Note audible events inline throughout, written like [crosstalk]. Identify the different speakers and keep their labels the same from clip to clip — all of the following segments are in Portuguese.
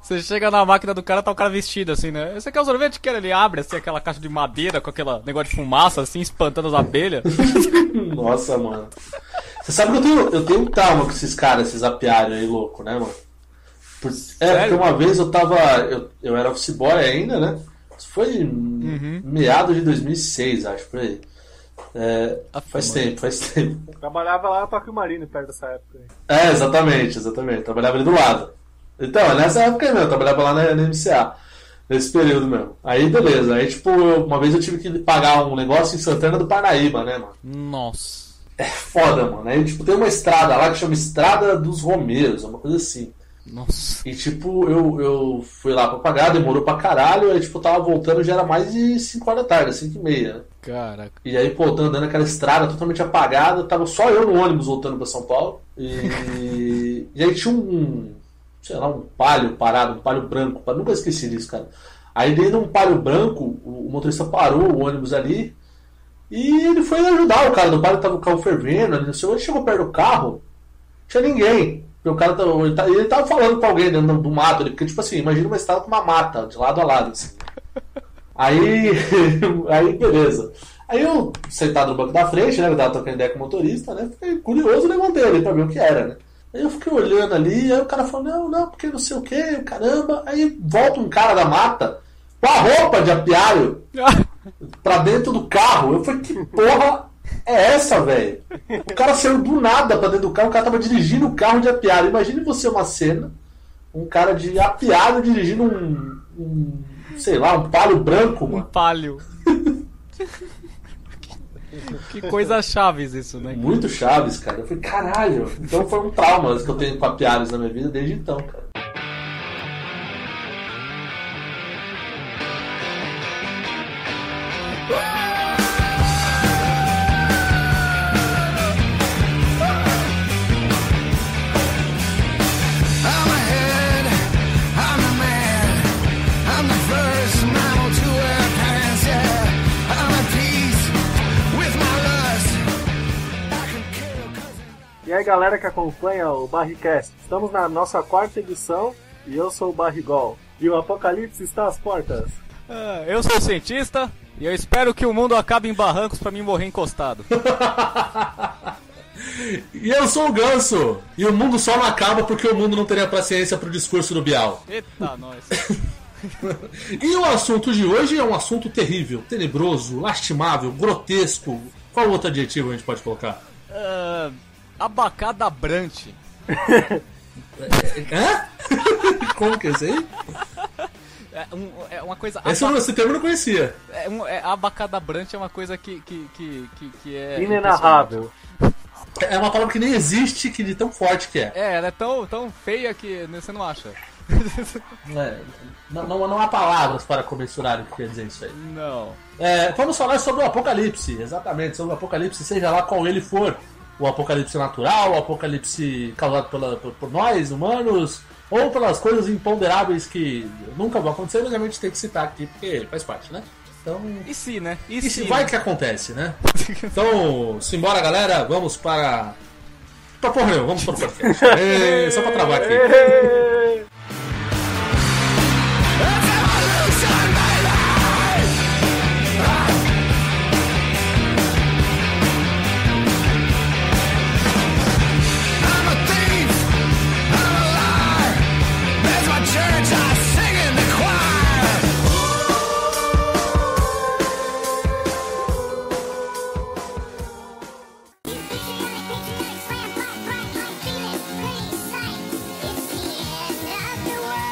Speaker 1: Você chega na máquina do cara, tá o cara vestido assim, né? Você quer um sorvete? Quer? Ele abre assim aquela caixa de madeira com aquele negócio de fumaça, assim, espantando as abelhas.
Speaker 2: Nossa, mano. Você sabe que eu tenho, eu tenho um trauma com esses caras, esses apiários aí louco, né, mano? Por- é, porque
Speaker 1: Sério?
Speaker 2: uma vez eu tava. Eu, eu era office boy ainda, né? Isso foi em meados de 2006, acho, por aí. É,
Speaker 1: Ah,
Speaker 2: [laughs] faz
Speaker 1: mano.
Speaker 2: tempo, faz tempo.
Speaker 3: Trabalhava lá no Parque Marino, perto dessa época. aí.
Speaker 2: É, exatamente, exatamente. Eu trabalhava ali do lado. Então, nessa época aí mesmo, eu trabalhava lá na, na MCA. Nesse período mesmo. Aí, beleza. Aí, tipo, eu- uma vez eu tive que pagar um negócio em Santana do Paraíba, né, mano?
Speaker 1: Nossa.
Speaker 2: É Foda, mano. Aí, tipo, tem uma estrada lá que chama Estrada dos Romeiros, uma coisa assim.
Speaker 1: Nossa.
Speaker 2: E, tipo, eu, eu fui lá pra pagar, demorou pra caralho. Aí, tipo, eu tava voltando, já era mais de 5 horas da tarde, 5 e meia. né?
Speaker 1: Caraca.
Speaker 2: E aí, pô, eu tô andando naquela estrada totalmente apagada, tava só eu no ônibus voltando pra São Paulo. E, [laughs] e aí tinha um, sei lá, um palio parado, um palio branco, pá, nunca esqueci disso, cara. Aí dentro de um palio branco, o, o motorista parou o ônibus ali e ele foi ajudar o cara do palio, tava o carro fervendo ali, não sei, o quê. ele chegou perto do carro, tinha ninguém. Porque o cara tava, ele tava, ele tava falando com alguém dentro do mato ali, porque, tipo assim, imagina uma estrada com uma mata, de lado a lado, assim. Aí, [laughs] aí beleza. Aí eu, sentado no banco da frente, né? Eu tava trocando ideia com o motorista, né? Fiquei curioso, levantei ali pra ver o que era, né? Aí eu fiquei olhando ali, aí o cara falou, não, não, porque não sei o que, caramba. Aí volta um cara da mata com a roupa de apiário
Speaker 1: Ah,
Speaker 2: pra dentro do carro. Eu falei, que porra é essa, velho? O cara saiu do nada pra dentro do carro, o cara tava dirigindo o carro de apiário. Imagine você uma cena, um cara de apiário dirigindo um, um, sei lá, um palio branco,
Speaker 1: Um
Speaker 2: mano.
Speaker 1: palio. [laughs] que coisa chaves isso, né?
Speaker 2: Muito Chaves, cara. Eu falei, caralho. Então foi um trauma que eu tenho com apiários na minha vida desde então, cara.
Speaker 4: I'm ahead, I'm the man, I'm the first man to wear pants, yeah. I'm at peace with my lust. I can kill 'cause
Speaker 3: E aí, galera que acompanha o Barricast, estamos na nossa quarta edição e eu sou o Barrigol. E o apocalipse está às portas.
Speaker 1: Ah, eu sou cientista e eu espero que o mundo acabe em barrancos pra mim morrer encostado.
Speaker 2: E eu sou o Ganso. E o mundo só não acaba porque o mundo não teria paciência pro discurso do Bial.
Speaker 1: Eita, nós.
Speaker 2: E o assunto de hoje é um assunto terrível, tenebroso, lastimável, grotesco. Qual outro adjetivo a gente pode colocar?
Speaker 1: Ah, abacada brante.
Speaker 2: Hã? [laughs] Como que é isso aí?
Speaker 1: É, um- é uma coisa.
Speaker 2: Esse, eu não- esse termo eu não conhecia.
Speaker 1: É, um, é, abacadabrante é uma coisa que, que, que, que, que é.
Speaker 3: Inenarrável.
Speaker 2: É uma palavra que nem existe, que de tão forte que é.
Speaker 1: É, ela é tão, tão feia que você não acha.
Speaker 2: É, não, não, não há palavras para comensurar o que quer dizer isso aí.
Speaker 1: Não.
Speaker 2: É, vamos falar sobre o apocalipse, exatamente, sobre o apocalipse, seja lá qual ele for. O apocalipse natural, o apocalipse causado pela, por, por nós, humanos, ou pelas coisas imponderáveis que nunca vão acontecer, mas a gente tem que citar aqui, porque faz parte, né? Então,
Speaker 1: E se, né? E,
Speaker 2: e
Speaker 1: se,
Speaker 2: se vai
Speaker 1: né?
Speaker 2: que acontece, né? Então, simbora, galera, vamos para... Pra porra nenhuma, vamos para o podcast. Ê, só pra travar aqui.
Speaker 4: I'm a thief, I'm a liar. There's my church, I sing in the choir.
Speaker 5: You see it in the picture, it's slam, pop, bright like Venus, pretty sight. It's the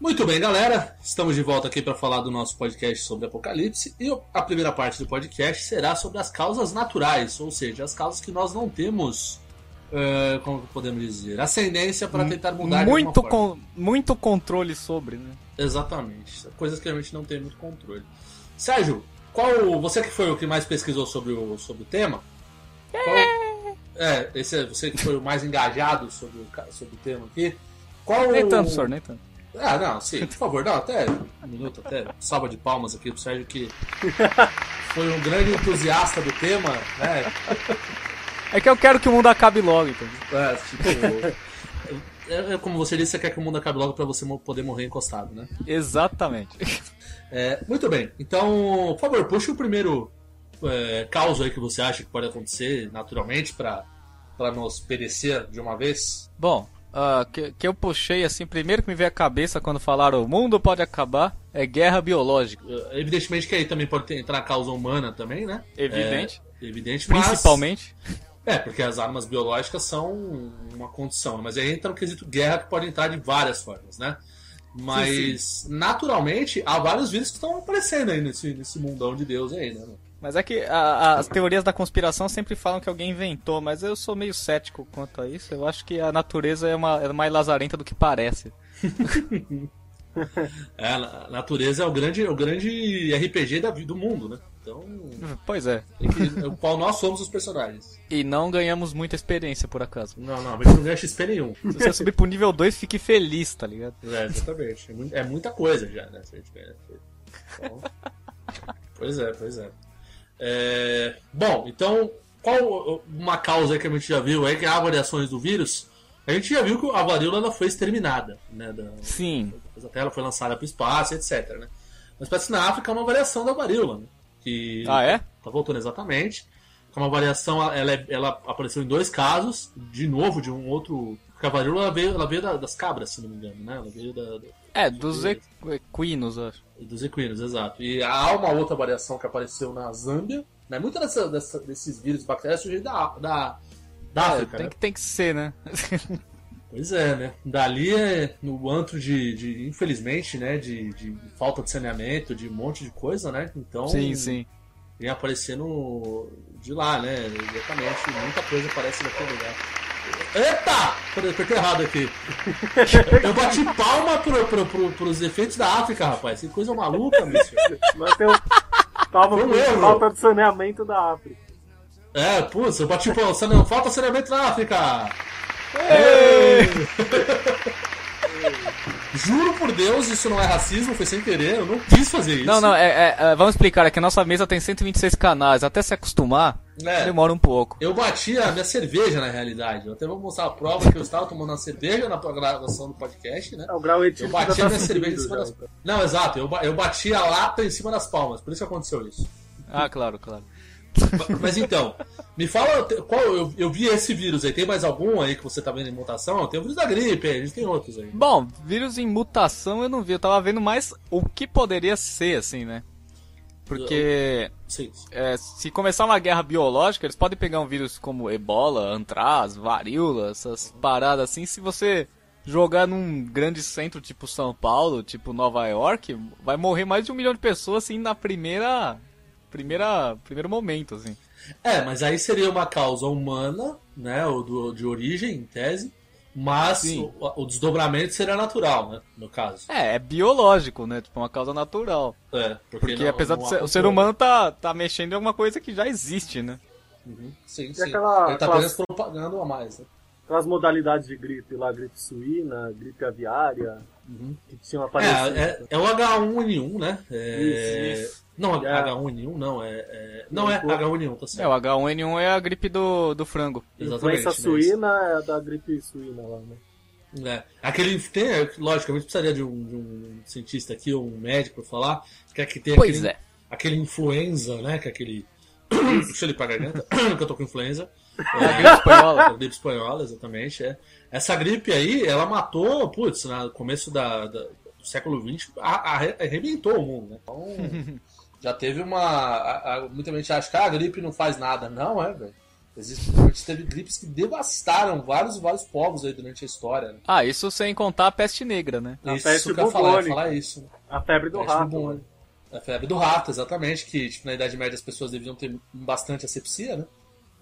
Speaker 2: Muito bem, galera. Estamos de volta aqui para falar do nosso podcast sobre Apocalipse. E a primeira parte do podcast será sobre as causas naturais, ou seja, as causas que nós não temos, eh, como que podemos dizer, ascendência para tentar mudar de alguma
Speaker 1: Muito,
Speaker 2: forma.
Speaker 1: con- muito controle sobre, né?
Speaker 2: Exatamente. Coisas que a gente não tem muito controle. Sérgio, qual. Você que foi o que mais pesquisou sobre o, sobre o tema? Qual- é, esse é você que foi o mais engajado sobre o, ca- sobre o tema aqui. Qual.
Speaker 1: Nem tanto, senhor, nem tanto.
Speaker 2: Ah, não, sim, por favor, dá até um minuto, até salva de palmas aqui pro Sérgio que foi um grande entusiasta do tema, né?
Speaker 1: É que eu quero que o mundo acabe logo, entendeu?
Speaker 2: É, tipo. é- é como você disse, você quer que o mundo acabe logo pra você mo- poder morrer encostado, né?
Speaker 1: Exatamente. [laughs]
Speaker 2: É, muito bem. Então, por favor, puxa o primeiro é, caos aí que você acha que pode acontecer naturalmente pra para nos perecer de uma vez.
Speaker 1: Bom, ah, que, que eu puxei assim, primeiro que me veio à cabeça quando falaram o mundo pode acabar é guerra biológica.
Speaker 2: É, Evidentemente que aí também pode ter- entrar a causa humana também, né?
Speaker 1: Evidente.
Speaker 2: É, evidente, mas-
Speaker 1: Principalmente.
Speaker 2: É, porque as armas biológicas são uma condição, né? mas aí entra no quesito guerra que pode entrar de várias formas, né? Mas, naturalmente, há vários vírus que estão aparecendo aí nesse, nesse mundão de Deus aí, né? mano?
Speaker 1: Mas é que a- a- as teorias da conspiração sempre falam que alguém inventou, mas eu sou meio cético quanto a isso. Eu acho que a natureza é, uma, é mais lazarenta do que parece.
Speaker 2: É, a natureza é o grande, é o grande RPG da, vi- do mundo, né? Então,
Speaker 1: Pois é.
Speaker 2: tem que- é o qual nós somos os personagens.
Speaker 1: E não ganhamos muita experiência, por acaso.
Speaker 2: Não, não, a gente não ganha XP nenhum.
Speaker 1: Se você [laughs] subir pro nível 2, fique feliz, tá ligado?
Speaker 2: É, exatamente. É, mu- é muita coisa já, né? se a gente ganha. Então, pois é, pois é. É, Bom, então, qual o- uma causa aí que a gente já viu aí, que há variações do vírus? A gente já viu que a varíola ela foi exterminada, né? Da,
Speaker 1: Sim.
Speaker 2: depois até ela foi lançada para o espaço, etc. Né? Mas parece que na África é uma variação da varíola, né? Que
Speaker 1: Ah, é?
Speaker 2: tá voltando exatamente. É uma variação, ela, é- ela apareceu em dois casos, de novo, de um outro. Porque a varíola ela veio, ela veio da- das cabras, se não me engano, né? Ela veio da, da-
Speaker 1: É, dos equinos, eu acho.
Speaker 2: dos equinos, exato. E há uma outra variação que apareceu na Zâmbia. Né? Muita dessa, dessa- desses vírus e bactérias surgiu da, da, da África,
Speaker 1: É, tem,
Speaker 2: né?
Speaker 1: que, tem que ser, [laughs] né?
Speaker 2: Pois é, né? Dali é no antro de, de, infelizmente, né? De, de falta de saneamento, de um monte de coisa, né? Então,
Speaker 1: Sim, sim.
Speaker 2: vem aparecendo de lá, né? Exatamente. Muita coisa aparece daquele lugar. Eita! Peraí, Apertei errado
Speaker 1: [laughs]
Speaker 2: aqui. Eu bati palma pro, pro, pro, pros efeitos da África, rapaz. Que coisa maluca, bicho.
Speaker 3: Mas tem o. Tava
Speaker 2: Foi um
Speaker 3: com
Speaker 2: erro.
Speaker 3: falta de saneamento da África.
Speaker 2: É, putz, eu bati palma. Sane- Falta saneamento na África! [laughs] Juro por Deus, isso não é racismo, foi sem querer. Eu não quis fazer isso.
Speaker 1: Não, não, é, é, é, vamos explicar. É que a nossa mesa tem 126 canais. Até se acostumar,
Speaker 2: É.
Speaker 1: demora um pouco.
Speaker 2: Eu bati a minha cerveja, na realidade. Eu até vou mostrar a prova que eu estava tomando uma cerveja na gravação do podcast, né?
Speaker 3: É o grau
Speaker 2: Eu
Speaker 3: etílico já
Speaker 2: bati
Speaker 3: tá
Speaker 2: a minha cerveja em
Speaker 3: subindo
Speaker 2: cima
Speaker 3: já.
Speaker 2: das Não, exato, eu, ba- eu bati a lata em cima das palmas, por isso que aconteceu isso.
Speaker 1: Ah, claro, claro.
Speaker 2: Ma- Mas então, me fala te- qual. Eu, eu vi esse vírus aí, tem mais algum aí que você tá vendo em mutação? Tem o vírus da gripe, a gente tem outros aí.
Speaker 1: Bom, vírus em mutação eu não vi. Eu tava vendo mais o que poderia ser, assim, né? Porque
Speaker 2: Sim.
Speaker 1: é, se começar uma guerra biológica, eles podem pegar um vírus como ebola, antraz, varíola, essas paradas assim. Se você jogar num grande centro tipo São Paulo, tipo Nova York, vai morrer mais de um milhão de pessoas, assim, na primeira... primeira primeiro momento, assim.
Speaker 2: É, mas aí seria uma causa humana, né? Ou do- de origem, em tese, mas
Speaker 1: Sim.
Speaker 2: o, o desdobramento seria natural, né? No caso.
Speaker 1: É, é biológico, né? Tipo, uma causa natural.
Speaker 2: É, porque,
Speaker 1: Porque
Speaker 2: não-
Speaker 1: apesar
Speaker 2: não
Speaker 1: do
Speaker 2: há
Speaker 1: ser, o ser
Speaker 2: controle.
Speaker 1: humano tá, tá mexendo em alguma coisa que já existe, né?
Speaker 2: Uhum, Sim,
Speaker 3: E
Speaker 2: sim.
Speaker 3: aquela-
Speaker 2: Ele tá
Speaker 3: aquela-
Speaker 2: apenas propagando a mais, né?
Speaker 3: Aquelas modalidades de gripe lá, gripe suína, gripe aviária, que tinham aparecido.
Speaker 2: Uhum. É, é, é o H1N1, né? É...
Speaker 3: Isso,
Speaker 2: Não,
Speaker 3: Já-
Speaker 2: H1N1 não, é. é- Não é
Speaker 3: Não, pô.
Speaker 2: H1N1, tá certo.
Speaker 1: É, o H1N1 é a gripe do, do frango.
Speaker 2: Exatamente,
Speaker 3: Influenza
Speaker 2: né?
Speaker 3: É, suína é a da gripe suína lá, né?
Speaker 2: É. Aquele tem, é, logicamente precisaria de um, de um cientista aqui ou um médico pra falar, que é que tem
Speaker 1: Pois [laughs]
Speaker 2: aquele,
Speaker 1: é.
Speaker 2: aquele influenza, né, que é aquele [coughs] Deixa ele pagar a garganta, [coughs] que eu tô com
Speaker 3: [coughs]
Speaker 2: influenza.
Speaker 1: é
Speaker 2: É,
Speaker 1: A gripe espanhola.
Speaker 2: A gripe espanhola, exatamente, é. Essa gripe aí, ela matou, putz, no começo da- da- do século XX, a- a- arrebentou o mundo, né? Então, já teve uma... a- a- muita gente acha que ah, a gripe não faz nada. Não, é, velho. Existe, realmente teve gripes que devastaram vários e vários povos aí durante a história. Né?
Speaker 1: [laughs] Ah, isso sem contar a peste negra, né?
Speaker 3: A
Speaker 2: isso
Speaker 3: peste
Speaker 2: que eu ia falar, eu ia
Speaker 3: bubônica.
Speaker 2: falar isso. né?
Speaker 3: A febre do
Speaker 2: Peste
Speaker 3: rato.
Speaker 2: bubônica.
Speaker 3: né?
Speaker 2: A É, febre do rato, exatamente, que tipo, na Idade Média as pessoas deviam ter bastante asepsia, né?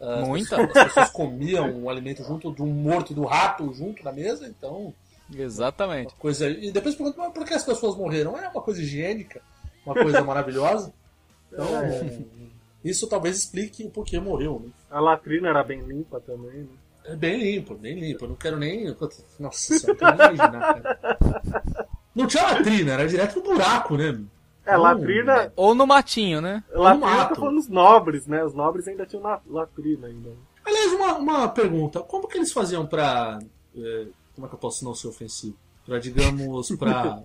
Speaker 2: Ah, as
Speaker 1: Muita.
Speaker 2: pessoas- As pessoas comiam um alimento junto de um morto e do rato junto na mesa, então
Speaker 1: Exatamente.
Speaker 2: uma coisa. E depois pergunta, mas por que as pessoas morreram? É uma coisa higiênica, uma
Speaker 3: [laughs]
Speaker 2: coisa maravilhosa. Então, isso talvez explique o porquê morreu, né?
Speaker 3: É, A latrina era bem limpa também, né?
Speaker 2: É bem limpo, bem limpo. Eu não quero nem. Nossa, eu não [laughs] quero nem imaginar, né, cara. Não tinha latrina, era direto no buraco, né?
Speaker 3: É,
Speaker 2: Hum.
Speaker 3: latrina.
Speaker 1: Ou no matinho, né?
Speaker 3: Latrina
Speaker 2: mato.
Speaker 3: tá falando os nobres, né? Os nobres ainda tinham na- latrina ainda.
Speaker 2: Aliás, uma, uma pergunta. Como que eles faziam pra. eh, como é que eu posso não ser ofensivo? Pra, digamos, pra.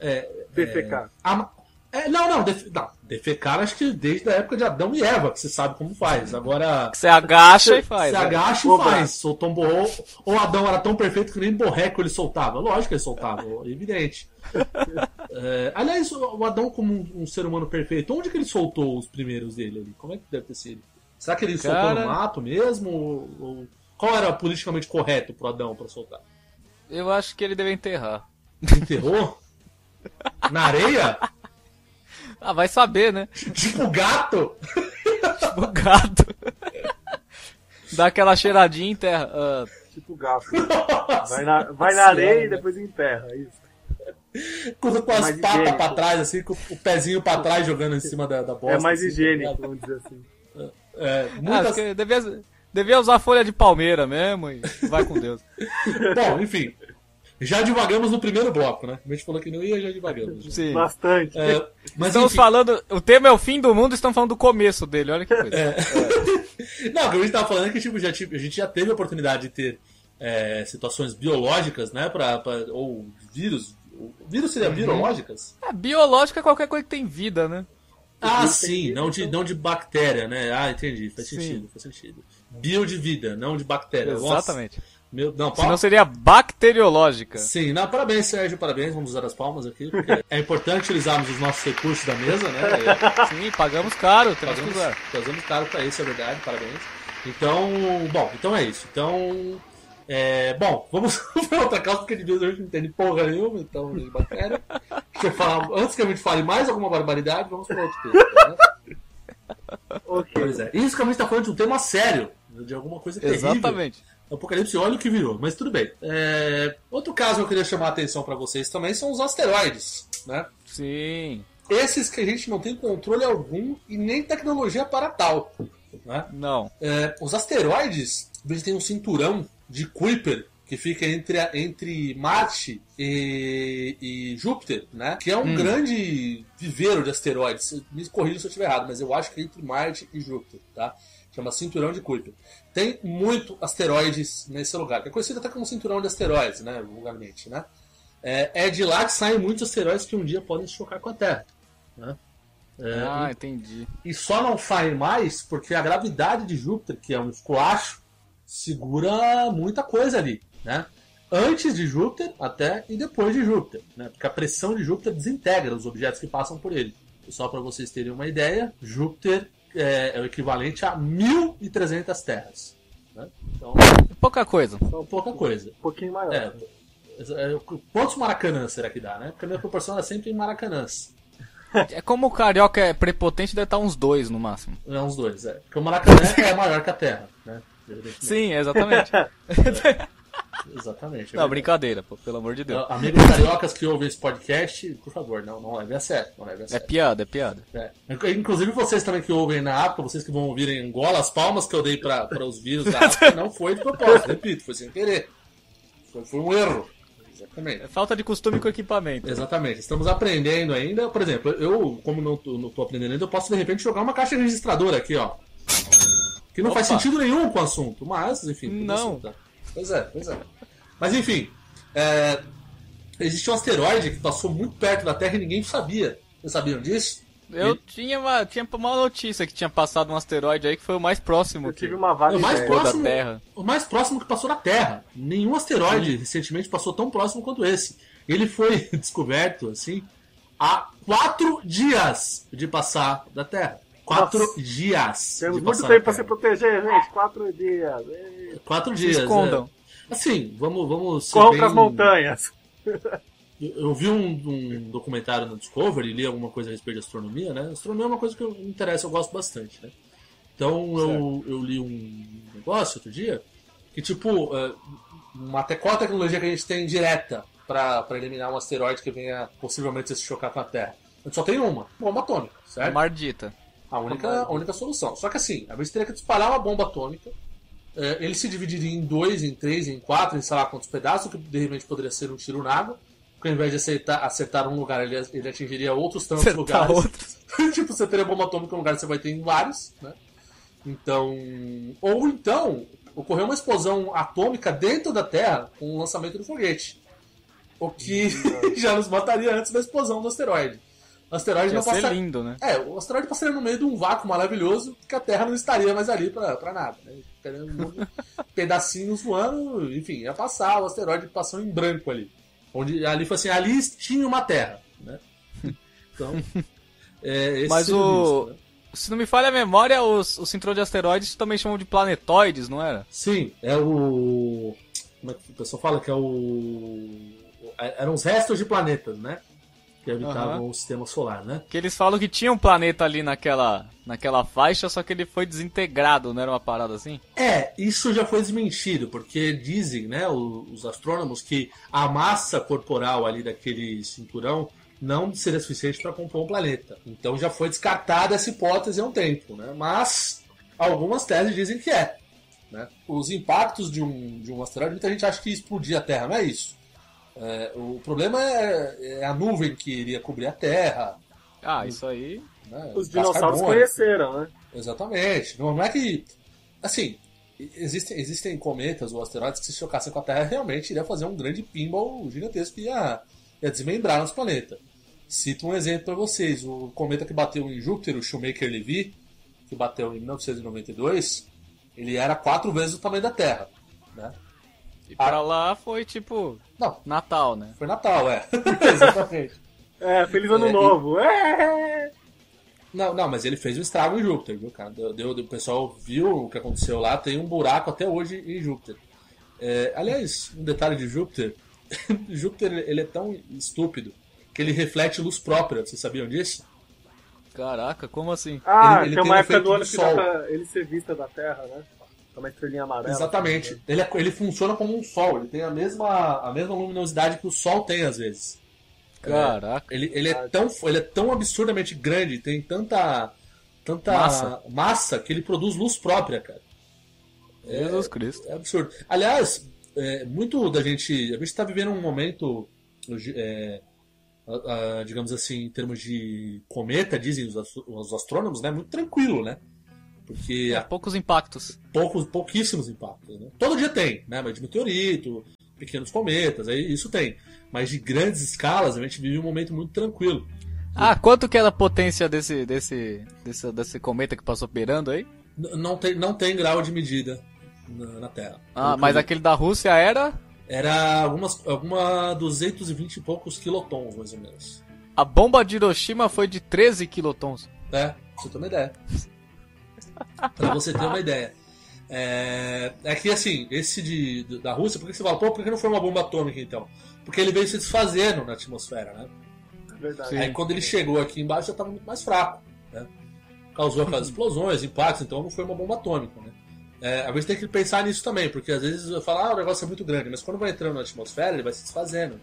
Speaker 2: É.
Speaker 3: DFK.
Speaker 2: ama- é, não, não, def- não, defecar acho que desde a época de Adão e Eva, que você sabe como faz. Agora.
Speaker 1: Que você agacha e faz.
Speaker 2: se
Speaker 1: né?
Speaker 2: agacha e
Speaker 3: Cobra.
Speaker 2: faz. Soltou um borrão. Ou Adão era tão perfeito que nem borreco ele soltava. Lógico que ele soltava, [laughs] evidente. É, aliás, o o Adão, como um, um ser humano perfeito, onde que ele soltou os primeiros dele ali? Como é que deve ter sido? Será que ele soltou
Speaker 1: Cara-
Speaker 2: no mato mesmo? Ou, ou- Qual era politicamente correto pro Adão pra soltar?
Speaker 1: Eu acho que ele deve enterrar.
Speaker 2: Enterrou? [laughs] Na areia?
Speaker 1: Ah, vai saber, né? [laughs]
Speaker 2: Tipo
Speaker 3: [laughs]
Speaker 2: gato?
Speaker 1: O gato. [laughs] Dá aquela cheiradinha e enterra. Ah,
Speaker 2: [laughs]
Speaker 3: Tipo gato. Vai na, vai na areia e
Speaker 2: né?
Speaker 3: depois enterra, é isso.
Speaker 2: Com, com as
Speaker 3: mais
Speaker 2: patas
Speaker 3: higiênico.
Speaker 2: pra trás, assim, com o pezinho pra trás jogando em cima da, da bosta.
Speaker 3: é mais
Speaker 2: assim,
Speaker 3: higiênico,
Speaker 2: tá ligado?
Speaker 3: vamos dizer assim.
Speaker 2: É,
Speaker 1: ah,
Speaker 2: muitas
Speaker 1: acho que devia, devia usar folha de palmeira mesmo e vai com Deus.
Speaker 2: Bom, enfim. Já divagamos no primeiro bloco, né? A gente falou que não ia, já divagamos.
Speaker 1: [laughs]
Speaker 2: né?
Speaker 1: Sim.
Speaker 3: Bastante.
Speaker 2: É, mas
Speaker 1: Estamos
Speaker 2: enfim,
Speaker 1: falando. O tema é o fim do mundo, estamos falando do começo dele, [laughs] olha que coisa.
Speaker 2: não, o que a gente tava falando é que tipo, já, tive- a gente já teve a oportunidade de ter é, situações biológicas, né? Pra, pra- ou vírus. o Vírus seria virológicas?
Speaker 1: É, biológica é qualquer coisa que tem vida, né?
Speaker 2: Ah, sim, não de, não de bactéria, né? Ah, entendi, faz
Speaker 1: Sim.
Speaker 2: sentido, faz sentido. Bio de vida, Uhum. não de bactéria. Nossa,
Speaker 1: Exatamente.
Speaker 2: meu, não, pau-
Speaker 1: Senão seria bacteriológica.
Speaker 2: Sim, não, parabéns, Sérgio, parabéns. Vamos usar as palmas aqui. porque é importante utilizarmos os nossos recursos da mesa, [laughs] né?
Speaker 1: Sim, pagamos caro, temos que
Speaker 2: Fazemos,
Speaker 1: usar.
Speaker 2: fazemos caro pra isso, é verdade, parabéns. Então, bom, então é isso. Então, é, bom, [laughs] vamos pra outra causa, porque de Deus a gente não entende porra nenhuma, então, de matéria. Deixa eu falar, antes que a gente fale mais alguma barbaridade, vamos pra outro tema, né?
Speaker 3: Ok.
Speaker 2: Pois é, isso que a gente tá falando de um tema sério, de alguma coisa [laughs] terrível.
Speaker 1: Exatamente.
Speaker 2: Apocalipse, olha o que virou, mas tudo bem. É, outro caso que eu queria chamar a atenção pra vocês também são os asteroides, né?
Speaker 1: Sim.
Speaker 2: Esses que a gente não tem controle algum e nem tecnologia para tal, né?
Speaker 1: Não.
Speaker 2: É, os asteroides, eles têm um cinturão de Kuiper que fica entre, a- entre Marte e, e Júpiter, né? Que é um grande viveiro de asteroides. Me corrija se eu estiver errado, mas eu acho que é entre Marte e Júpiter, tá? Chama cinturão de Kuiper. Tem muito asteroides nesse lugar, que é conhecido até como cinturão de asteroides, né? Vulgarmente, né? É, é de lá que saem muitos asteroides que um dia podem se chocar com a Terra. Né? É,
Speaker 1: Ah, entendi.
Speaker 2: e só não sai mais porque a gravidade de Júpiter, que é um esculacho, segura muita coisa ali, né? Antes de Júpiter até e depois de Júpiter, né? Porque a pressão de Júpiter desintegra os objetos que passam por ele. E só para vocês terem uma ideia, Júpiter é, é o equivalente a 1.300 terras. né? Então,
Speaker 1: Pouca coisa.
Speaker 2: é pouca coisa.
Speaker 3: Um pouquinho maior.
Speaker 2: É. é, Quantos Maracanã será que dá, né? Porque a minha proporção era sempre em Maracanãs.
Speaker 1: É como o carioca é prepotente, deve estar uns dois no máximo.
Speaker 2: É uns dois, é. Porque o Maracanã é maior que a Terra, né? Evidentemente.
Speaker 1: Sim, exatamente.
Speaker 2: Exatamente. é
Speaker 1: Não,
Speaker 2: verdade.
Speaker 1: brincadeira, pô, pelo amor de Deus.
Speaker 2: Amigos cariocas que ouvem esse podcast, por favor, não, não leve a sério. Não leve a
Speaker 1: É
Speaker 2: sério.
Speaker 1: piada, é piada.
Speaker 2: É. Inclusive vocês também que ouvem na África, vocês que vão ouvir em Angola, as palmas que eu dei para os vírus da África não foi de propósito, repito, foi sem querer. Foi, foi um erro. Exatamente.
Speaker 1: É falta de costume com o equipamento.
Speaker 2: Exatamente, estamos aprendendo ainda. Por exemplo, eu, como não tô, não tô aprendendo ainda, eu posso de repente jogar uma caixa registradora aqui, ó. Que não faz
Speaker 1: Opa.
Speaker 2: sentido nenhum com o assunto, mas, enfim. tudo
Speaker 1: Não.
Speaker 2: assim, tá? Pois é, pois é. Mas enfim, é, existe um asteroide que passou muito perto da Terra e ninguém sabia. Vocês sabiam disso?
Speaker 1: Eu tinha uma, tinha uma notícia que tinha passado um asteroide aí que foi o mais próximo.
Speaker 3: Eu
Speaker 1: que-
Speaker 3: tive uma vaga
Speaker 2: o mais
Speaker 3: ideia.
Speaker 1: pro-
Speaker 2: próximo,
Speaker 1: da Terra.
Speaker 2: o mais próximo que passou da Terra. Nenhum asteroide recentemente passou tão próximo quanto esse. Ele foi [laughs] descoberto assim há quatro dias de passar da Terra. Quatro dias.
Speaker 3: Temos
Speaker 2: de É.
Speaker 3: muito
Speaker 2: passar
Speaker 3: tempo
Speaker 2: na
Speaker 3: pra se
Speaker 2: perna.
Speaker 3: proteger, gente. Quatro dias. Ei,
Speaker 2: Quatro
Speaker 1: Se
Speaker 2: dias.
Speaker 1: escondam.
Speaker 2: é. Assim, vamos. vamos ser
Speaker 3: Corram
Speaker 2: bem-
Speaker 3: pras É, montanhas.
Speaker 2: Eu eu vi um, um documentário na Discovery, li alguma coisa a respeito de astronomia, né? Astronomia é uma coisa que eu, me interessa, eu gosto bastante, né? Então eu, eu li um negócio outro dia que, tipo, é, uma, até qual a tecnologia que a gente tem direta pra pra eliminar um asteroide que venha possivelmente se chocar com a Terra? A gente só tem uma, bomba atômica, certo?
Speaker 1: Mardita.
Speaker 2: A única, a única solução. Só que assim, a gente teria que disparar uma bomba atômica. eh, ele se dividiria em dois, em três, em quatro, em sei lá quantos pedaços, que de repente poderia ser um tiro na água. Porque ao invés de acertar, acertar um lugar, ele, ele atingiria outros tantos
Speaker 1: Acertar
Speaker 2: lugares.
Speaker 1: outros.
Speaker 2: [laughs] tipo, você teria bomba atômica em um lugar, você vai ter em vários, né? Então. Ou então, ocorreu uma explosão atômica dentro da Terra com o lançamento do foguete. O que [laughs] já nos mataria antes da explosão do asteroide. O asteroide
Speaker 1: Hum, Ia
Speaker 2: não
Speaker 1: ser
Speaker 2: passaria.
Speaker 1: lindo, né?
Speaker 2: É, o asteroide passaria no meio de um vácuo maravilhoso que a Terra não estaria mais ali pra, pra nada. Né? Teria um monte de pedacinhos voando, enfim, ia passar, o asteroide passou em branco ali. Onde ali foi assim, ali tinha uma Terra, né? Então. É, esse
Speaker 1: Mas
Speaker 2: seria
Speaker 1: o-
Speaker 2: risco, né?
Speaker 1: Se não me falha a memória, os, os cinturões de asteroides também chamam de planetoides, não era?
Speaker 2: Sim, é o. Como é que o pessoal fala que é o. é- Eram os restos de planetas, né? Que habitavam
Speaker 1: Aham.
Speaker 2: o sistema solar, né?
Speaker 1: Que eles falam que tinha um planeta ali naquela, naquela faixa, só que ele foi desintegrado, não era uma parada assim?
Speaker 2: É, isso já foi desmentido, porque dizem, né, o- os astrônomos que a massa corporal ali daquele cinturão não seria suficiente para compor um planeta. Então já foi descartada essa hipótese há um tempo, né? Mas algumas teses dizem que é. né? Os impactos de um, de um asteroide, muita gente acha que ia explodir a Terra, não é isso. É, o problema é, é a nuvem que iria cobrir a Terra. Hum.
Speaker 1: Ah, isso aí.
Speaker 2: né?
Speaker 3: Os
Speaker 2: Gás
Speaker 3: dinossauros
Speaker 2: carbônico.
Speaker 3: conheceram, né?
Speaker 2: Exatamente. Não não é que. Assim, existem, existem cometas ou asteroides que se chocassem com a Terra realmente iria fazer um grande pinball gigantesco e ia, ia desmembrar nosso planeta. Cito um exemplo para vocês: o cometa que bateu em Júpiter, o Shoemaker-Levy, que bateu em 1992, ele era quatro vezes o tamanho da Terra. Né?
Speaker 1: E pra lá foi tipo.
Speaker 2: Não.
Speaker 1: Natal, né?
Speaker 2: Foi Natal, é. Exatamente.
Speaker 3: É, feliz ano novo. É.
Speaker 2: Não, não, mas ele fez um estrago em Júpiter, viu, cara? Deu, deu- o pessoal viu o que aconteceu lá, tem um buraco até hoje em Júpiter. É, aliás, um detalhe de Júpiter: [laughs] Júpiter ele é tão estúpido que ele reflete luz própria, vocês sabiam disso?
Speaker 1: Caraca, como assim?
Speaker 3: Ah,
Speaker 2: Ele- ele
Speaker 3: tem
Speaker 2: tem
Speaker 3: uma
Speaker 2: um
Speaker 3: época
Speaker 2: efeito
Speaker 3: do ano
Speaker 2: do
Speaker 3: que dá
Speaker 2: sol.
Speaker 3: pra ele ser vista da Terra, né? É Uma estrelinha amarela. né?
Speaker 2: Exatamente. Ele, é- ele funciona como um sol, ele tem a mesma, a mesma luminosidade que o sol tem às vezes.
Speaker 1: Caraca.
Speaker 2: Ele, ele, é tão, ele é tão absurdamente grande, tem tanta, tanta
Speaker 1: Massa.
Speaker 2: massa que ele produz luz própria, cara.
Speaker 1: Jesus Cristo.
Speaker 2: É absurdo. Aliás, é, muito da gente. A gente está vivendo um momento, hoje, é, a- a, digamos assim, em termos de cometa, dizem os, astro- os astrônomos, né? Muito tranquilo, né? Porque há
Speaker 1: Poucos impactos.
Speaker 2: poucos, pouquíssimos impactos. Né? Todo dia tem, né? Mas de meteorito, pequenos cometas, aí isso tem. Mas de grandes escalas, a gente vive um momento muito tranquilo.
Speaker 1: Ah, quanto que era a potência desse, desse, desse, desse cometa que passou beirando aí? Ah,
Speaker 2: N- não, tem, não tem grau de medida na, na Terra.
Speaker 1: Ah,
Speaker 2: Pelo
Speaker 1: mas
Speaker 2: que-
Speaker 1: aquele da Rússia era
Speaker 2: Era algumas, alguma 220 e poucos quilotons, mais ou menos.
Speaker 1: A bomba de Hiroshima foi de 13 quilotons.
Speaker 2: É, pra você ter uma ideia. pra você ter uma ideia. É, é que assim, esse de, do- da Rússia, por que você fala, pô, por que não foi uma bomba atômica então? Porque ele veio se desfazendo na atmosfera, né?
Speaker 3: É Verdade.
Speaker 1: Sim.
Speaker 2: Aí quando ele chegou aqui embaixo já estava muito mais fraco, né? Causou
Speaker 1: Uhum.
Speaker 2: aquelas explosões, impactos, então não foi uma bomba atômica, né? É, às vezes tem que pensar nisso também, porque às vezes eu falo, ah, o negócio é muito grande, mas quando vai entrando na atmosfera, ele vai se desfazendo.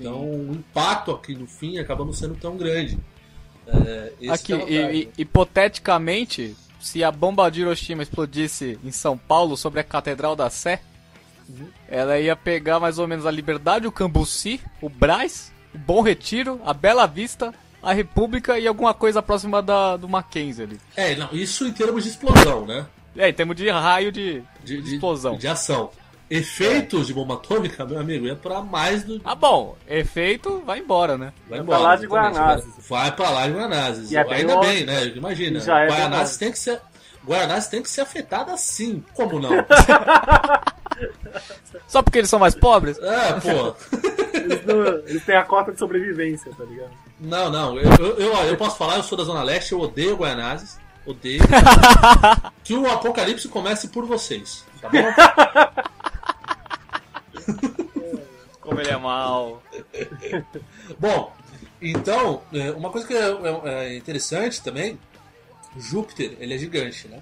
Speaker 2: Então o impacto aqui no fim acaba não sendo tão grande. É, esse
Speaker 1: Aqui,
Speaker 2: que é a vantagem,
Speaker 1: e-
Speaker 2: né?
Speaker 1: e- hipoteticamente, se a bomba de Hiroshima explodisse em São Paulo sobre a Catedral da Sé,
Speaker 2: Uhum.
Speaker 1: ela ia pegar mais ou menos a Liberdade, o Cambuci, o Brás, o Bom Retiro, a Bela Vista, a República e alguma coisa próxima da, do Mackenzie ali.
Speaker 2: É, não, isso em termos de explosão, né?
Speaker 1: É, em termos de raio de,
Speaker 2: De, de-
Speaker 1: explosão.
Speaker 2: De ação. Efeitos de bomba atômica, meu amigo, é pra mais do.
Speaker 1: Ah, bom, efeito vai embora, né?
Speaker 2: Vai
Speaker 3: lá de
Speaker 2: exatamente,
Speaker 3: Guanazes.
Speaker 2: Vai, vai pra lá de Guanazes.
Speaker 3: E é bem
Speaker 2: Ainda
Speaker 3: longe.
Speaker 2: bem, né? Imagina.
Speaker 3: E já é bem
Speaker 2: Guanazes
Speaker 3: longe.
Speaker 2: tem que ser. Guanazes tem que ser afetada sim. Como
Speaker 3: [laughs]
Speaker 2: não?
Speaker 1: Só porque eles são mais pobres?
Speaker 2: é, pô.
Speaker 3: Eles, não, eles têm a cota de sobrevivência, tá ligado?
Speaker 2: Não, não. Eu, eu, eu, ó, eu posso falar, eu sou da Zona Leste, eu odeio Guanazes.
Speaker 3: [laughs]
Speaker 2: odeio que o apocalipse comece por vocês, tá bom?
Speaker 1: Como ele é mal.
Speaker 2: Bom, então, é, uma coisa que é, é- é interessante também, Júpiter, ele é gigante, né?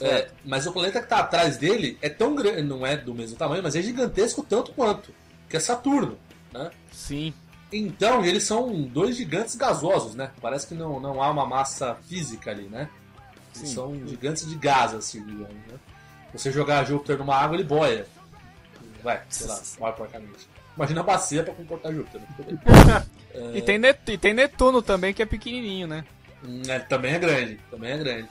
Speaker 2: É, mas o planeta que está atrás dele é tão grande, não é do mesmo tamanho, mas é gigantesco tanto quanto, que é Saturno, né?
Speaker 1: Sim.
Speaker 2: Então, eles são dois gigantes gasosos, né? Parece que não, não há uma massa física ali, né? Eles
Speaker 1: Sim.
Speaker 2: são gigantes de gás, assim, digamos, né? Você jogar Júpiter numa água, ele boia. Vai, sei lá, vai porcamente. Imagina a bacia pra comportar Júpiter. né? Tudo bem.
Speaker 1: E, tem Net- e tem Netuno também, que é pequenininho, né?
Speaker 2: Hum, é, também é grande, também é grande.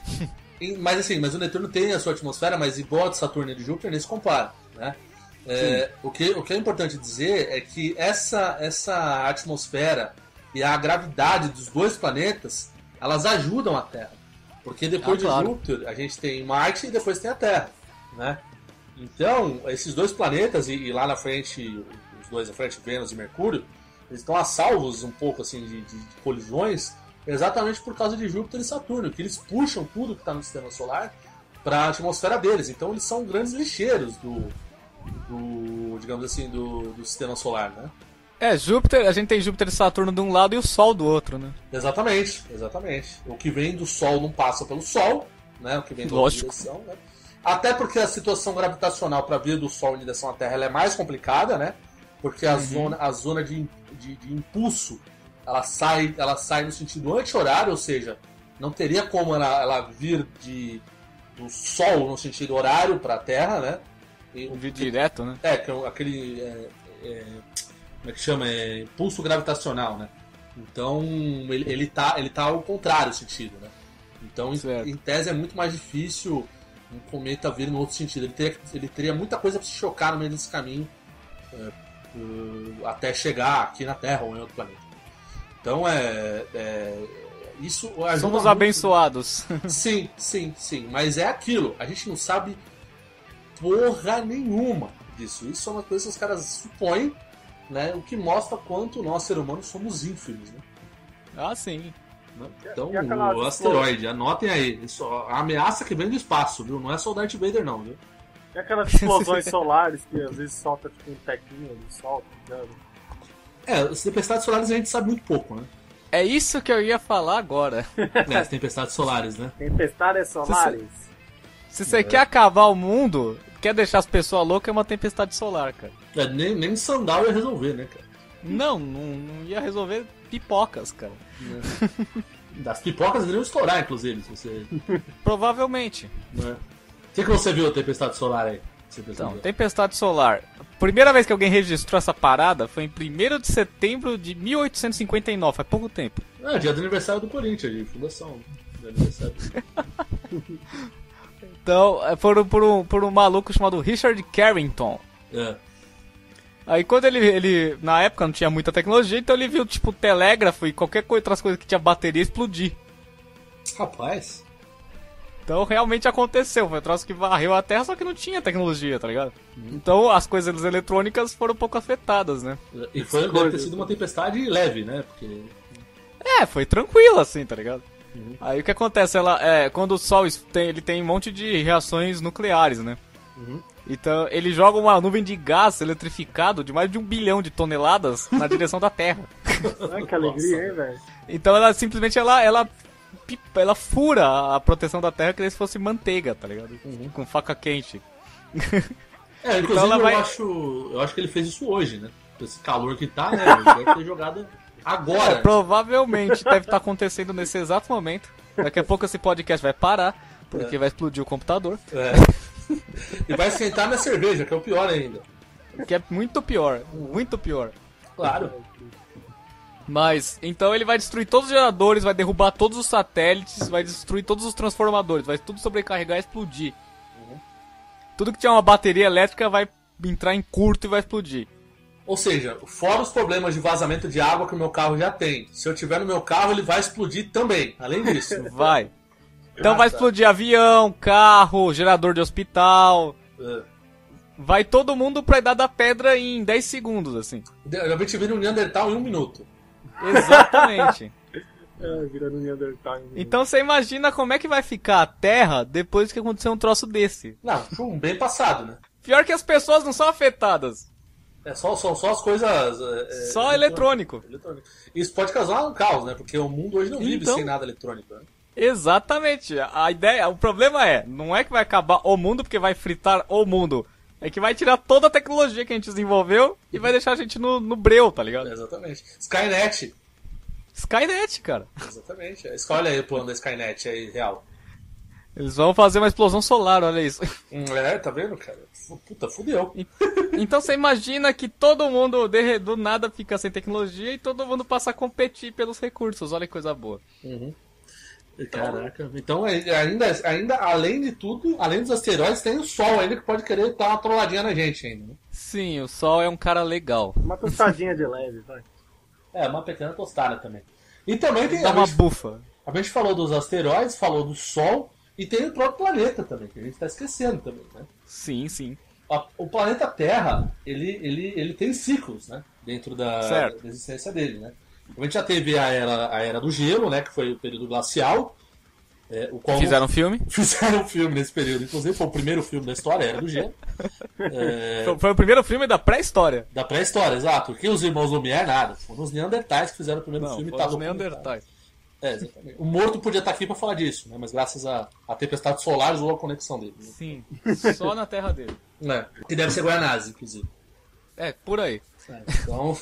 Speaker 2: E- mas assim, mas o Netuno tem a sua atmosfera, mas igual a de Saturno e de Júpiter, nem se compara, né? É, o, que, o que é importante dizer é que essa, essa atmosfera e a gravidade dos dois planetas, elas ajudam a Terra. Porque depois
Speaker 1: Ah, claro.
Speaker 2: de Júpiter, a gente tem Marte e depois tem a Terra, né? Então, esses dois planetas, e, e lá na frente, os dois à frente, Vênus e Mercúrio, eles estão a salvos um pouco assim de, de- de colisões, exatamente por causa de Júpiter e Saturno, que eles puxam tudo que está no sistema solar para a atmosfera deles. Então eles são grandes lixeiros do, do digamos assim, do, do sistema solar, né?
Speaker 1: É, Júpiter, a gente tem Júpiter e Saturno de um lado e o Sol do outro, né?
Speaker 2: Exatamente, exatamente. O que vem do Sol não passa pelo Sol, né? O que vem da outra
Speaker 1: Lógico.
Speaker 2: direção, né? Até porque a situação gravitacional para vir do Sol em direção à Terra ela é mais complicada, né? Porque a zona, a zona de, im- de, de impulso ela sai, ela sai no sentido anti-horário, ou seja, não teria como ela, ela vir de, do Sol no sentido horário para a Terra, né? E o
Speaker 1: Um vídeo direto, né?
Speaker 2: é, que é um- aquele. é, é, como é que chama? É, impulso gravitacional, né? Então ele, ele, tá, ele tá ao contrário sentido, né? Então,
Speaker 1: Certo.
Speaker 2: em, em tese, é muito mais difícil um cometa vir no outro sentido. Ele teria, ele teria muita coisa para se chocar no meio desse caminho é, por- até chegar aqui na Terra ou em outro planeta. Então é. é, isso ajuda
Speaker 1: Somos
Speaker 2: muito.
Speaker 1: abençoados. [laughs]
Speaker 2: Sim, sim, sim. Mas é aquilo. A gente não sabe porra nenhuma disso. Isso é uma coisa que os caras supõem, né? O que mostra quanto nós, ser humanos, somos ínfimos, né?
Speaker 1: Ah, sim.
Speaker 2: Então,
Speaker 3: É, e aquela-
Speaker 2: o asteroide, anotem aí. Isso, ó, a ameaça que vem do espaço, viu? Não é só o Darth Vader, não, viu?
Speaker 3: E É
Speaker 1: [laughs]
Speaker 3: aquelas explosões solares que às vezes solta tipo um tequinho do sol, tá ligado?
Speaker 2: É, as tempestades solares a gente sabe muito pouco,
Speaker 3: [laughs]
Speaker 2: né?
Speaker 1: É isso que eu ia falar agora.
Speaker 2: É, as tempestades solares, né?
Speaker 3: Tempestades solares.
Speaker 1: Se você quer acabar o mundo, quer deixar as pessoas loucas, é uma tempestade solar, cara.
Speaker 2: É, nem, nem sandal ia resolver, né, cara?
Speaker 1: Não, não, não ia resolver pipocas, cara.
Speaker 2: Das pipocas iriam estourar, inclusive, se você.
Speaker 1: Provavelmente.
Speaker 2: né? O que, que você viu a tempestade solar aí? Você
Speaker 1: Então,
Speaker 2: percebeu?
Speaker 1: tempestade solar. A primeira vez que alguém registrou essa parada foi em 1 de setembro de 1859, faz pouco tempo.
Speaker 2: É, dia do aniversário do Corinthians, de fundação. Dia do aniversário.
Speaker 1: [laughs] Então, é, foram por um, por um maluco chamado Richard Carrington.
Speaker 2: É.
Speaker 1: Aí quando ele, ele, na época não tinha muita tecnologia, então ele viu, tipo, telégrafo e qualquer coisa, outras coisas que tinha bateria explodir.
Speaker 2: Rapaz,
Speaker 1: Então realmente aconteceu, foi um troço que varreu a Terra, só que não tinha tecnologia, tá ligado? Então as coisas eletrônicas foram um pouco afetadas, né?
Speaker 2: e foi, deve ter sido uma tempestade leve, né? Porque
Speaker 1: É, foi tranquilo assim, tá ligado? Aí o que acontece, ela, é, quando o Sol es- tem, ele tem um monte de reações nucleares, né? Então ele joga uma nuvem de gás eletrificado de mais de um bilhão de toneladas na direção da Terra.
Speaker 3: Olha que alegria, hein, velho?
Speaker 1: Então ela simplesmente ela, ela, pi- ela fura a- a proteção da Terra que se fosse manteiga, tá ligado? Com faca quente.
Speaker 2: É, inclusive
Speaker 1: Então ela vai-
Speaker 2: eu, acho, eu acho que ele fez isso hoje, né? Com Esse calor que tá, né? Ele deve ter jogado agora.
Speaker 1: Então, É, Provavelmente deve estar acontecendo nesse exato momento. Daqui a pouco esse podcast vai parar, porque vai explodir o computador.
Speaker 2: É. [laughs] E vai sentar na cerveja, que é o pior ainda.
Speaker 1: Que é muito pior, muito pior.
Speaker 2: Claro.
Speaker 1: Mas, então ele vai destruir todos os geradores, vai derrubar todos os satélites, vai destruir todos os transformadores, vai tudo sobrecarregar e explodir. Tudo que tiver uma bateria elétrica vai entrar em curto e vai explodir.
Speaker 2: Ou seja, fora os problemas de vazamento de água que o meu carro já tem. Se eu tiver no meu carro, ele vai explodir também. Além disso.
Speaker 1: [laughs] Vai. Então vai explodir avião, carro, gerador de hospital.
Speaker 2: É.
Speaker 1: Vai todo mundo pra idade da pedra em 10 segundos, assim.
Speaker 2: Eu já vi te vir um Neandertal em um minuto. [laughs]
Speaker 1: Exatamente.
Speaker 3: É, virando Neandertal.
Speaker 1: Então você imagina como é que vai ficar a Terra depois que acontecer um troço desse.
Speaker 2: Não, chum, bem passado, né?
Speaker 1: Pior que as pessoas não são afetadas.
Speaker 2: É só, são só as coisas. é, é,
Speaker 1: Só eletrônico.
Speaker 2: eletrônico. Isso pode causar um caos, né? Porque o mundo hoje não vive
Speaker 1: Então.
Speaker 2: sem nada eletrônico. Né?
Speaker 1: Exatamente. A ideia, o problema é, não é que vai acabar o mundo porque vai fritar o mundo. É que vai tirar toda a tecnologia que a gente desenvolveu e vai deixar a gente no, no breu, tá
Speaker 2: É,
Speaker 1: ligado?
Speaker 2: Exatamente. Skynet.
Speaker 1: Skynet, cara.
Speaker 2: Exatamente. Escolhe aí o plano da Skynet aí, real.
Speaker 1: Eles vão fazer uma explosão solar, olha isso. [laughs]
Speaker 2: Hum, É, tá vendo, cara? Fu- Puta, fudeu.
Speaker 1: Então você imagina que todo mundo de- do nada fica sem tecnologia e todo mundo passa a competir pelos recursos. Olha que coisa boa.
Speaker 2: Caraca. Então, é- ainda, ainda, além de tudo, além dos asteroides, tem o Sol ainda que pode querer dar uma trolladinha na gente ainda. né?
Speaker 1: Sim, o Sol é um cara legal.
Speaker 3: Uma tostadinha de leve, vai.
Speaker 2: É, uma pequena tostada também. E também tem.
Speaker 1: Dá
Speaker 2: a,
Speaker 1: uma
Speaker 2: gente,
Speaker 1: bufa.
Speaker 2: a gente falou dos asteroides, falou do Sol e tem o próprio planeta também, que a gente tá esquecendo também, né?
Speaker 1: Sim, sim.
Speaker 2: A- O planeta Terra, ele, ele, ele tem ciclos, né? Dentro da,
Speaker 1: Certo.
Speaker 2: da existência dele, né? A gente já teve a era, a era do gelo, né? Que foi o período glacial. é, o qual [laughs]
Speaker 1: Fizeram um filme?
Speaker 2: fizeram um filme nesse período. Inclusive, foi o primeiro filme da história, Era do Gelo. É,
Speaker 1: Foi- Foi o primeiro filme da pré-história.
Speaker 2: da pré-história, exato. Porque os irmãos Lumière, nada. Foram os Neandertais que fizeram o primeiro
Speaker 1: Não,
Speaker 2: filme. e
Speaker 1: foram os
Speaker 2: tava
Speaker 1: Neandertais.
Speaker 2: documentado. É, exatamente. O morto podia estar aqui pra falar disso, né? Mas graças a, a tempestade solar, zoou a conexão dele.
Speaker 1: Sim, só na terra dele.
Speaker 2: Né? Que deve ser Guanazes, inclusive.
Speaker 1: É, por aí.
Speaker 2: É, Então.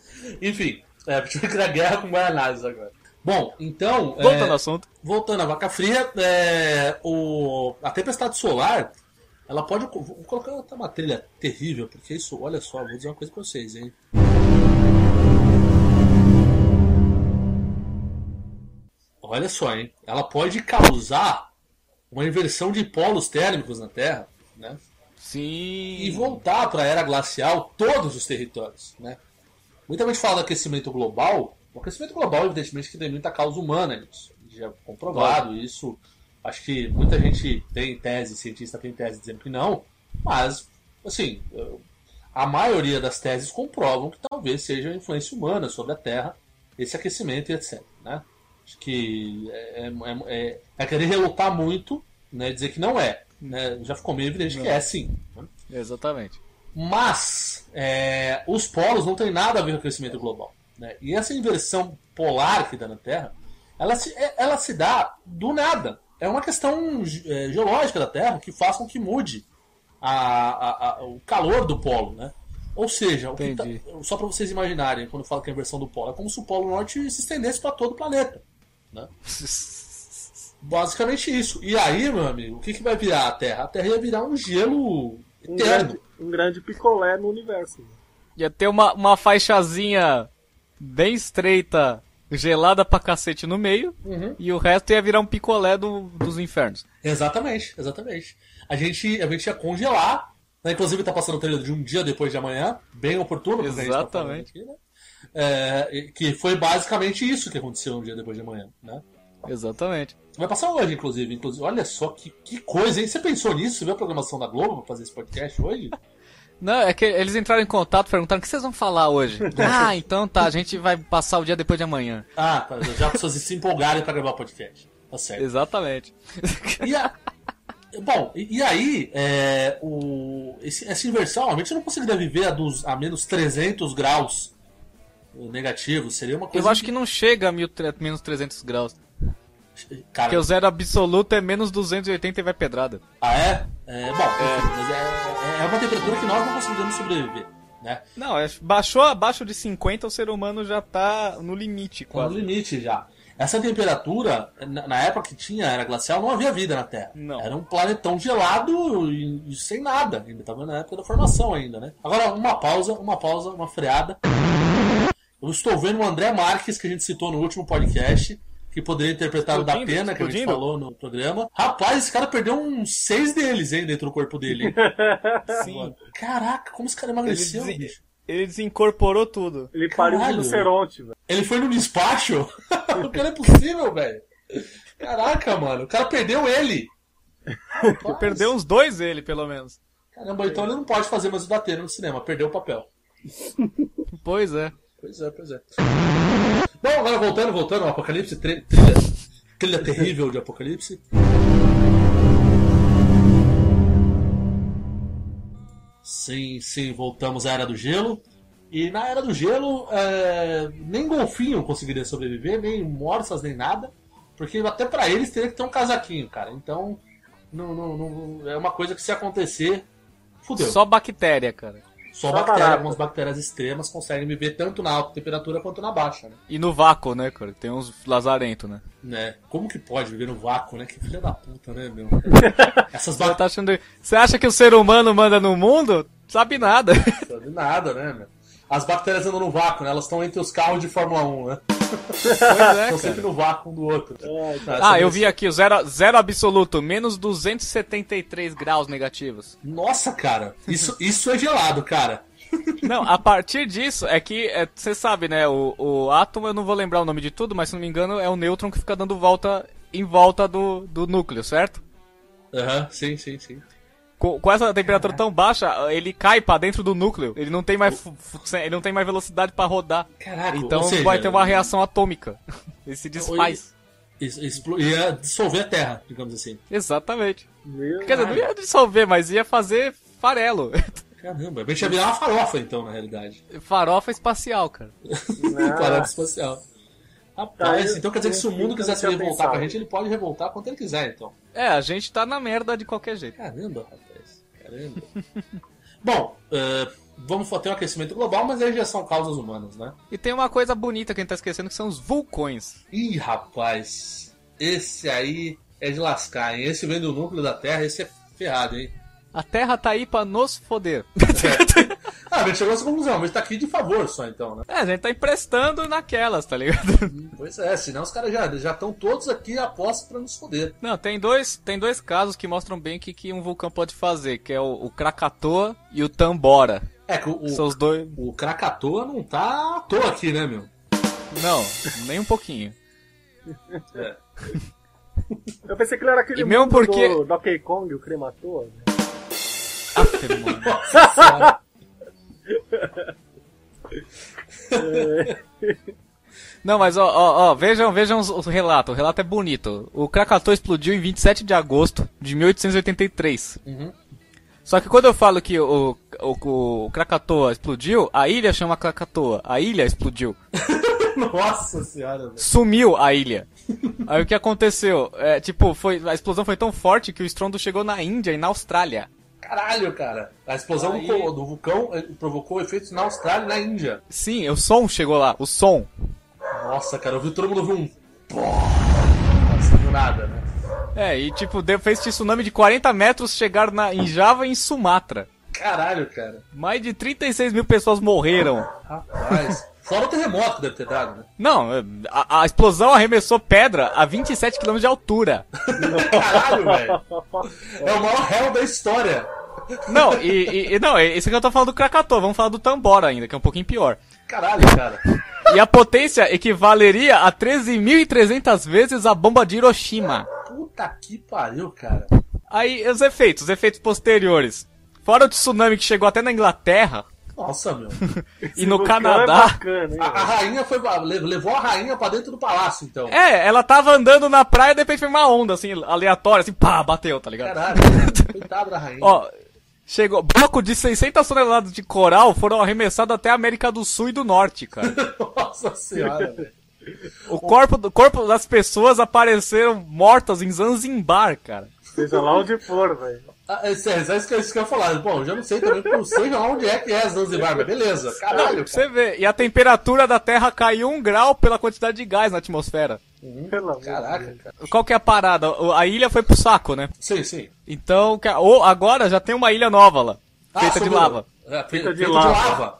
Speaker 2: [laughs] Enfim, é, [laughs] tive que ir na guerra com Guaranazes agora. Bom, então. é,
Speaker 1: Voltando ao assunto.
Speaker 2: voltando à vaca fria, é, o, a tempestade solar, ela pode. co- Vou colocar até uma trilha terrível, porque isso, olha só, vou dizer uma coisa pra vocês, hein? Olha só, hein? Ela pode causar uma inversão de polos térmicos na Terra, né?
Speaker 1: Sim.
Speaker 2: e voltar para a era glacial todos os territórios, né? Muita gente fala do aquecimento global. O aquecimento global, evidentemente, que tem muita causa humana nisso. Já é comprovado isso. Acho que muita gente tem tese, cientista tem tese dizendo que não. Mas, assim, eu- a maioria das teses comprovam que talvez seja a influência humana sobre a Terra, esse aquecimento e etc, né? Acho que é, é- é- é querer relutar muito, né? e Dizer que não é. né? Já ficou meio evidente que é sim. né?
Speaker 1: Exatamente.
Speaker 2: Mas é, os polos não têm nada a ver com o crescimento global. né? E essa inversão polar que dá na Terra, ela se, é- ela se dá do nada. É uma questão ge- é, geológica da Terra que faz com que mude a- a- a- o calor do polo, né? Ou seja, o que tá-
Speaker 1: Entendi.
Speaker 2: só para vocês imaginarem, quando eu falo que é a inversão do polo, é como se o polo norte se estendesse para todo o planeta. né? Basicamente isso. E aí, meu amigo, o que, que vai virar a Terra? A Terra ia virar um gelo
Speaker 3: Um
Speaker 2: eterno.
Speaker 3: grande, um grande picolé no universo.
Speaker 1: Ia ter uma, uma faixazinha bem estreita, gelada pra cacete no meio,
Speaker 2: Uhum.
Speaker 1: e o resto ia virar um picolé do- dos infernos.
Speaker 2: Exatamente, exatamente. A gente, a gente ia congelar, né? Inclusive tá passando o trailer de um dia depois de amanhã, bem oportuno, porque a gente tá falando
Speaker 1: Exatamente.
Speaker 2: aqui, né? É, e- que foi basicamente isso que aconteceu um dia depois de amanhã, né?
Speaker 1: Exatamente.
Speaker 2: Vai passar hoje, inclusive. inclusive olha só que, que coisa, hein? Você pensou nisso? Você viu a programação da Globo pra fazer esse podcast hoje?
Speaker 1: Não, é que eles entraram em contato, perguntaram o que vocês vão falar hoje. ah, então tá, a gente vai passar o dia depois de amanhã.
Speaker 2: Ah, tá, já as pessoas se empolgarem pra gravar podcast. Tá certo.
Speaker 1: Exatamente. [laughs]
Speaker 2: E a- Bom, e, e aí, é, o, esse- essa inversão, a gente não conseguiria viver a, dos, a menos 300 graus eh, negativos, seria uma coisa...
Speaker 1: Eu acho que não chega a mil tre- menos 300 graus.
Speaker 2: Cara,
Speaker 1: Porque o zero absoluto é menos 280 e vai pedrada.
Speaker 2: ah, é? É, bom, enfim, mas é, é uma temperatura que nós não conseguiríamos sobreviver, né?
Speaker 1: Não, é- baixou abaixo de 50, o ser humano já tá no limite
Speaker 2: Tá no
Speaker 1: quase.
Speaker 2: limite já. Essa temperatura, na, na época que tinha a era glacial, não havia vida na Terra.
Speaker 1: Não.
Speaker 2: Era um planetão gelado e, e sem nada. Ainda estava na época da formação ainda, né? Agora, uma pausa, uma pausa, uma freada. Eu estou vendo o André Marques, que a gente citou no último podcast, que poderia interpretar o da
Speaker 1: Explodindo,
Speaker 2: pena que a gente
Speaker 1: explodindo.
Speaker 2: falou no programa. Rapaz, esse cara perdeu uns seis deles, hein, dentro do corpo dele. hein?
Speaker 1: Sim.
Speaker 2: Caraca, como esse cara emagreceu,
Speaker 1: Ele desen-
Speaker 2: bicho.
Speaker 1: Ele desincorporou tudo.
Speaker 3: [laughs] Ele pariu de
Speaker 2: Caralho.
Speaker 3: Luceronte, velho.
Speaker 2: Ele foi no despacho? [laughs] o cara é possível, velho. Caraca, mano. O cara perdeu ele.
Speaker 1: Ele perdeu uns dois ele, pelo menos.
Speaker 2: Caramba, então ele não pode fazer mais o Datena no cinema. Perdeu o papel.
Speaker 1: Pois é.
Speaker 2: Pois é, pois é. Bom, agora voltando, voltando ao Apocalipse, tri- trilha, trilha terrível de Apocalipse. Sim, sim, voltamos à Era do Gelo. E na Era do Gelo, é, nem golfinho conseguiria sobreviver, nem morsas, nem nada. Porque até pra eles teria que ter um casaquinho, cara. Então, não, não, não- é uma coisa que se acontecer, fudeu.
Speaker 1: Só bactéria, cara.
Speaker 2: Só
Speaker 3: Só
Speaker 2: bactérias,
Speaker 3: barata.
Speaker 2: algumas bactérias extremas conseguem viver tanto na alta temperatura quanto na baixa, né?
Speaker 1: E no vácuo, né, cara? Tem uns lazarento, né?
Speaker 2: Né? Como que pode viver no vácuo, né? Que filha da puta, né, meu? Essas
Speaker 1: Você, tá
Speaker 2: bactérias
Speaker 1: achando... Você acha que o ser humano manda no mundo? Sabe nada. [laughs]
Speaker 2: de nada, né, meu? As bactérias andam no vácuo, né? Elas estão entre os carros de Fórmula 1, né?
Speaker 1: Pois é,
Speaker 2: Estão
Speaker 1: cara.
Speaker 2: sempre no vácuo um do outro. Né?
Speaker 1: Ah, eu vi aqui, o zero, zero absoluto, menos 273 graus negativos.
Speaker 2: Nossa, cara, isso, isso é gelado, cara.
Speaker 1: Não, a partir disso é que, você sabe, né, o, o átomo, eu não vou lembrar o nome de tudo, mas se não me engano é o nêutron que fica dando volta em volta do, do núcleo, certo?
Speaker 2: Aham, sim, sim, sim.
Speaker 1: Com, com essa temperatura tão baixa, ele cai pra dentro do núcleo, ele não tem mais, fu- fu- ele não tem mais velocidade pra rodar.
Speaker 2: Caraca,
Speaker 1: Então
Speaker 2: ou seja,
Speaker 1: vai ter uma reação atômica.
Speaker 2: [laughs]
Speaker 1: Ele se desfaz.
Speaker 2: is- explo- ia dissolver a Terra, digamos assim.
Speaker 1: Exatamente.
Speaker 3: Meu
Speaker 1: Quer dizer, não ia dissolver, mas ia fazer farelo. [laughs]
Speaker 2: Caramba, a gente ia virar uma farofa, então, na realidade.
Speaker 1: Farofa espacial, cara.
Speaker 2: [laughs]
Speaker 3: Nossa.
Speaker 2: Parada espacial. Rapaz,
Speaker 3: Tá,
Speaker 2: então quer dizer que se o mundo
Speaker 3: Ah. eu
Speaker 2: quiser se
Speaker 3: tinha
Speaker 2: revoltar com a
Speaker 3: pensado.
Speaker 2: gente, ele pode revoltar quanto ele quiser, então.
Speaker 1: É, a gente tá na merda de qualquer jeito.
Speaker 2: Caramba, rapaz.
Speaker 3: [laughs]
Speaker 2: Caramba. Bom, eh, vamos ter um aquecimento global, mas aí já são causas humanas, né?
Speaker 1: E tem uma coisa bonita que a gente tá esquecendo, que são os vulcões.
Speaker 2: Ih, rapaz. Esse aí é de lascar, hein? Esse vem do núcleo da Terra, esse é ferrado,
Speaker 3: [laughs]
Speaker 2: hein?
Speaker 1: A Terra tá aí pra nos foder. [laughs]
Speaker 2: Ah, a gente chegou a essa conclusão, mas tá aqui de favor só, então, né?
Speaker 1: é, a gente tá emprestando naquelas, tá ligado?
Speaker 2: Pois é, senão os caras já estão todos aqui apostos pra nos foder.
Speaker 1: Não, tem dois, tem dois casos que mostram bem o que, que um vulcão pode fazer, que é o, o Krakatoa e o Tambora.
Speaker 2: É que o,
Speaker 1: Que São os dois...
Speaker 2: o Krakatoa não tá à toa aqui, né, meu?
Speaker 1: Não, nem um pouquinho.
Speaker 3: Eu pensei que ele era aquele
Speaker 1: E mesmo
Speaker 3: mundo
Speaker 1: porque-
Speaker 3: do Donkey Kong, o cremator.
Speaker 1: Aff, mano.
Speaker 3: [laughs]
Speaker 1: Não, mas ó, ó, ó, vejam, vejam os- o relato. O relato é bonito. O Krakatoa explodiu em 27 de agosto de 1883.
Speaker 2: Uhum.
Speaker 1: Só que quando eu falo que o, o, o Krakatoa explodiu, a ilha chama Krakatoa. A ilha explodiu.
Speaker 2: [laughs] Nossa senhora, velho.
Speaker 1: Sumiu a ilha. Aí o que aconteceu? É, tipo, foi, a explosão foi tão forte que o estrondo chegou na Índia e na Austrália.
Speaker 2: Caralho, cara. A explosão
Speaker 1: Aí-
Speaker 2: do, do vulcão eh, provocou efeitos na Austrália e na Índia.
Speaker 1: Sim, o som chegou lá, o som.
Speaker 2: Nossa, cara, eu vi todo mundo ouvir um. Nossa, do nada, né?
Speaker 1: É, e tipo, deu, fez tsunami de 40 metros chegar na, em Java e em Sumatra.
Speaker 2: Caralho, cara.
Speaker 1: Mais de 36 mil pessoas morreram.
Speaker 2: Rapaz. Fora o terremoto que deve ter dado, né?
Speaker 1: Não, é, a, a explosão arremessou pedra a 27 km de altura.
Speaker 2: Caralho, velho. É o maior réu da história.
Speaker 1: Não, e, e- e- não, é isso que eu tô falando do Krakatoa, vamos falar do Tambora ainda, que é um pouquinho pior.
Speaker 2: Caralho, cara.
Speaker 1: E a potência equivaleria a 13.300 vezes a bomba de Hiroshima.
Speaker 2: Puta que pariu, cara.
Speaker 1: Aí, os efeitos, os efeitos posteriores. Fora o tsunami que chegou até na Inglaterra
Speaker 2: Nossa, meu.
Speaker 1: e no
Speaker 3: vulcão É
Speaker 1: Canadá.
Speaker 3: bacana, hein?
Speaker 2: A, a rainha foi. le- Levou a rainha pra dentro do palácio, então.
Speaker 1: É, ela tava andando na praia e de repente foi uma onda, assim, aleatória, assim, pá, bateu, tá ligado?
Speaker 2: Caralho, cara. Coitada da rainha.
Speaker 1: Ó, chegou. Bloco de 600 toneladas de coral foram arremessados até a América do Sul e do Norte,
Speaker 2: [laughs]
Speaker 1: cara.
Speaker 2: [laughs] Nossa senhora, velho.
Speaker 1: O corpo, do- corpo das pessoas apareceram mortas em Zanzibar, cara.
Speaker 3: Seja lá onde for, velho.
Speaker 2: Ah, é sério, é isso que, isso que eu ia falar. Bom, eu já não sei também, porque eu não sei lá onde é que é Zanzibar, mas beleza. Caralho,
Speaker 1: Pra
Speaker 2: cara.
Speaker 1: você vê. E a temperatura da Terra caiu um grau pela quantidade de gás na atmosfera.
Speaker 3: Pelo amor de
Speaker 2: Caraca,
Speaker 3: Deus.
Speaker 2: cara.
Speaker 1: Qual que é a parada? O- A ilha foi pro saco, né?
Speaker 2: Sim, sim.
Speaker 1: Então, ca- ou agora já tem uma ilha nova lá. Feita de
Speaker 2: Ah, sobre- [laughs]
Speaker 1: lava.
Speaker 2: É, fe- feita
Speaker 3: Feita de
Speaker 2: de
Speaker 3: lava.
Speaker 2: lava.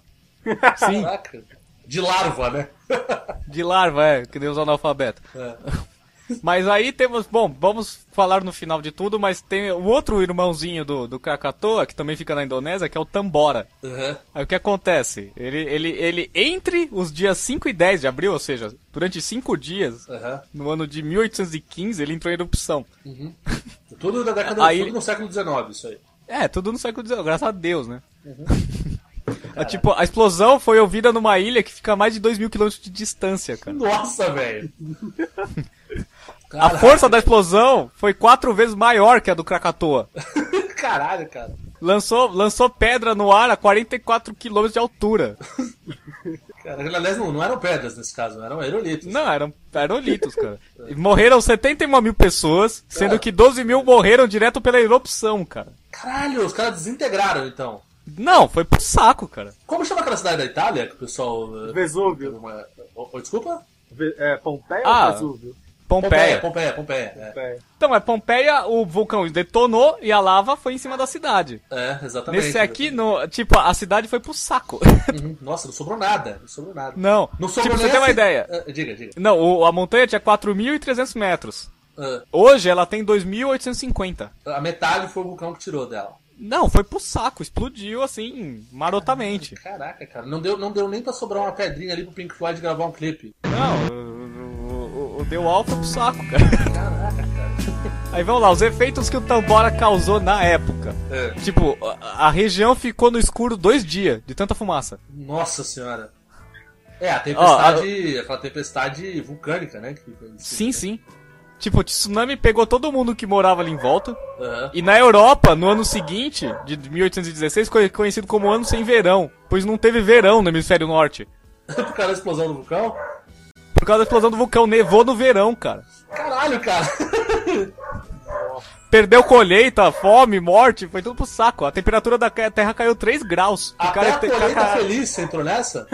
Speaker 1: Sim,
Speaker 2: Caraca. De larva, né? [laughs]
Speaker 1: de larva, é, que nem os analfabetos.
Speaker 2: É.
Speaker 1: Mas aí temos, bom, vamos falar no final de tudo, mas tem o outro irmãozinho do, do Krakatoa, que também fica na Indonésia, que é o Tambora.
Speaker 2: Uhum.
Speaker 1: Aí o que acontece? Ele, ele, ele entre os dias 5 e 10 de abril, ou seja, durante 5 dias,
Speaker 2: Aham.
Speaker 1: no ano de 1815, ele entrou em erupção.
Speaker 2: Tudo da década
Speaker 1: Aí-
Speaker 2: tudo no século XIX, isso aí.
Speaker 1: [laughs] É, tudo no século XIX, graças a Deus, né? A, tipo, a explosão foi ouvida numa ilha que fica a mais de 2 mil quilômetros de distância, cara.
Speaker 2: Nossa, velho. [laughs]
Speaker 1: A força da explosão foi quatro vezes maior que a do Krakatoa.
Speaker 2: Caralho, cara.
Speaker 1: Lançou, lançou pedra no ar a 44 km de altura.
Speaker 2: Cara, aliás, não, não eram pedras nesse caso, eram aerolitos.
Speaker 1: Não, eram aerolitos, cara. E Morreram 71 mil pessoas, sendo que 12 mil morreram direto pela erupção, cara.
Speaker 2: Caralho, os caras desintegraram, então.
Speaker 1: Não, foi pro saco, cara.
Speaker 2: Como chama aquela cidade da Itália que o pessoal... eh,
Speaker 3: Vesúvio.
Speaker 2: uma- oh, oh, desculpa?
Speaker 3: Ve- É, Pompeia
Speaker 1: Ah.
Speaker 3: ou Vesúvio?
Speaker 1: Pompeia.
Speaker 2: Pompeia, Pompeia. Pompeia.
Speaker 3: Pompeia.
Speaker 1: Então, é Pompeia, o vulcão detonou e a lava foi em cima da cidade.
Speaker 2: É, é, exatamente.
Speaker 1: Nesse aqui, no, tipo, a cidade foi pro saco. [laughs]
Speaker 2: Uhum. Nossa, não sobrou nada. Não sobrou nada.
Speaker 1: Não,
Speaker 2: Não
Speaker 1: tipo,
Speaker 2: sobrou
Speaker 1: você
Speaker 2: nem
Speaker 1: tem
Speaker 2: a
Speaker 1: uma
Speaker 2: ci-
Speaker 1: ideia.
Speaker 2: Ah, diga, diga.
Speaker 1: Não, o- a montanha tinha 4.300 metros.
Speaker 2: Ah,
Speaker 1: Hoje ela tem 2.850.
Speaker 2: a metade foi o vulcão que tirou dela.
Speaker 1: Não, foi pro saco, explodiu assim, marotamente.
Speaker 2: Caraca, cara. Não deu, não deu nem pra sobrar uma pedrinha ali pro Pink Floyd gravar um clipe.
Speaker 1: Não, o, o, o The Wall foi pro saco, cara.
Speaker 2: Caraca, cara.
Speaker 1: Aí vamos lá, os efeitos que o Tambora causou na época.
Speaker 2: É.
Speaker 1: Tipo, a, a região ficou no escuro dois dias, de tanta fumaça.
Speaker 2: Nossa senhora. É, a tempestade. Aquela tempestade vulcânica, né? que- que-
Speaker 1: Sim, sim. Tipo, o tsunami pegou todo mundo que morava ali em volta.
Speaker 2: Aham. [laughs]
Speaker 1: E na Europa, no ano seguinte, de 1816, co- conhecido como ano sem verão, pois não teve verão no hemisfério norte.
Speaker 2: Por causa da explosão do vulcão?
Speaker 1: Por causa da explosão do vulcão, nevou no verão, cara.
Speaker 2: Caralho, cara.
Speaker 1: Perdeu colheita, fome, morte, foi tudo pro saco. A temperatura da ca- Terra caiu 3 graus. O
Speaker 2: Até
Speaker 1: é
Speaker 2: a
Speaker 1: te-
Speaker 2: colheita
Speaker 1: ca- ca-
Speaker 2: feliz você entrou nessa?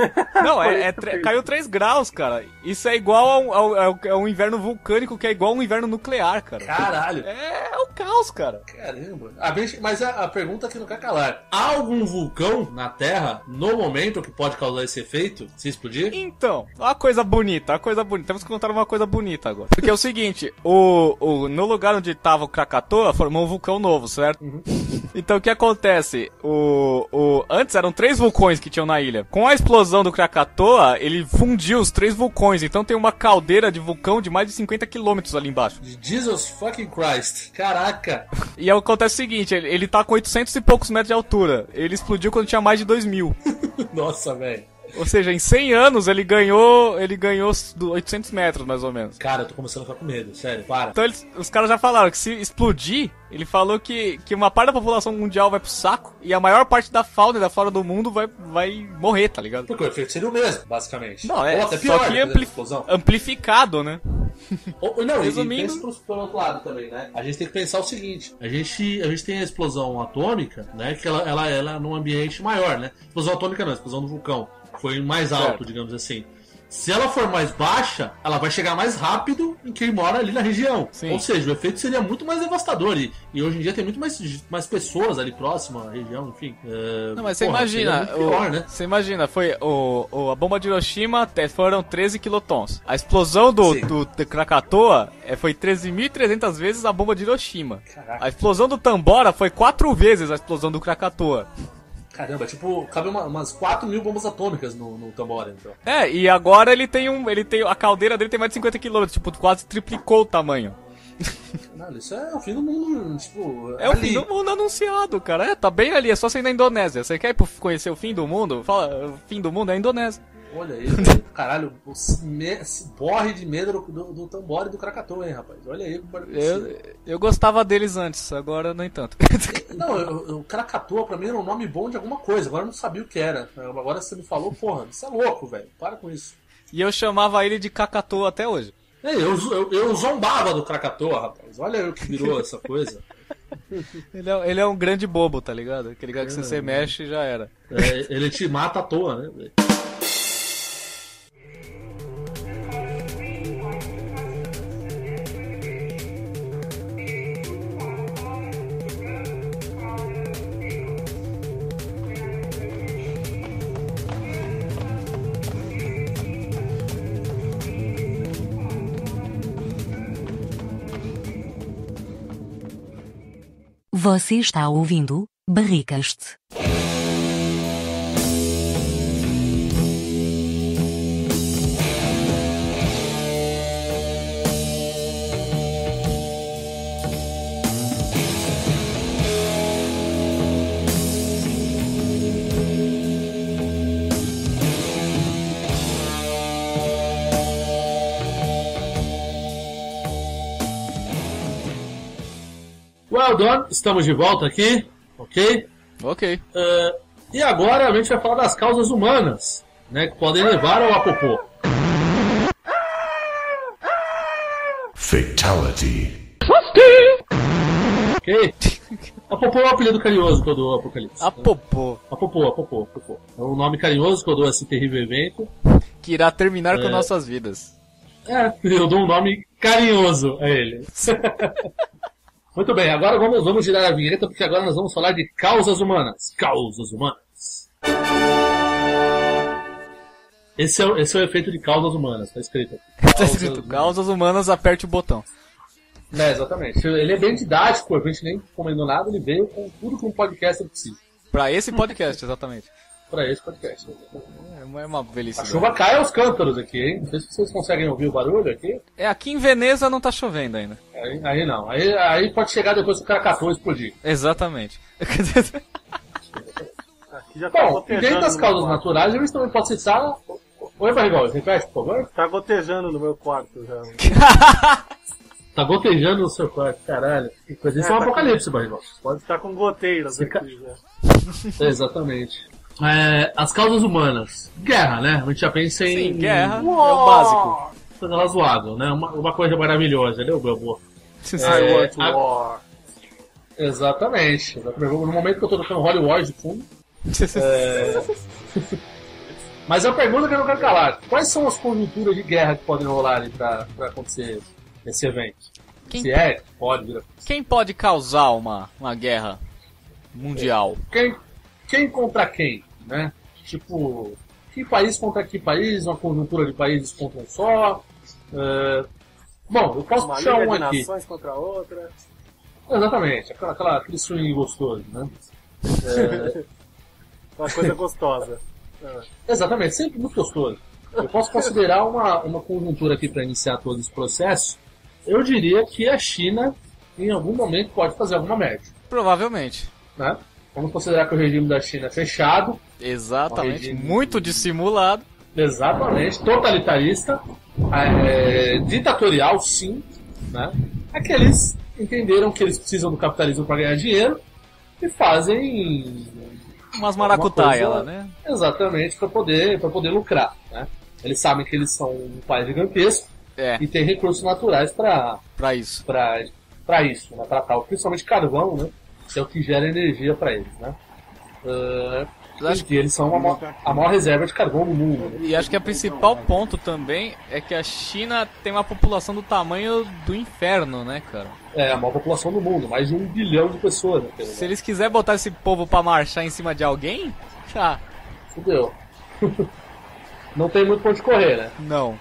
Speaker 1: Não, é, é
Speaker 3: Colheita
Speaker 1: tre-
Speaker 3: feliz.
Speaker 1: caiu 3 graus, cara. Isso é igual a um, a um- a um- a um inverno vulcânico que é igual a um inverno nuclear, cara.
Speaker 2: Caralho.
Speaker 1: É, é o caos, cara.
Speaker 2: Caramba! A Bench- mas a, a pergunta que não quer calar: há algum vulcão na Terra, no momento, que pode causar esse efeito? Se explodir?
Speaker 1: Então, uma coisa bonita, uma coisa bonita. Temos que contar uma coisa bonita agora. Porque é o seguinte, o, o- no lugar onde tava o Krakatoa, formou um vulcão novo, certo? Então o que acontece? O, o, antes eram três vulcões que tinham na ilha. Com a explosão do Krakatoa, ele fundiu os três vulcões. Então tem uma caldeira de vulcão de mais de 50 quilômetros ali embaixo.
Speaker 2: Jesus fucking Christ! Caraca! [laughs]
Speaker 1: E aí acontece o seguinte, ele, ele tá com 800 e poucos metros de altura. Ele explodiu quando tinha mais de 2 mil.
Speaker 2: Nossa, velho!
Speaker 1: Ou seja, em 100 anos ele ganhou, ele ganhou 800 metros mais ou menos.
Speaker 2: Cara, eu tô começando a ficar com medo, sério, para.
Speaker 1: Então eles- os caras já falaram que se explodir, ele falou que, que uma parte da população mundial vai pro saco e a maior parte da fauna e da flora do mundo vai, vai morrer, tá ligado?
Speaker 2: Porque o efeito seria o mesmo, basicamente.
Speaker 1: Não, é,
Speaker 2: Ou até pior,
Speaker 1: só que
Speaker 2: né,
Speaker 1: ampli-
Speaker 2: explosão.
Speaker 1: amplificado, né?
Speaker 2: Ou- não,
Speaker 1: Resumindo-
Speaker 2: e pensa pro, pelo outro lado também, né? A gente tem que pensar o seguinte: a gente, a gente tem a explosão atômica, né? Que ela, ela, ela é num ambiente maior, né? Explosão atômica não, explosão do vulcão. Foi mais alto,
Speaker 1: Certo.
Speaker 2: digamos assim. Se ela for mais baixa, ela vai chegar mais rápido em quem mora ali na região.
Speaker 1: Sim.
Speaker 2: Ou seja, o efeito seria muito mais devastador. E, e hoje em dia tem muito mais, mais pessoas ali próxima à região, enfim. É,
Speaker 1: Não, mas você
Speaker 2: porra,
Speaker 1: imagina,
Speaker 2: seria muito pior, né?
Speaker 1: você imagina, foi o, o- a bomba de Hiroshima até foram 13 quilotons. A explosão do,
Speaker 2: Sim.
Speaker 1: do, do Krakatoa é, foi 13.300 vezes a bomba de Hiroshima.
Speaker 2: Caraca.
Speaker 1: A explosão do Tambora foi 4 vezes a explosão do Krakatoa.
Speaker 2: Caramba, tipo, cabe uma- umas 4 mil bombas atômicas no, no Tambora, então.
Speaker 1: É, e agora ele tem um. Ele tem. A caldeira dele tem mais de 50 km, tipo, quase triplicou o tamanho.
Speaker 2: Caralho, isso é o fim do mundo, tipo.
Speaker 1: É o
Speaker 2: ali.
Speaker 1: fim do mundo anunciado, cara. É, tá bem ali, é só você ir na Indonésia. Você quer ir pro- conhecer o fim do mundo? Fala, o fim do mundo é a Indonésia.
Speaker 2: Olha
Speaker 1: [laughs]
Speaker 2: aí, velho. caralho, o se- me- se borre de medo do, do, do tambor e do Krakatoa, hein, rapaz. Olha aí. como é pode
Speaker 1: Eu,
Speaker 2: acontecer.
Speaker 1: eu gostava deles antes, agora nem tanto. [laughs]
Speaker 2: Não, eu, eu- Krakatoa pra mim era um nome bom de alguma coisa, agora eu não sabia o que era. Agora você me falou, porra, isso é louco, velho, para com isso.
Speaker 1: e eu chamava ele de Kakatoa até hoje.
Speaker 2: É, eu, eu, eu zombava do Krakatoa, rapaz. Olha aí o que virou essa coisa.
Speaker 1: Ele é, ele é um grande bobo, tá ligado? Aquele cara que você, se mexe e já era.
Speaker 2: É, ele te mata à toa, né? velho?
Speaker 6: Você está ouvindo Barricast.
Speaker 2: Well done, estamos de volta aqui, ok?
Speaker 1: Ok.
Speaker 2: Eh, e agora a gente vai falar das causas humanas, né? Que podem levar ao apopô.
Speaker 7: Fatality.
Speaker 2: Ok? Apopô é o apelido carinhoso que eu dou ao Apocalipse.
Speaker 1: A popô,
Speaker 2: Apopô, apopô, apopô. É um nome carinhoso que eu dou a esse terrível evento.
Speaker 1: que irá terminar com
Speaker 2: É.
Speaker 1: nossas
Speaker 2: [laughs]
Speaker 1: vidas.
Speaker 2: É, eu dou um nome carinhoso a ele. [laughs] Muito bem, agora vamos, vamos girar a vinheta porque agora nós vamos falar de causas humanas. Causas humanas. Esse é, o- esse é o efeito de causas humanas, tá escrito
Speaker 1: [laughs]
Speaker 2: aqui.
Speaker 1: Tá escrito, causas humanas, aperte o botão.
Speaker 2: É, exatamente. Ele é bem didático, a gente nem recomendou nada, ele veio com tudo que um podcast precisa.
Speaker 1: Pra esse
Speaker 2: [laughs]
Speaker 1: podcast, exatamente.
Speaker 2: Pra esse podcast.
Speaker 1: É uma é uma
Speaker 2: A
Speaker 1: felicidade.
Speaker 2: chuva cai aos cântaros aqui, hein? Não sei se vocês conseguem ouvir o barulho aqui.
Speaker 1: É, aqui em Veneza não tá chovendo ainda.
Speaker 2: Aí, aí não. Aí, aí pode chegar depois que o cara catou e explodir.
Speaker 1: Exatamente. [laughs]
Speaker 3: Aqui já tá
Speaker 2: Bom, e
Speaker 3: gotejando
Speaker 2: dentro das
Speaker 3: no
Speaker 2: causas
Speaker 3: meu quarto.
Speaker 2: naturais, eles também podem citar. Oi, Barrigol, repete, por favor.
Speaker 3: Tá gotejando no meu quarto já.
Speaker 2: Tá gotejando no seu quarto, caralho. Que coisa. Isso é, um
Speaker 3: tá
Speaker 2: apocalipse, Barrigol. Pode...
Speaker 3: Tá com goteiras
Speaker 2: Fica-
Speaker 3: aqui já.
Speaker 2: [laughs] Exatamente. É, as causas humanas. Guerra, né? A gente já pensa em.
Speaker 1: Sim, guerra é o básico.
Speaker 2: Coisa razoável, né? Uma, uma coisa maravilhosa, né, Gambo?
Speaker 3: I
Speaker 2: É,
Speaker 3: want to
Speaker 2: a-
Speaker 3: war.
Speaker 2: Exatamente. exatamente. No momento que eu tô tocando Holy War de [laughs] fundo. é, Mas é uma pergunta que eu não quero calar. Quais são as conjunturas de guerra que podem rolar ali pra, pra acontecer esse evento?
Speaker 1: Quem-
Speaker 2: Se é, pode vir a
Speaker 1: Quem pode causar uma, uma guerra mundial?
Speaker 2: quem, quem contra quem, né? Tipo, que país contra que país, uma conjuntura de países contra um só. É, bom, eu posso
Speaker 3: Uma
Speaker 2: puxar
Speaker 3: liga
Speaker 2: um
Speaker 3: de
Speaker 2: aqui.
Speaker 3: nações contra a outra.
Speaker 2: Exatamente, aquela, aquela, aquele swing gostoso, né?
Speaker 3: Uma
Speaker 2: [laughs]
Speaker 3: coisa gostosa.
Speaker 2: Exatamente, sempre muito gostoso. Eu posso considerar uma, uma conjuntura aqui para iniciar todo esse processo. Eu diria que a China, em algum momento, pode fazer alguma merda,
Speaker 1: Provavelmente.
Speaker 2: né? Vamos considerar que o regime da China é fechado,
Speaker 1: Exatamente.
Speaker 2: Corrigindo.
Speaker 1: Muito dissimulado.
Speaker 2: Exatamente, totalitarista, é, ditatorial, sim. Né? Aqueles entenderam que eles precisam do capitalismo para ganhar dinheiro e fazem
Speaker 1: Umas maracutaia
Speaker 2: coisa-
Speaker 1: lá, né?
Speaker 2: exatamente para poder, pra poder lucrar. Né? Eles sabem que eles são um país gigantesco
Speaker 1: É,
Speaker 2: e tem recursos naturais para
Speaker 1: pra isso.
Speaker 2: para isso, né? para tal, principalmente carvão, né? que é o que gera energia para eles. Né? Ah,
Speaker 1: Eu acho
Speaker 2: e eles são a maior, a maior reserva de carvão do mundo. né?
Speaker 1: E acho que a principal ponto também é que a China tem uma população do tamanho do inferno, né, cara?
Speaker 2: É a maior população do mundo, mais de um bilhão de pessoas. Né, pelo
Speaker 1: Se eles quiserem botar esse povo pra marchar em cima de alguém, [laughs] ah,
Speaker 2: Fudeu. [laughs] Não tem muito pra onde correr, né?
Speaker 1: não.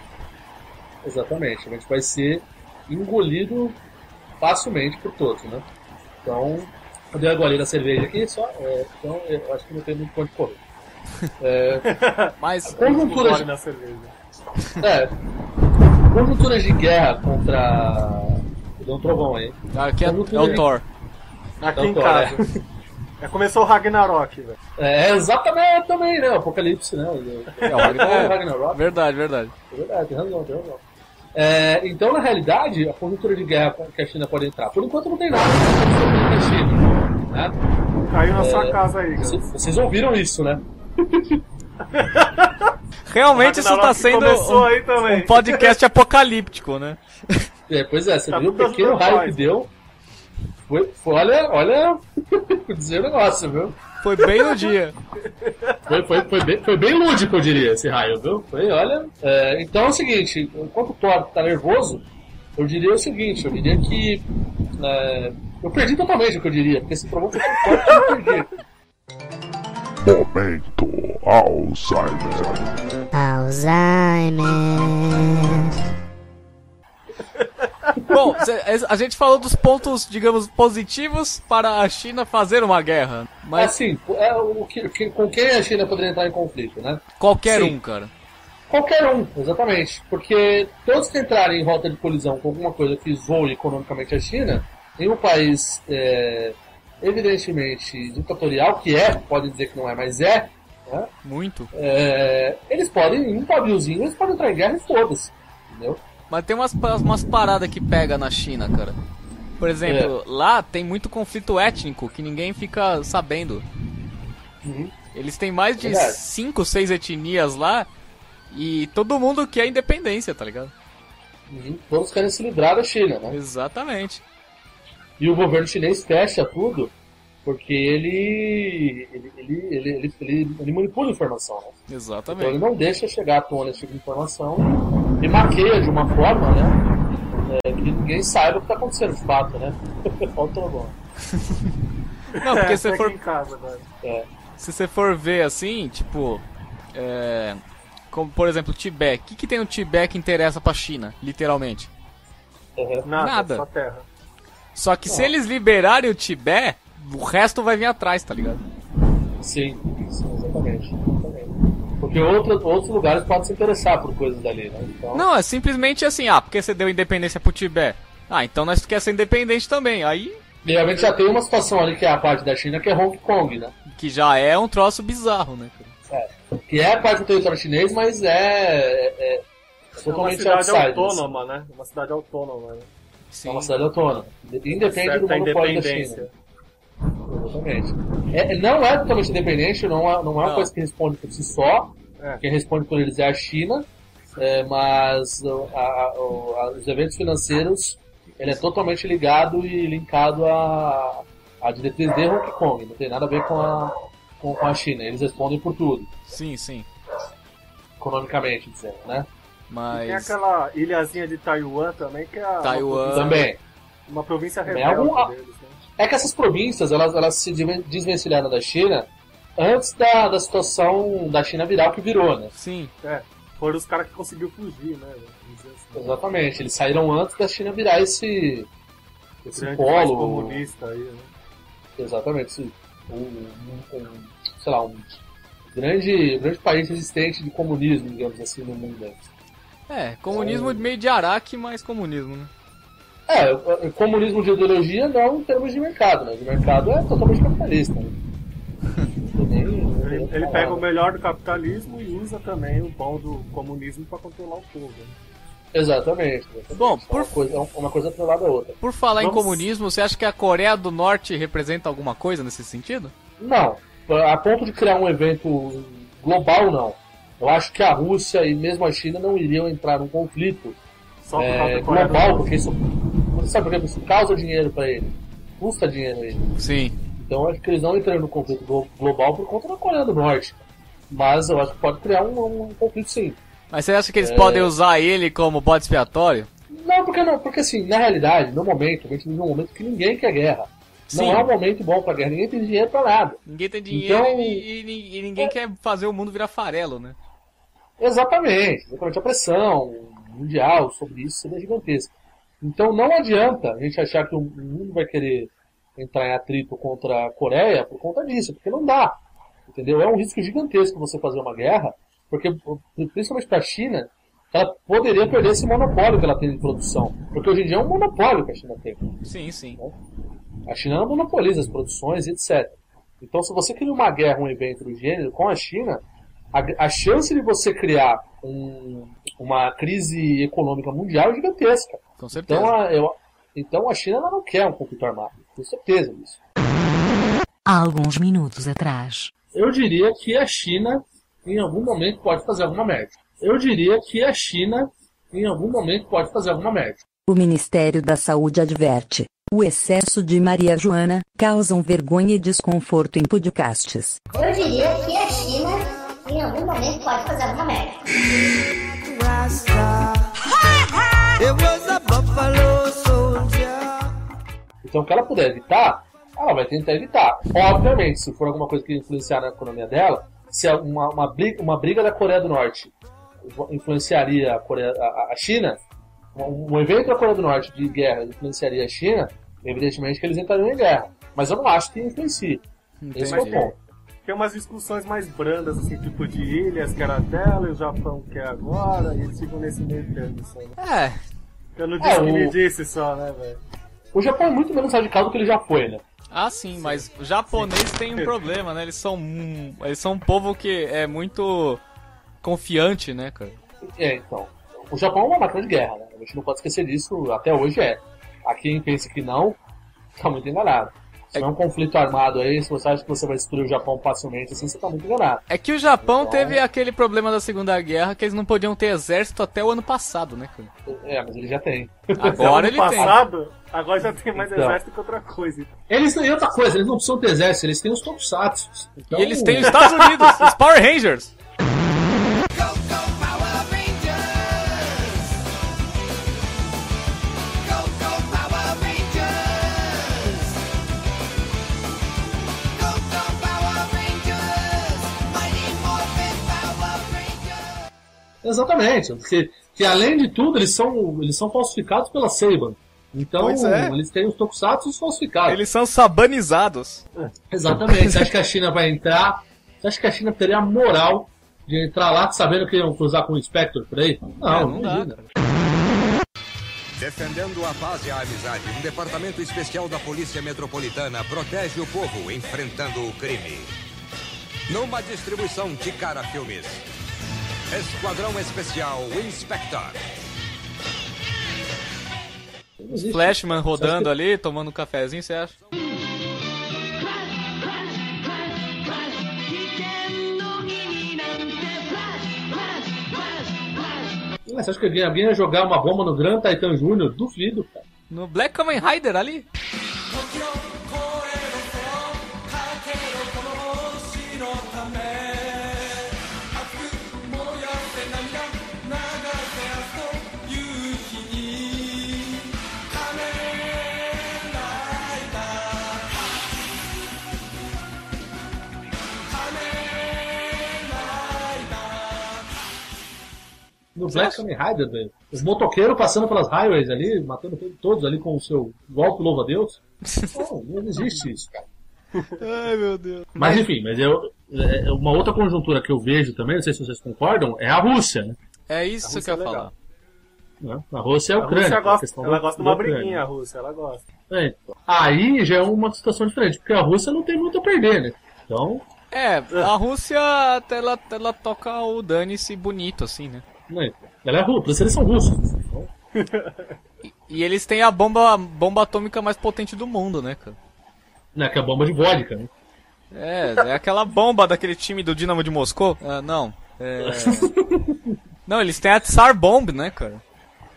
Speaker 2: Exatamente. A gente vai ser engolido facilmente por todos, né? Então, eu dei a goleira da cerveja aqui só. é, então, eu acho que não tem muito pra onde correr. É,
Speaker 3: [laughs]
Speaker 1: Mas
Speaker 2: Conjuntura
Speaker 3: Gole
Speaker 2: de,
Speaker 3: na cerveja. né?
Speaker 2: é, conjunturas de guerra contra. Deu um trovão aí.
Speaker 1: aqui é, é o Thor.
Speaker 3: Aqui
Speaker 2: Então,
Speaker 3: em
Speaker 2: cara,
Speaker 3: casa. Já começou o Ragnarok, velho.
Speaker 2: É, exatamente também, né? O Apocalipse, né?
Speaker 1: É o
Speaker 2: [laughs]
Speaker 1: Ragnarok.
Speaker 2: Ragnarok.
Speaker 1: Verdade, verdade.
Speaker 2: É verdade, tem razão, tem razão. É, então, na realidade, a conjuntura de guerra que a China pode entrar. Por enquanto não tem nada sobre a China. Né?
Speaker 3: Caiu na sua casa aí,
Speaker 2: Vocês-
Speaker 3: cara.
Speaker 2: Vocês ouviram isso, né?
Speaker 1: Realmente isso tá
Speaker 3: Ragnarok
Speaker 1: sendo
Speaker 3: começou
Speaker 1: um,
Speaker 3: aí também.
Speaker 1: um podcast apocalíptico, né?
Speaker 2: É, pois é, você
Speaker 3: Tá
Speaker 2: viu o
Speaker 3: tudo
Speaker 2: pequeno
Speaker 3: dando
Speaker 2: raio
Speaker 3: nós.
Speaker 2: que deu. Foi, foi- olha, olha, [laughs] vou dizer o negócio, viu?
Speaker 1: Foi bem no dia.
Speaker 2: Foi, foi, foi, bem, foi bem lúdico, eu diria, esse raio, viu? Foi, olha. é, então é o seguinte, enquanto o Thor tá nervoso, eu diria o seguinte, eu diria que. é, eu perdi totalmente o que eu diria, porque esse problema foi tão forte que eu perdi.
Speaker 7: Momento Alzheimer.
Speaker 6: Alzheimer.
Speaker 1: [laughs] Bom, cê- é, a gente falou dos pontos, digamos, positivos para a China fazer uma guerra. Mas
Speaker 2: Assim, é o que, que- com quem a China poderia entrar em conflito, né?
Speaker 1: qualquer
Speaker 2: sim.
Speaker 1: um, cara.
Speaker 2: Qualquer um, exatamente. Porque todos que entrarem em rota de colisão com alguma coisa que zoe economicamente a China, em um país é, evidentemente ditatorial, que é, pode dizer que não é, mas é, né?
Speaker 1: Muito.
Speaker 2: É, eles podem, em um paviozinho, eles podem entrar em guerra e foda-se. Entendeu?
Speaker 1: Mas tem umas, pa- umas paradas que pega na China, cara. Por
Speaker 2: É.
Speaker 1: exemplo, lá tem muito conflito étnico que ninguém fica sabendo. Eles têm mais de
Speaker 2: Uhum. Verdade.
Speaker 1: 5, 6 etnias lá e todo mundo quer independência, tá ligado?
Speaker 2: Uhum. Todos querem se livrar da China, né?
Speaker 1: Exatamente.
Speaker 2: E o governo chinês fecha tudo porque ele ele, ele, ele, ele, ele- ele manipula a informação. Né? Então ele
Speaker 1: Exatamente.
Speaker 2: não deixa chegar à tona esse tipo de informação e maqueia de uma forma, né? é, que ninguém saiba o que está acontecendo de fato, né? [laughs] Falta o nome.
Speaker 1: Não, porque
Speaker 3: É,
Speaker 1: se você
Speaker 3: tô aqui
Speaker 1: for
Speaker 3: em casa agora.
Speaker 2: É.
Speaker 1: se você for ver assim, tipo, é, como por exemplo, o Tibete. O que, que tem no Tibete que interessa pra China, literalmente?
Speaker 2: Uhum.
Speaker 3: Nada,
Speaker 1: Nada.
Speaker 3: só terra.
Speaker 1: Só que se eles liberarem o Tibete, o resto vai vir atrás, tá ligado?
Speaker 2: Sim, sim, exatamente. exatamente. Porque outro, outros lugares podem se interessar por coisas dali, né? Então,
Speaker 1: Não, é simplesmente assim, ah, porque você deu independência pro Tibete. Ah, então nós quer ser independente também. Aí
Speaker 2: realmente já tem uma situação ali que é a parte da China que é Hong Kong, né?
Speaker 1: que já é um troço bizarro, né? cara?
Speaker 2: Que é parte do território chinês, mas é, é, é
Speaker 3: É uma
Speaker 2: totalmente
Speaker 3: cidade
Speaker 2: outside. assim.
Speaker 3: autônoma, né? Uma cidade autônoma, né?
Speaker 2: É uma cidade autônoma. Independe do
Speaker 3: Certa
Speaker 2: monopólio da China.
Speaker 3: independência.
Speaker 2: Exatamente. É, não é totalmente independente, não é, não é uma
Speaker 1: Não.
Speaker 2: coisa que responde por si só.
Speaker 3: É.
Speaker 2: Quem responde por eles é a China, é, mas o- a- a- o- a- os eventos financeiros ele é totalmente ligado e linkado à, à diretriz de Hong Kong. Não tem nada a ver com a, com, com a China. Eles respondem por tudo,
Speaker 1: Sim, sim.
Speaker 2: economicamente dizendo, né?
Speaker 3: Tem
Speaker 1: Mas.
Speaker 3: aquela ilhazinha de Taiwan também, que é uma
Speaker 1: Taiwan.
Speaker 3: província-
Speaker 2: Também.
Speaker 3: uma província
Speaker 2: Também
Speaker 3: rebelde
Speaker 2: algum-
Speaker 3: deles, né?
Speaker 2: É que essas províncias, elas, elas se desven- desvencilharam da China antes da, da situação da China virar o que virou, né?
Speaker 1: Sim,
Speaker 3: É, foram os caras que conseguiu fugir, né? Vamos dizer assim.
Speaker 2: Exatamente, eles saíram antes da China virar esse, esse
Speaker 3: Grande país
Speaker 2: polo,
Speaker 3: comunista aí, né?
Speaker 2: exatamente, esse, um, um- um- sei lá, um grande, um grande país resistente de comunismo, digamos assim, no mundo.
Speaker 1: é, comunismo meio de araque, mas comunismo, né?
Speaker 2: É, o- o comunismo de ideologia não em termos de mercado, né? De mercado é totalmente capitalista.
Speaker 3: [laughs]
Speaker 2: Né?
Speaker 3: Ele, ele pega o melhor do capitalismo e usa também o bom do comunismo pra controlar o povo. né?
Speaker 2: Exatamente. exatamente.
Speaker 1: Bom,
Speaker 2: É uma
Speaker 1: por-
Speaker 2: coisa, é uma coisa atrelada à outra.
Speaker 1: Por falar em
Speaker 3: Vamos-
Speaker 1: comunismo, você acha que a Coreia do Norte representa alguma coisa nesse sentido?
Speaker 2: Não, a ponto de criar um evento global, não. Eu acho que a Rússia e mesmo a China não iriam entrar num conflito
Speaker 3: Só por
Speaker 2: é,
Speaker 3: causa da Coreia do
Speaker 2: global,
Speaker 3: Norte.
Speaker 2: porque isso, você sabe, por exemplo, isso causa dinheiro para ele, custa dinheiro a ele.
Speaker 1: Sim.
Speaker 2: Então eu acho que eles não entraram no conflito glo- global por conta da Coreia do Norte. Mas eu acho que pode criar um, um conflito sim.
Speaker 1: Mas você acha que eles
Speaker 2: É.
Speaker 1: podem usar ele como bode expiatório?
Speaker 2: Não, porque não, porque assim, na realidade, no momento, a gente vive um momento que ninguém quer guerra.
Speaker 1: Sim.
Speaker 2: Não é um momento bom pra guerra, ninguém tem dinheiro pra nada.
Speaker 1: Ninguém tem dinheiro
Speaker 2: Então-
Speaker 1: e, e- e ninguém quer fazer o mundo virar farelo, né?
Speaker 2: Exatamente, exatamente. A pressão mundial sobre isso seria gigantesca. Então não adianta a gente achar que o mundo vai querer entrar em atrito contra a Coreia por conta disso, porque não dá. Entendeu? É um risco gigantesco você fazer uma guerra, porque principalmente para a China, ela poderia perder esse monopólio que ela tem de produção. Porque hoje em dia é um monopólio que a China tem.
Speaker 1: Sim, sim.
Speaker 2: A China não monopoliza as produções, etc. Então, se você cria uma guerra, um evento do gênero com a China, a, a chance de você criar um- uma crise econômica mundial é gigantesca.
Speaker 1: Com certeza.
Speaker 2: Então a, eu- então, a China ela não quer um conflito armado, com certeza disso.
Speaker 5: Há alguns minutos atrás.
Speaker 2: Eu diria que a China, em algum momento, pode fazer alguma merda. Eu diria que a China, em algum momento, pode fazer alguma merda.
Speaker 6: O Ministério da Saúde adverte. O excesso de Maria Joana causam vergonha e desconforto em podcasts.
Speaker 8: Eu diria que a China, em algum momento, pode fazer alguma merda.
Speaker 4: It was a buffalo soldier.
Speaker 2: Então, o que ela puder evitar, ela vai tentar evitar. Obviamente, se for alguma coisa que influenciar na economia dela, se é uma, uma, briga, uma briga da Coreia do Norte influenciaria a, Coreia, a, a China, um um evento da Coreia do Norte de guerra influenciaria a China, evidentemente que eles entrariam em guerra. Mas eu não acho que influencie. Esse é o
Speaker 1: Entendi.
Speaker 2: ponto.
Speaker 3: Tem umas discussões mais brandas, assim, tipo de ilhas que era dela e o Japão quer agora, e eles ficam nesse meio termo só, né?
Speaker 1: É,
Speaker 3: Eu não disse
Speaker 2: É,
Speaker 3: que me
Speaker 2: o-
Speaker 3: disse só, né, velho?
Speaker 2: O Japão é muito menos radical do que ele já foi, né?
Speaker 1: Ah, sim, mas o japonês tem
Speaker 2: [laughs]
Speaker 1: um problema, né? Eles são, um- eles são um povo que é muito confiante, né, cara?
Speaker 2: É, então. O Japão é uma máquina de guerra, né? A gente não pode esquecer disso, até hoje é. a quem pensa que não, tá muito enganado. Se é um conflito armado aí, se você acha que você vai destruir o Japão facilmente, assim, você tá muito enganado.
Speaker 1: É que o Japão
Speaker 2: Então-
Speaker 1: teve aquele problema da Segunda Guerra que eles não podiam ter exército até o ano passado, né, cara?
Speaker 2: É, mas ele já tem.
Speaker 1: [laughs] Agora ele
Speaker 3: ano
Speaker 1: tem.
Speaker 3: passado, agora já tem mais
Speaker 2: Então.
Speaker 3: exército que outra coisa.
Speaker 2: Eles e outra coisa, eles não precisam ter exército, eles têm os tokusatsu. Então,
Speaker 1: E eles têm os Estados Unidos, os Power Rangers.
Speaker 4: Go, go, Power Rangers! Go, go, Power Rangers! Go, go, Power Rangers! Mighty Morphin Power Rangers!
Speaker 2: Exatamente, porque que além de tudo, eles são, eles são falsificados pela Seiban. Então,
Speaker 1: Pois é.
Speaker 2: eles têm os tokusatsu
Speaker 3: Ah.
Speaker 2: falsificados.
Speaker 1: Eles são sabanizados.
Speaker 2: Exatamente. Você acha que a China vai entrar? Você acha que a China teria a moral de entrar lá sabendo que iam cruzar com o Spectre por aí? Não,
Speaker 1: É,
Speaker 2: não,
Speaker 1: não dá,
Speaker 2: imagina.
Speaker 9: Defendendo a paz e a amizade, um departamento especial da Polícia Metropolitana protege o povo enfrentando o crime. Numa distribuição de cara filmes. Esquadrão Especial Inspector.
Speaker 2: Não existe.
Speaker 1: Flashman rodando ali, tomando um cafezinho, você acha?
Speaker 2: Ué, Você acha que alguém, alguém ia jogar uma bomba no Gran Titan Jr.? Duvido, cara.
Speaker 1: No Black Kamen Rider ali?
Speaker 2: No Black Kamen Rider, velho. Os motoqueiros passando pelas highways ali, matando todo- todos ali com o seu golpe louva-a-Deus. Não, não existe isso, cara.
Speaker 1: Ai, meu Deus.
Speaker 2: Mas enfim, mas eu, é, uma outra conjuntura que eu vejo também, não sei se vocês concordam, é a Rússia, né?
Speaker 1: É isso que eu ia
Speaker 3: é legal.
Speaker 1: falar.
Speaker 2: Né? A Rússia é a
Speaker 3: A
Speaker 2: Ucrânia.
Speaker 3: Rússia
Speaker 2: a
Speaker 3: gosta,
Speaker 2: questão
Speaker 3: ela
Speaker 2: da-
Speaker 3: gosta de
Speaker 2: da
Speaker 3: uma
Speaker 2: Ucrânia.
Speaker 3: briguinha, a Rússia, ela gosta.
Speaker 2: É, Aí já é uma situação diferente, porque a Rússia não tem muito a perder, né? Então,
Speaker 1: É, a Rússia, ela, ela toca o dane-se bonito, assim, né?
Speaker 2: né? ela é russa, por isso eles são russos. Então,
Speaker 1: E eles têm a bomba, a bomba atômica mais potente do mundo, né, cara?
Speaker 2: né, que é a bomba de vodka, né?
Speaker 1: É, é aquela bomba daquele time do Dinamo de Moscou. Ah, não. É... [laughs] não, eles têm a Tsar Bomb, né, cara?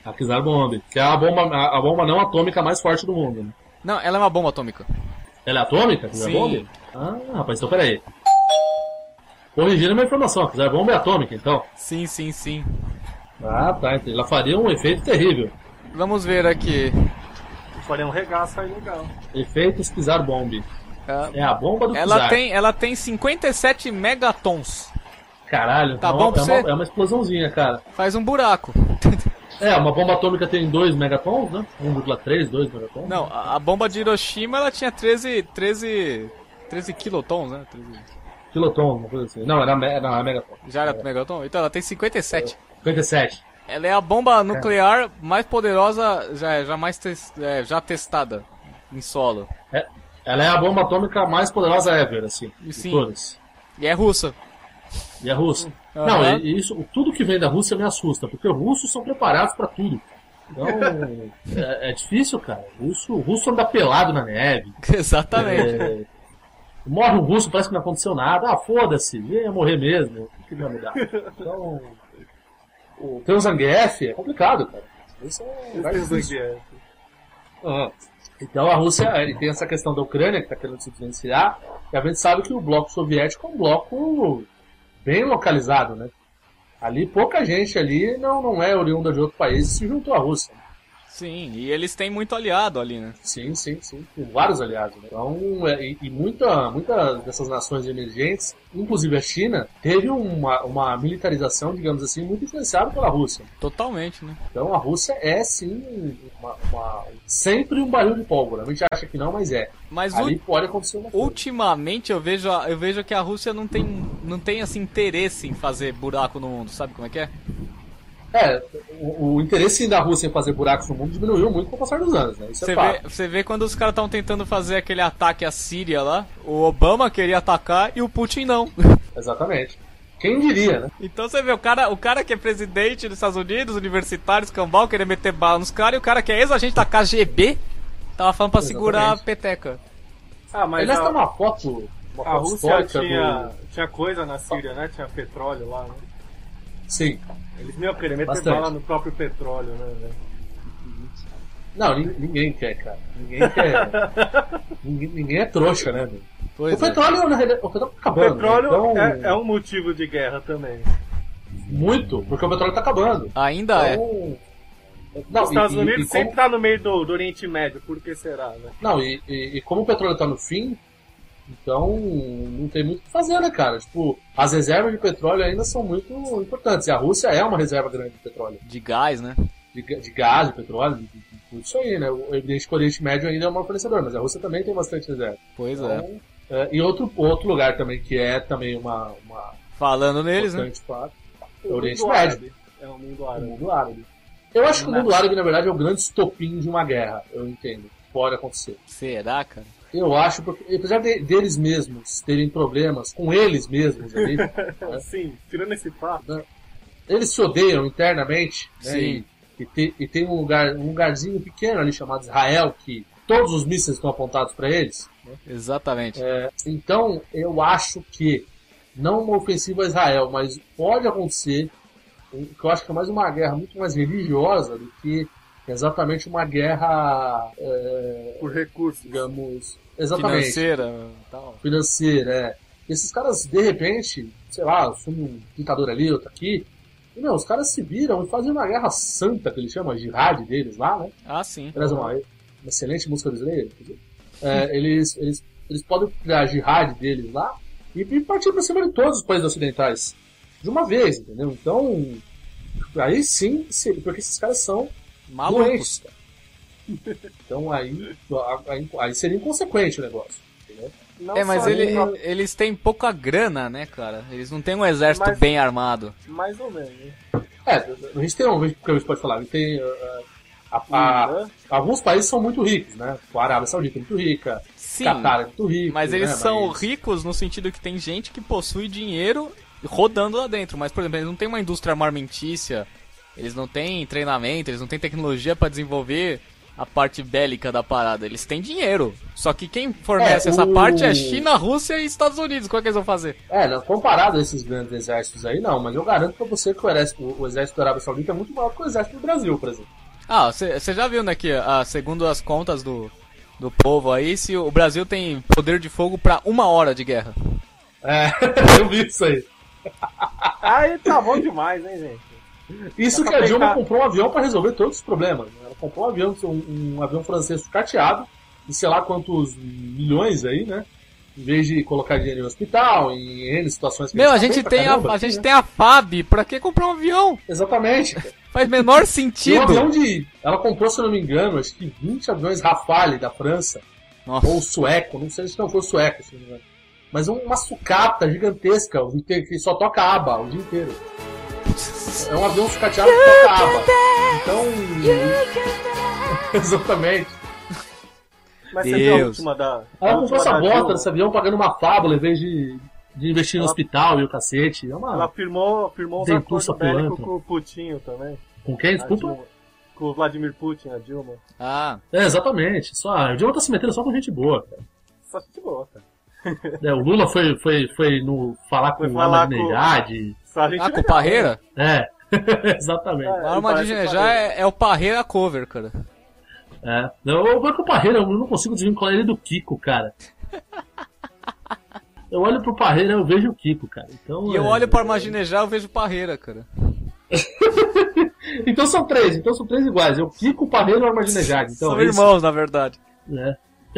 Speaker 2: A Kizar Bomb, que é a bomba, a, a bomba não atômica mais forte do mundo. Né?
Speaker 1: Não, ela é uma bomba atômica.
Speaker 2: Ela é atômica, a Kizar
Speaker 1: Sim.
Speaker 2: Bomb? Ah, rapaz, então peraí. Corrigindo uma informação, a Kizar Bomb é atômica, então.
Speaker 1: Sim, sim, sim.
Speaker 2: Ah, tá, entendi. ela faria um efeito terrível.
Speaker 1: Vamos ver aqui.
Speaker 3: Faria um regaço aí legal.
Speaker 2: Efeitos Kizar Bomb.
Speaker 1: Ah,
Speaker 2: É a bomba do
Speaker 1: Ela
Speaker 2: Kizar.
Speaker 1: tem, ela tem 57 megatons.
Speaker 2: Caralho,
Speaker 1: Tá
Speaker 2: é uma-
Speaker 1: bom pra
Speaker 2: é
Speaker 1: você?
Speaker 2: uma, é uma explosãozinha, cara.
Speaker 1: Faz um buraco.
Speaker 2: É, uma bomba atômica tem 2 megatons, né? 1,3, 2 megatons.
Speaker 1: Não, a, a bomba de Hiroshima ela tinha 13. 13. 13 quilotons, né? 13
Speaker 2: Kiloton, uma coisa assim. Não, era, me- não, era megaton.
Speaker 1: já era megaton? Então ela tem 57.
Speaker 2: 57.
Speaker 1: Ela é a bomba nuclear mais poderosa já, já, mais tes- é, já testada em solo.
Speaker 2: É, ela é a bomba atômica mais poderosa ever, assim,
Speaker 1: Sim.
Speaker 2: de todas.
Speaker 1: E é russa. [laughs]
Speaker 2: E a russa.
Speaker 1: Aham.
Speaker 2: Não, e, e isso, tudo que vem da Rússia me assusta, porque os russos são preparados pra tudo.
Speaker 1: [laughs]
Speaker 2: Então, é, é difícil, cara. O russo, o russo anda pelado na neve.
Speaker 1: Exatamente.
Speaker 2: É, morre um russo, parece que não aconteceu nada. Ah, foda-se, ia morrer mesmo. O que que vai mudar? Então, o, ter um Zangief é complicado, cara. Isso é um lugar difícil. Ah, Então a Rússia ele tem essa questão da Ucrânia que está querendo se diferenciar, e a gente sabe que o bloco soviético é um bloco bem localizado, né? Ali pouca gente ali não, não é oriunda de outro país e se juntou à Rússia.
Speaker 1: Sim, e eles têm muito aliado ali, né?
Speaker 2: Sim, sim, sim. Com vários aliados. Né? Então, é, e, e muita, muita dessas nações emergentes, inclusive a China, teve uma, uma militarização, digamos assim, muito influenciada pela Rússia.
Speaker 1: Totalmente, né?
Speaker 2: Então a Rússia é sim uma- uma- sempre um barril de pólvora. A gente acha que não, mas é.
Speaker 1: Mas
Speaker 2: Ali
Speaker 1: ul-
Speaker 2: pode acontecer uma coisa.
Speaker 1: ultimamente eu vejo, a- eu vejo que a Rússia não tem, não tem assim, interesse em fazer buraco no mundo, sabe como é que é?
Speaker 2: É, o, o interesse da Rússia em fazer buracos no mundo diminuiu muito com o passar dos anos, né? Isso
Speaker 1: Você
Speaker 2: é fato.
Speaker 1: vê, você vê quando os caras estão tentando fazer aquele ataque à Síria lá, o Obama queria atacar e o Putin não. [laughs]
Speaker 2: Exatamente. Quem diria, né?
Speaker 1: Então você vê, o cara, o cara que é presidente dos Estados Unidos, universitário, escambau, querer meter bala nos caras, e o cara que é ex-agente da KGB, tava falando pra segurar a peteca.
Speaker 3: Ah, mas
Speaker 2: Aliás,
Speaker 3: a-
Speaker 2: tem uma foto. Uma
Speaker 3: A
Speaker 2: foto
Speaker 3: Rússia
Speaker 2: histórica
Speaker 3: tinha,
Speaker 2: do-
Speaker 3: tinha coisa na Síria, né? Tinha petróleo lá, né?
Speaker 2: Sim.
Speaker 3: Eles não iam querer meter
Speaker 2: Bastante.
Speaker 3: bala no próprio petróleo, né? velho?
Speaker 2: Não, nin- ninguém quer, cara. Ninguém
Speaker 3: [laughs]
Speaker 2: quer. ninguém, ninguém é trouxa, né? meu?
Speaker 1: Pois
Speaker 2: o
Speaker 1: é.
Speaker 2: petróleo, na realidade, o petróleo tá
Speaker 3: O
Speaker 2: acabando.
Speaker 3: petróleo
Speaker 2: então,
Speaker 3: é, é um motivo de guerra também.
Speaker 2: Muito, porque o petróleo tá acabando.
Speaker 1: Ainda é.
Speaker 2: Então. Não,
Speaker 3: Os
Speaker 2: e-
Speaker 3: Estados
Speaker 2: e-
Speaker 3: Unidos
Speaker 2: e como-
Speaker 3: sempre tá no meio do, do Oriente Médio, por que será, né?
Speaker 2: Não, e, e- e como o petróleo tá no fim, então não tem muito o que fazer, né, cara? Tipo, as reservas de petróleo ainda são muito importantes. E a Rússia é uma reserva grande de petróleo,
Speaker 1: De gás, né?
Speaker 2: de, ga- de gás, de petróleo, de, de- de tudo isso aí, né? O evidente que o Oriente Médio ainda é um fornecedor, mas a Rússia também tem bastante reserva.
Speaker 1: Pois é.
Speaker 2: Então, é, e outro, outro lugar também que é também uma, uma
Speaker 1: Falando neles, né?
Speaker 2: importante parte é o Oriente
Speaker 3: mundo
Speaker 2: Médio. Hum,
Speaker 3: árabe. É o mundo
Speaker 2: O
Speaker 3: árabe.
Speaker 2: mundo árabe. Eu acho que o mundo árabe, na verdade, é o grande estopim de uma guerra, eu entendo. Pode acontecer.
Speaker 1: Será, cara?
Speaker 2: Eu acho, porque apesar de- deles mesmos terem problemas com eles
Speaker 1: [laughs]
Speaker 2: mesmos ali, é.
Speaker 3: Então, Sim, tirando esse fato,
Speaker 2: eles se odeiam internamente, né?
Speaker 1: Sim.
Speaker 2: E, e te- e tem um, lugar, um lugarzinho pequeno ali chamado Israel, que todos os mísseis estão apontados para eles.
Speaker 1: Exatamente.
Speaker 2: Então, eu acho que, não uma ofensiva a Israel, mas pode acontecer, um- que eu acho que é mais uma guerra muito mais religiosa do que exatamente uma guerra, é,
Speaker 3: por recursos.
Speaker 2: digamos, exatamente.
Speaker 1: Financeira tal.
Speaker 2: financeira, é. Esses caras, de repente, sei lá, assume um ditador ali, outro aqui. E, não, os caras se viram e fazem uma guerra santa, que eles chamam, a jihad deles lá, né?
Speaker 1: Ah, sim.
Speaker 2: Aliás, uma, uma excelente música brasileira. inclusive. É, eles, eles, eles podem criar a jihad deles lá e, e partir pra cima de todos os países ocidentais. De uma vez, entendeu? Então, aí sim, se- porque esses caras são
Speaker 1: Malucos.
Speaker 2: doentes, cara. Então aí, aí, aí seria inconsequente o negócio.
Speaker 3: Não
Speaker 1: É, mas
Speaker 3: só
Speaker 1: ele-
Speaker 3: isso,
Speaker 1: eles têm pouca grana, né, cara? Eles não têm um exército
Speaker 3: Mas-
Speaker 1: bem armado.
Speaker 3: Mais ou menos. né?
Speaker 2: É, a gente tem um que a gente pode falar. A gente tem, ah, ah, a- a-
Speaker 3: Irã,
Speaker 1: Uhum.
Speaker 2: alguns países são muito ricos, né? A Arábia Saudita é muito rica,
Speaker 1: Sim.
Speaker 2: Catar é muito rico.
Speaker 1: Mas eles
Speaker 2: né?
Speaker 1: são
Speaker 2: Mas-
Speaker 1: ricos no sentido que tem gente que possui dinheiro rodando lá dentro. Mas, por exemplo, eles não têm uma indústria armamentícia, eles não têm treinamento, eles não têm tecnologia pra desenvolver a parte bélica da parada. Eles têm dinheiro. Só que quem fornece
Speaker 2: É,
Speaker 1: essa
Speaker 2: o-
Speaker 1: parte é China, Rússia e Estados Unidos. Como é que eles vão fazer?
Speaker 2: É, não, comparado a esses grandes exércitos aí, não. Mas eu garanto pra você que o exército, o exército da Arábia Saudita é muito maior que o exército do Brasil, por exemplo.
Speaker 1: Ah, você já viu, né, que ah, segundo as contas do, do povo aí, se o Brasil tem poder de fogo pra uma hora de guerra.
Speaker 2: É, [laughs] eu vi isso aí.
Speaker 3: Aí tá bom demais, hein, gente?
Speaker 2: Isso
Speaker 3: Dá
Speaker 2: que
Speaker 3: pra
Speaker 2: a Dilma
Speaker 3: pensar.
Speaker 2: comprou um avião pra resolver todos os problemas. Ela comprou um avião, um, um avião francês sucateado, e sei lá quantos milhões aí, né? Em vez de colocar dinheiro em hospital, em N situações que
Speaker 1: Meu, a
Speaker 2: tá
Speaker 1: gente
Speaker 2: bem pra
Speaker 1: tem a,
Speaker 2: caramba
Speaker 1: a
Speaker 2: aqui,
Speaker 1: gente
Speaker 2: né?
Speaker 1: tem a FAB, pra que comprar um avião?
Speaker 2: Exatamente. cara.
Speaker 1: Faz menor
Speaker 2: E um
Speaker 1: sentido.
Speaker 2: avião de. Ela comprou, se eu não me engano, acho que 20 aviões Rafale da França,
Speaker 1: Nossa.
Speaker 2: ou sueco, não sei se não foi sueco, se não me engano. Mas um- uma sucata gigantesca, o dia inteiro, que só toca aba o dia inteiro. É um avião sucateado que toca aba. Então. [laughs] Exatamente.
Speaker 3: Mas você viu a
Speaker 1: Deus.
Speaker 3: última da. a
Speaker 2: Ela
Speaker 3: última
Speaker 2: comprou essa
Speaker 3: da
Speaker 2: bosta
Speaker 3: Dilma?
Speaker 2: desse avião pagando uma fábula em vez de, de investir no
Speaker 3: né? Ela-
Speaker 2: hospital e o cacete. É
Speaker 3: Ela
Speaker 2: uma.
Speaker 3: firmou, firmou uns
Speaker 2: Tem
Speaker 3: acordos
Speaker 2: pulso
Speaker 3: bélicos
Speaker 2: pilantra.
Speaker 3: com o Putinho também.
Speaker 2: Com quem?
Speaker 3: A
Speaker 2: Desculpa?
Speaker 3: Dilma- Com o Vladimir Putin, a Dilma.
Speaker 1: Ah,
Speaker 2: É, exatamente. Só, a Dilma tá se metendo só com gente boa, cara.
Speaker 3: Só que de boa, cara.
Speaker 2: É, o Lula foi, foi, foi no falar com
Speaker 3: Foi
Speaker 2: o
Speaker 3: falar
Speaker 2: Alan
Speaker 3: com-
Speaker 2: Negrade.
Speaker 3: Só a gente
Speaker 1: ah com
Speaker 3: legal,
Speaker 1: o Parreira?
Speaker 2: É, [laughs] exatamente.
Speaker 3: É.
Speaker 1: A arma de
Speaker 3: parece o
Speaker 1: Genejá é, é o Parreira cover, cara.
Speaker 2: É. Eu, eu vou com o Parreira, eu não consigo desvincular ele do Kiko, cara. Eu olho pro Parreira eu vejo o Kiko, cara. Então,
Speaker 1: E eu
Speaker 2: é-
Speaker 1: olho pra arma de Genejá eu vejo Parreira, cara.
Speaker 2: Então são três, então são três iguais. Eu Kiko, o Parreira e o Armadinejade. Então,
Speaker 1: São
Speaker 2: é isso.
Speaker 1: irmãos, na verdade.
Speaker 2: né? [laughs]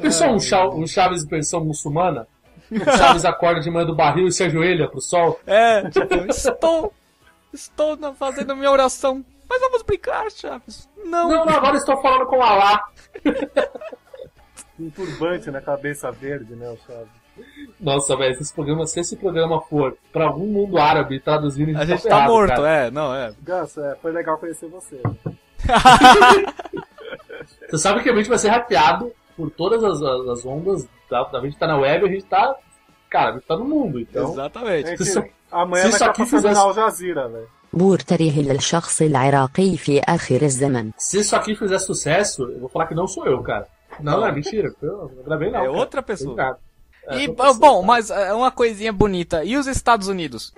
Speaker 2: Pensou um, Cha- um Chaves em pensão muçulmana? O Chaves acorda de manhã do barril e se ajoelha pro sol.
Speaker 1: É, tipo, estou. Estou na- fazendo minha oração. Mas vamos brincar, Chaves. Não.
Speaker 2: Não, não, agora estou falando com o Alá.
Speaker 3: um turbante na cabeça verde, né, o Chaves?
Speaker 2: Nossa, velho, se esse programa, se esse programa for pra algum mundo árabe traduzindo
Speaker 1: A gente tá morto, é, não, é.
Speaker 3: Ganso, é, foi legal conhecer você.
Speaker 2: Você sabe que a gente vai ser hackeado por todas as, as- as ondas da, da gente tá na web, a gente tá cara, tá no mundo, então.
Speaker 1: Exatamente.
Speaker 2: Se isso- se
Speaker 3: amanhã vai
Speaker 2: isso
Speaker 3: estar
Speaker 2: aqui
Speaker 3: passando
Speaker 2: fizesse-
Speaker 3: na Al Jazeera, velho.
Speaker 6: بورتريه للشخص العراقي في آخر الزمن
Speaker 2: Se isso aqui fizer sucesso, eu vou falar que não sou eu, cara. Não, não, é mentira. Eu não gravei, não.
Speaker 1: É
Speaker 2: cara.
Speaker 1: outra pessoa.
Speaker 2: Obrigado. É,
Speaker 1: E,
Speaker 2: outra
Speaker 1: ah,
Speaker 2: pessoa,
Speaker 1: bom,
Speaker 2: tá?
Speaker 1: mas é uma coisinha bonita. E os Estados Unidos?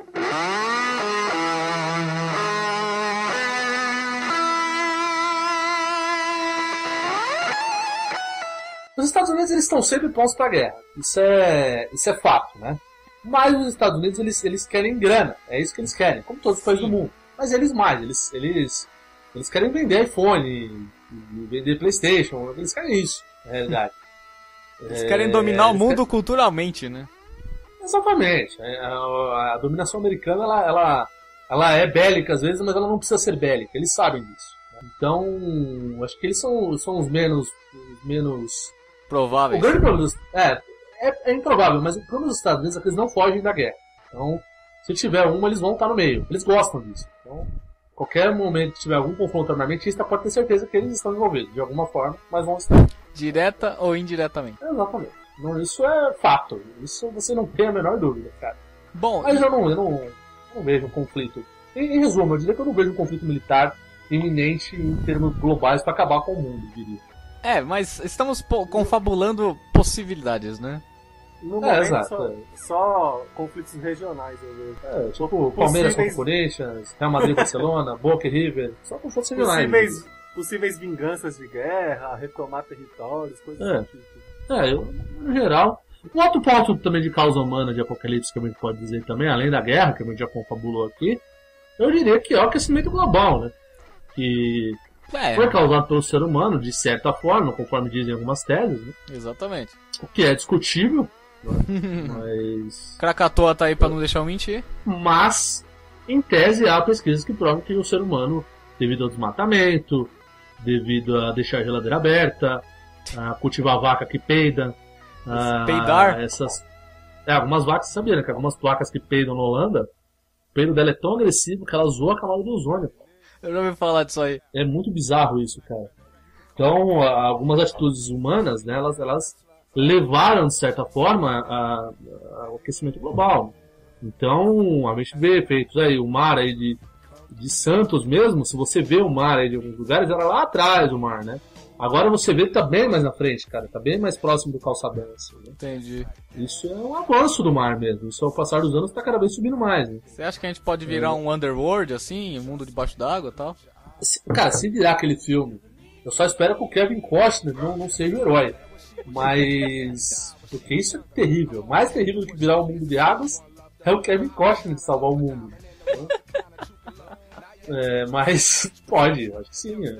Speaker 2: Os Estados Unidos eles estão sempre prontos para guerra. Isso é, isso é fato, né? Mas os Estados Unidos eles, eles querem grana. É isso que eles querem, como todos os países do mundo. Mas eles mais, eles eles eles querem vender iPhone, e- e vender PlayStation, eles querem isso, na realidade.
Speaker 1: Eles
Speaker 2: É,
Speaker 1: querem dominar o
Speaker 2: eles
Speaker 1: mundo culturalmente, né?
Speaker 2: Exatamente. É, A, a dominação americana ela, ela, ela é bélica às vezes, mas ela não precisa ser bélica. Eles sabem disso. Então, acho que eles são, são os menos, os menos o
Speaker 1: Provável.
Speaker 2: grande problema dos, é, é, é improvável, mas o problema dos Estados Unidos é que eles não fogem da guerra. Então, se tiver uma, eles vão estar no meio. Eles gostam disso. Então, qualquer momento que tiver algum confronto armamentista, pode ter certeza que eles estão envolvidos, de alguma forma, mas vão estar.
Speaker 1: Direta ou indiretamente.
Speaker 2: Exatamente. Não, isso é fato. Isso você não tem a menor dúvida, cara.
Speaker 1: Bom,
Speaker 2: Mas eu não, eu não, eu não vejo um conflito. Em, em resumo, eu diria que eu não vejo um conflito militar iminente em termos globais para acabar com o mundo, eu diria.
Speaker 1: é, mas estamos po- confabulando possibilidades, né?
Speaker 3: No
Speaker 2: É,
Speaker 3: momento,
Speaker 2: exato.
Speaker 3: Só, só conflitos regionais, eu vejo.
Speaker 2: É, tipo, Palmeiras
Speaker 3: Possíveis-
Speaker 2: contra o Corinthians, Real Madrid Barcelona,
Speaker 3: [laughs]
Speaker 2: Boca e River, só com força
Speaker 3: Possíveis, possíveis vinganças de guerra, retomar territórios, coisas
Speaker 2: É.
Speaker 3: do tipo.
Speaker 2: É, eu, no geral. Um outro ponto também de causa humana de apocalipse que a gente pode dizer também, além da guerra, que a gente já confabulou aqui, eu diria que é o aquecimento global, né? Que foi
Speaker 1: É,
Speaker 2: causado pelo ser humano, de certa forma, conforme dizem algumas teses, né?
Speaker 1: exatamente.
Speaker 2: o que é discutível, mas
Speaker 1: Krakatoa tá aí pra não deixar eu mentir.
Speaker 2: mas em tese há pesquisas que provam que o ser humano, devido ao desmatamento, devido a deixar a geladeira aberta, a cultivar vaca que peida, a-
Speaker 1: Peidar?
Speaker 2: essas é, algumas vacas sabia, né, que algumas placas que peidam na Holanda, o peido dela é tão agressivo que ela zoa a camada do ozônio.
Speaker 1: Eu já ouvi falar disso aí.
Speaker 2: É muito bizarro isso, cara. Então, a- algumas atitudes humanas, né, elas, elas levaram, de certa forma, a- a- ao aquecimento global. Então, a gente vê efeitos aí, o mar aí de, de Santos mesmo, se você vê o mar aí de alguns lugares, era lá atrás o mar, né? Agora você vê que tá bem mais na frente, cara, tá bem mais próximo do calçadão, assim, né?
Speaker 1: Entendi.
Speaker 2: Isso é um avanço do mar mesmo, isso ao passar dos anos tá cada vez subindo mais, né?
Speaker 1: Você acha que a gente pode virar um Underworld, assim, um mundo debaixo d'água e tal?
Speaker 2: Se- Cara, se virar aquele filme, eu só espero que o Kevin Costner não, não seja o herói. Mas. Porque isso é terrível. Mais terrível do que virar um mundo de águas é o Kevin Costner de salvar o mundo. É, mas pode, eu acho que sim. é.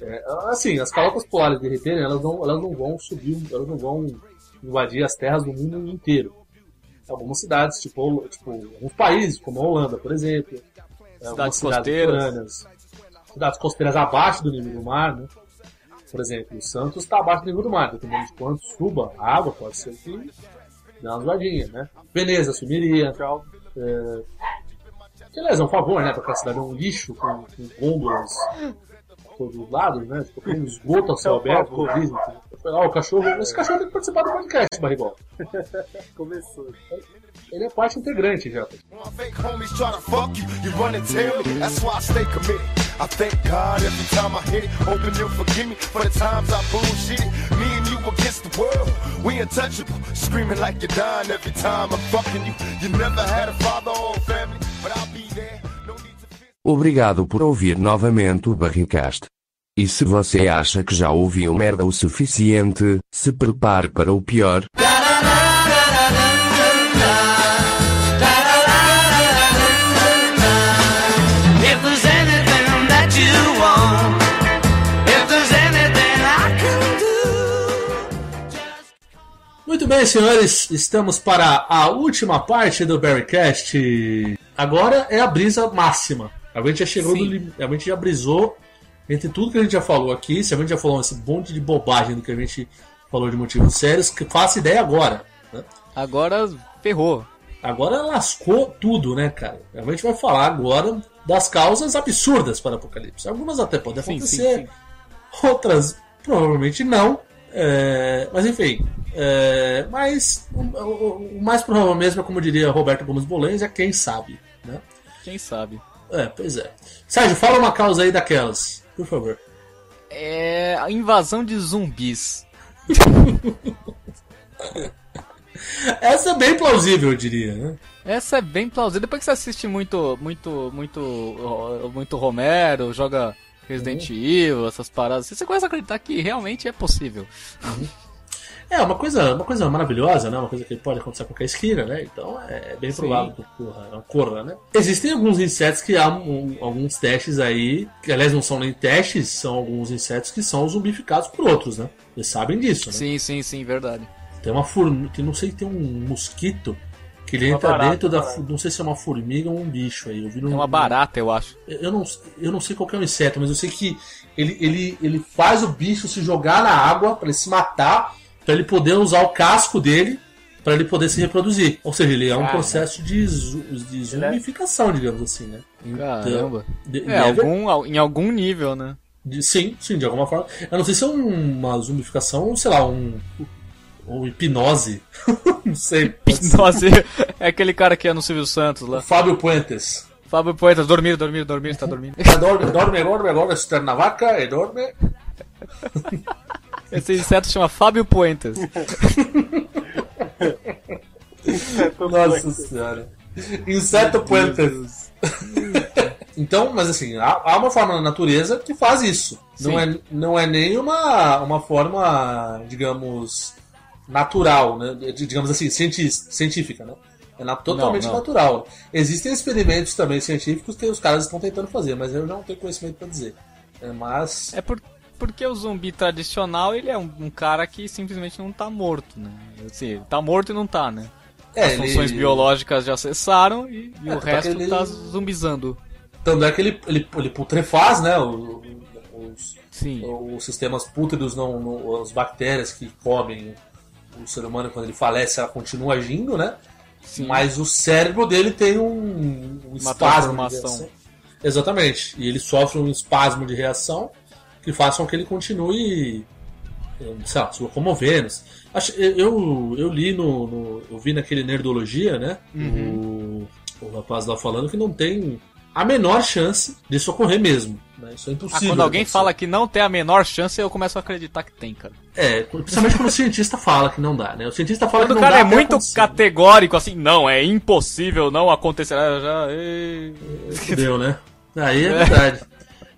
Speaker 2: É, assim, as calotas polares derreterem, elas não, elas não vão subir, elas não vão invadir as terras do mundo inteiro. Algumas cidades, tipo, Hol- tipo alguns países, como a Holanda, por exemplo. é, algumas
Speaker 1: Cidades costeiras.
Speaker 2: litorâneas, cidades costeiras abaixo do nível do mar, né? Por exemplo, o Santos está abaixo do nível do mar, dependendo de quanto suba a água, pode ser que dê uma zoadinha, né? Veneza sumiria,
Speaker 3: Tchau.
Speaker 2: é... Que, aliás, é um favor, né? Porque a cidade é um lixo com, com gôndolas por todos os lados, né? Tipo, tem um esgoto ao céu
Speaker 3: É um
Speaker 2: aberto,
Speaker 3: favor.
Speaker 2: rodízio. Foi lá, o cachorro. Esse cachorro tem que participar do podcast, Barrigol.
Speaker 3: Começou.
Speaker 2: Ele é parte integrante já.
Speaker 4: My fake homies try to fuck you, you run and tell me. That's why I stay committed. I thank God every time I hit it. Hoping you'll forgive me for the times I bullshitted. Me and you against the world, we untouchable. Screaming like you're dying every time I'm fucking you. You never had a father or a family, but I'll be there. No need to fear.
Speaker 10: Obrigado por ouvir novamente o Barricast. E se você acha que já ouviu merda o suficiente, se prepare para o pior.
Speaker 4: If there's anything that you want, if there's anything I can do.
Speaker 2: Muito bem, senhores, estamos para a última parte do Barrycast. Agora é a brisa máxima. A gente já chegou do lim- A gente já brisou entre tudo que a gente já falou aqui. Se a gente já falou esse monte de bobagem do que a gente falou de motivos sérios, que faça ideia agora. né?
Speaker 1: Agora ferrou.
Speaker 2: Agora lascou tudo, né, cara? A gente vai falar agora das causas absurdas para o apocalipse. Algumas até podem
Speaker 1: Assim, Sim,
Speaker 2: acontecer,
Speaker 1: sim, sim.
Speaker 2: outras provavelmente não. É, mas enfim. é, mas o, o- o mais provável mesmo, é como diria Roberto Gomes Bolens, é quem sabe. Né?
Speaker 1: Quem sabe?
Speaker 2: É, pois é. Sérgio, fala uma causa aí daquelas, por favor. [laughs]
Speaker 1: É a invasão de zumbis.
Speaker 2: Essa é bem plausível, eu diria, né?
Speaker 1: Essa é bem plausível. Depois que você assiste muito, muito, muito, ó, muito Romero, joga Resident Evil, essas paradas, você começa a acreditar que realmente é possível.
Speaker 2: É, uma coisa, uma coisa maravilhosa, né? Uma coisa que pode acontecer a qualquer esquina, né? Então é é bem provável que ocorra, ocorra, né? Existem alguns insetos que há um- alguns testes aí, que aliás não são nem testes, são alguns insetos que são zumbificados por outros, né? Eles sabem disso, né?
Speaker 1: Sim, sim, sim, verdade.
Speaker 2: Tem uma formiga, que não sei, tem um mosquito que ele
Speaker 1: Uma
Speaker 2: entra
Speaker 1: barata,
Speaker 2: dentro da.
Speaker 1: parece.
Speaker 2: fu- Não sei se é uma formiga ou um bicho aí. Eu vi
Speaker 1: É uma barata, eu acho.
Speaker 2: Eu não, eu não sei qual que é o inseto, mas eu sei que ele, ele, ele faz o bicho se jogar na água pra ele se matar, pra ele poder usar o casco dele pra ele poder se reproduzir. Ou seja, ele é um
Speaker 1: Cara.
Speaker 2: processo de, zu- de
Speaker 1: é
Speaker 2: zumbificação, digamos assim, né?
Speaker 1: Caramba.
Speaker 2: de-
Speaker 1: é,
Speaker 2: deve-
Speaker 1: algum, em algum nível, né? [laughs]
Speaker 2: de- sim, sim, de alguma forma. Eu não sei se é uma zumbificação ou, sei lá, um. Ou hipnose. [laughs] não sei. pode ser.
Speaker 1: Hipnose. É aquele cara que é no Silvio Santos lá.
Speaker 2: Fábio Puentes.
Speaker 1: Fábio Poetas, dormir, dormir, dormir, tá
Speaker 2: [laughs]
Speaker 1: dormindo.
Speaker 2: Dorme, dorme, dorme, agora se torna vaca e dorme.
Speaker 1: Esse inseto chama Fábio Poetas.
Speaker 2: Nossa senhora. Inseto puentes. [laughs] então, mas assim, há, há uma forma na natureza que faz isso. Não
Speaker 1: Sim.
Speaker 2: é, não é nem uma, uma forma, digamos, natural, né? De- digamos assim, cienti- científica, né? É na- totalmente
Speaker 1: não.
Speaker 2: natural. Existem experimentos também científicos que os caras estão tentando fazer, mas eu não tenho conhecimento pra dizer. É, mas.
Speaker 1: É por, porque o zumbi tradicional, ele é um, um cara que simplesmente não tá morto, né? Assim, tá morto e não tá, né?
Speaker 2: É,
Speaker 1: As funções
Speaker 2: ele-
Speaker 1: biológicas já cessaram e, e o
Speaker 2: É, tanto é
Speaker 1: resto
Speaker 2: que ele-
Speaker 1: tá zumbizando.
Speaker 2: Tanto é que ele, ele, ele putrefaz, né? o- o- os,
Speaker 1: Sim.
Speaker 2: os sistemas pútridos, não, não- as bactérias que comem o ser humano quando ele falece, ela continua agindo, né?
Speaker 1: Sim.
Speaker 2: Mas o cérebro dele tem um, um
Speaker 1: Uma
Speaker 2: espasmo. de
Speaker 1: transformação.
Speaker 2: reação. Exatamente. E ele sofre um espasmo de reação que faça com que ele continue eh, sei lá, se locomovendo. Acho- Eu, eu, eu li no, no- Eu vi naquele Nerdologia, né? O, o rapaz lá falando que não tem a menor chance de socorrer mesmo. né? Isso é
Speaker 1: Ah,
Speaker 2: impossível.
Speaker 1: quando alguém
Speaker 2: acontecer.
Speaker 1: fala que não tem a menor chance, eu começo a acreditar que tem, cara.
Speaker 2: É, principalmente quando o cientista fala que não dá, né? O cientista fala
Speaker 1: Quando
Speaker 2: que
Speaker 1: o
Speaker 2: não
Speaker 1: cara
Speaker 2: dá.
Speaker 1: é
Speaker 2: até
Speaker 1: muito
Speaker 2: acontecer.
Speaker 1: categórico, assim, não, é impossível, não acontecerá. eu Já, ei.
Speaker 2: Fudeu, né? Aí é verdade.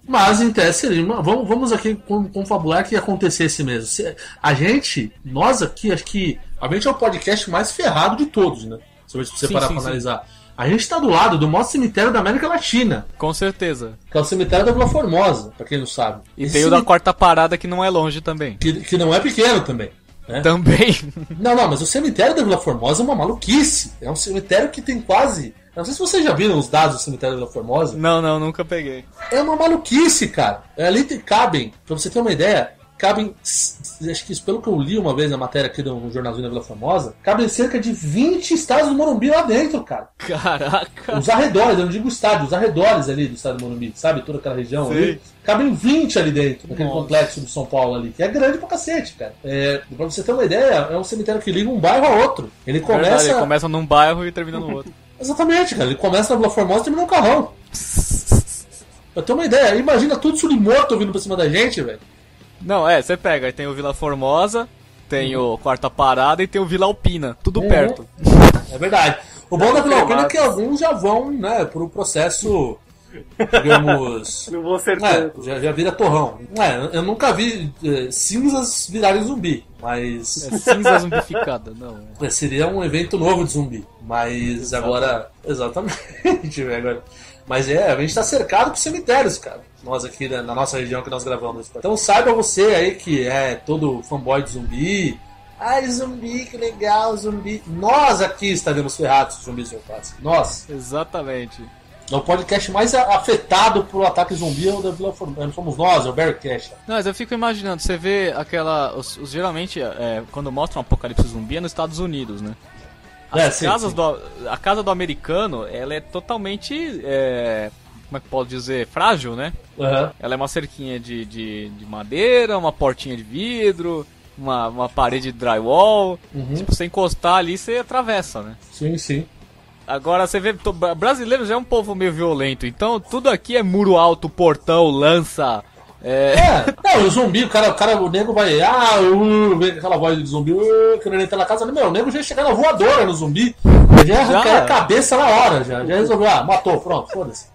Speaker 2: Mas em tese seria uma- vamos, vamos aqui con- confabular que acontecesse mesmo. Se- a gente, nós aqui, acho que a gente é o podcast mais ferrado de todos, né? Se você
Speaker 1: Sim,
Speaker 2: parar
Speaker 1: sim,
Speaker 2: pra
Speaker 1: sim.
Speaker 2: analisar. A gente tá do lado do maior cemitério da América Latina,
Speaker 1: Com certeza.
Speaker 2: que é o cemitério da Vila Formosa, pra quem não sabe.
Speaker 1: E
Speaker 2: Esse
Speaker 1: tem o da
Speaker 2: cemi-
Speaker 1: quarta parada que não é longe também.
Speaker 2: que, que não é pequeno também. né?
Speaker 1: Também. [laughs]
Speaker 2: Não, não, mas o cemitério da Vila Formosa é uma maluquice. É um cemitério que tem quase. Eu não sei se vocês já viram os dados do cemitério da Vila Formosa.
Speaker 1: Não, não, nunca peguei.
Speaker 2: É uma maluquice, cara. É Ali tem- cabem, pra você ter uma ideia, cabem. Acho que isso, pelo que eu li uma vez na matéria aqui do jornalzinho da Vila Formosa, cabem cerca de 20 estádios do Morumbi lá dentro, cara.
Speaker 1: Caraca.
Speaker 2: Os arredores, eu não digo estádio, os arredores ali do estádio do Morumbi, sabe? Toda aquela região
Speaker 1: Sei.
Speaker 2: ali. Cabem 20 ali dentro, naquele
Speaker 1: Nossa.
Speaker 2: complexo do São Paulo ali, que é grande pra cacete, cara. É, pra você ter uma ideia, é um cemitério que liga um bairro a outro. Ele começa.
Speaker 1: Verdade, ele começa num bairro e termina no outro.
Speaker 2: Exatamente, cara. Ele começa na Vila Formosa e termina no carrão. Pra ter uma ideia, imagina tudo surimoto vindo pra cima da gente, velho.
Speaker 1: Não, é, você pega, aí tem o Vila Formosa, tem o Quarta Parada e tem o Vila Alpina, tudo
Speaker 2: Uhum.
Speaker 1: perto.
Speaker 2: É verdade. O bom da Vila Alpina é
Speaker 3: cremados.
Speaker 2: que alguns já vão, né, por um processo,
Speaker 3: [laughs]
Speaker 2: digamos.
Speaker 3: Não vou ser
Speaker 2: né,
Speaker 3: tanto.
Speaker 2: já, já vira torrão. É, eu nunca vi eh, cinzas virarem zumbi, mas.
Speaker 1: É cinza zumbificada, não. é.
Speaker 2: É, Seria um evento novo de zumbi. Mas agora. Exatamente, [laughs] velho. agora- Mas é, a gente tá cercado por cemitérios, cara. Nós aqui na, na nossa região que nós gravamos. Então saiba você aí que é todo fanboy de zumbi. Ai, zumbi, que legal, zumbi. Nós aqui estaremos ferrados, zumbis fantásticos. Nós.
Speaker 1: Exatamente.
Speaker 2: É o podcast mais a- afetado por ataque zumbi é o da Vila Formosa. Somos nós, é o Barry Cash.
Speaker 1: Não, mas eu fico imaginando, você vê aquela. os- os- geralmente, é, quando mostram um apocalipse zumbi é nos Estados Unidos, né? As
Speaker 2: É, sim,
Speaker 1: casas
Speaker 2: sim.
Speaker 1: Do, a casa do americano, ela é totalmente. é, como é que pode dizer? Frágil, né?
Speaker 2: Aham.
Speaker 1: Ela é uma cerquinha de, de, de madeira, uma portinha de vidro, uma, uma parede de drywall.
Speaker 11: Uhum.
Speaker 1: Tipo, você encostar ali, você atravessa, né?
Speaker 11: Sim, sim.
Speaker 1: Agora você vê, to- bra- brasileiro já é um povo meio violento, então tudo aqui é muro alto, portão, lança. É.
Speaker 2: Não, o zumbi, o cara, o cara, o nego vai. Ah, uh, vem com aquela voz de zumbi, uh, querendo entrar na casa. Meu, o nego já ia chegar na voadora no zumbi. Já ia arrancar
Speaker 1: Já.
Speaker 2: a cabeça na hora, já. Já resolveu, ah, matou, pronto, foda-se.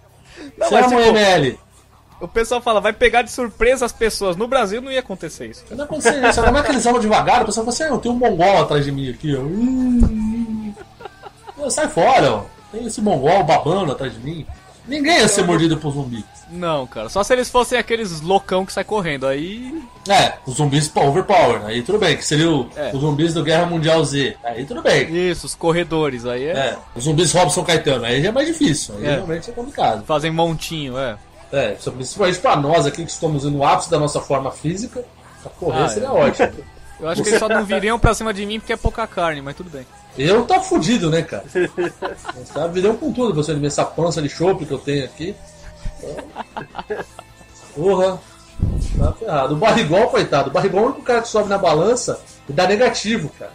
Speaker 1: Não,
Speaker 2: Chama
Speaker 1: mas,
Speaker 2: o
Speaker 1: tipo,
Speaker 2: ML.
Speaker 1: O pessoal fala, vai pegar de surpresa as pessoas. No Brasil não ia acontecer isso.
Speaker 2: Não aconteceu isso, como é que eles andam devagar? O pessoal fala assim, "Ah, eu tenho um mongol atrás de mim aqui, ó. Hum, hum. Sai fora, ó. Tem esse mongol babando atrás de mim. Ninguém ia ser mordido por zumbi.
Speaker 1: Não, cara. Só se eles fossem aqueles loucão que sai correndo. Aí.
Speaker 2: É, os zumbis pa- overpower, aí tudo bem, que seria o-
Speaker 1: É.
Speaker 2: os zumbis do Guerra Mundial Z. Aí tudo bem.
Speaker 1: Isso, os corredores. Aí é.
Speaker 2: É, os zumbis Robson Caetano, aí já é mais difícil, aí
Speaker 1: É.
Speaker 2: realmente é complicado.
Speaker 1: Fazem montinho, é.
Speaker 2: É, só principalmente pra nós aqui que estamos no ápice da nossa forma física, pra correr
Speaker 1: Ah,
Speaker 2: seria
Speaker 1: é. [laughs]
Speaker 2: ótimo.
Speaker 1: Eu acho que eles só não viriam pra cima de mim porque é pouca carne, mas tudo bem.
Speaker 2: Eu tô fudido, né, cara? Mas tá virando com tudo você ver essa pança de chope que eu tenho aqui. Então, Porra, tá ferrado. O barrigol, coitado, o barrigol é o único cara que sobe na balança e dá negativo, cara.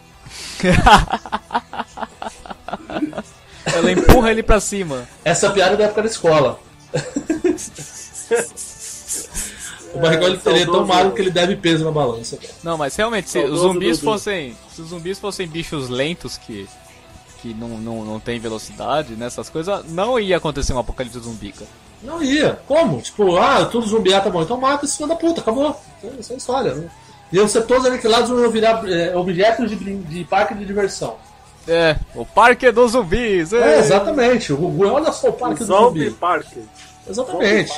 Speaker 1: Ela empurra ele pra cima.
Speaker 2: Essa piada é da época da escola. O barrigol ele, ele é tão
Speaker 1: saudoso.
Speaker 2: magro que ele deve peso na balança, cara.
Speaker 1: Não, mas realmente, se os
Speaker 2: Saudoso
Speaker 1: zumbis
Speaker 2: Dudu.
Speaker 1: fossem. Se os zumbis fossem bichos lentos que. que não, não, não tem velocidade nessas coisas, não ia acontecer um apocalipse zumbi, cara.
Speaker 2: Não ia. Como? Tipo, ah, tudo zumbi, ah, tá bom, então mata esse filho da puta, acabou. Isso é história. Né? E eu ser todos aniquilados vão virar é, objetos de, brin- de parque de diversão.
Speaker 1: É, o parque dos zumbis.
Speaker 2: É, exatamente. O Gugu, é, olha só o parque do
Speaker 3: Um Zombie
Speaker 2: zumbi.
Speaker 3: Park.
Speaker 2: Exatamente.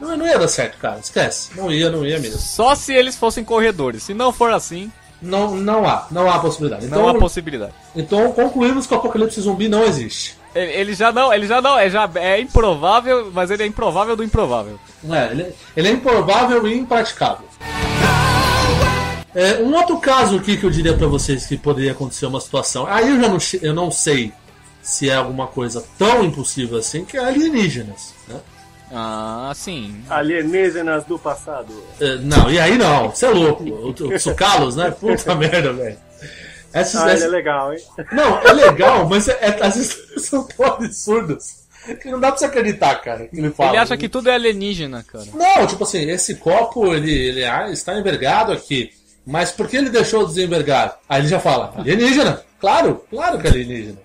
Speaker 2: Não, não ia dar certo, cara. Esquece. Não ia, não ia mesmo.
Speaker 1: Só se eles fossem corredores. Se não for assim,
Speaker 2: Não, não há. Não há possibilidade. Então,
Speaker 1: não há possibilidade.
Speaker 2: então concluímos que o apocalipse zumbi não existe.
Speaker 1: Ele, ele já não, ele já não, é, já, é improvável, mas ele é improvável do improvável.
Speaker 2: É, ele, ele é improvável e impraticável. É, um outro caso aqui que eu diria pra vocês que poderia acontecer uma situação. Aí eu já não, che- eu não sei se é alguma coisa tão impossível assim, que é alienígenas. Né?
Speaker 1: Ah, sim.
Speaker 3: Alienígenas do passado.
Speaker 2: É, não, e aí não, você é louco. O, o Sucalos, né? Puta [laughs] merda, velho. Essas,
Speaker 3: Ah, ele é
Speaker 2: essas-
Speaker 3: legal, hein?
Speaker 2: Não, é legal, mas é, é- as histórias [laughs] são tão absurdas que não dá pra você acreditar, cara, que ele fala.
Speaker 1: Ele acha que tudo é alienígena, cara.
Speaker 2: Não, tipo assim, esse copo, ele, ele ah, está envergado aqui. Mas por que ele deixou desenvergado? Aí ele já fala, alienígena. Claro, claro que é alienígena.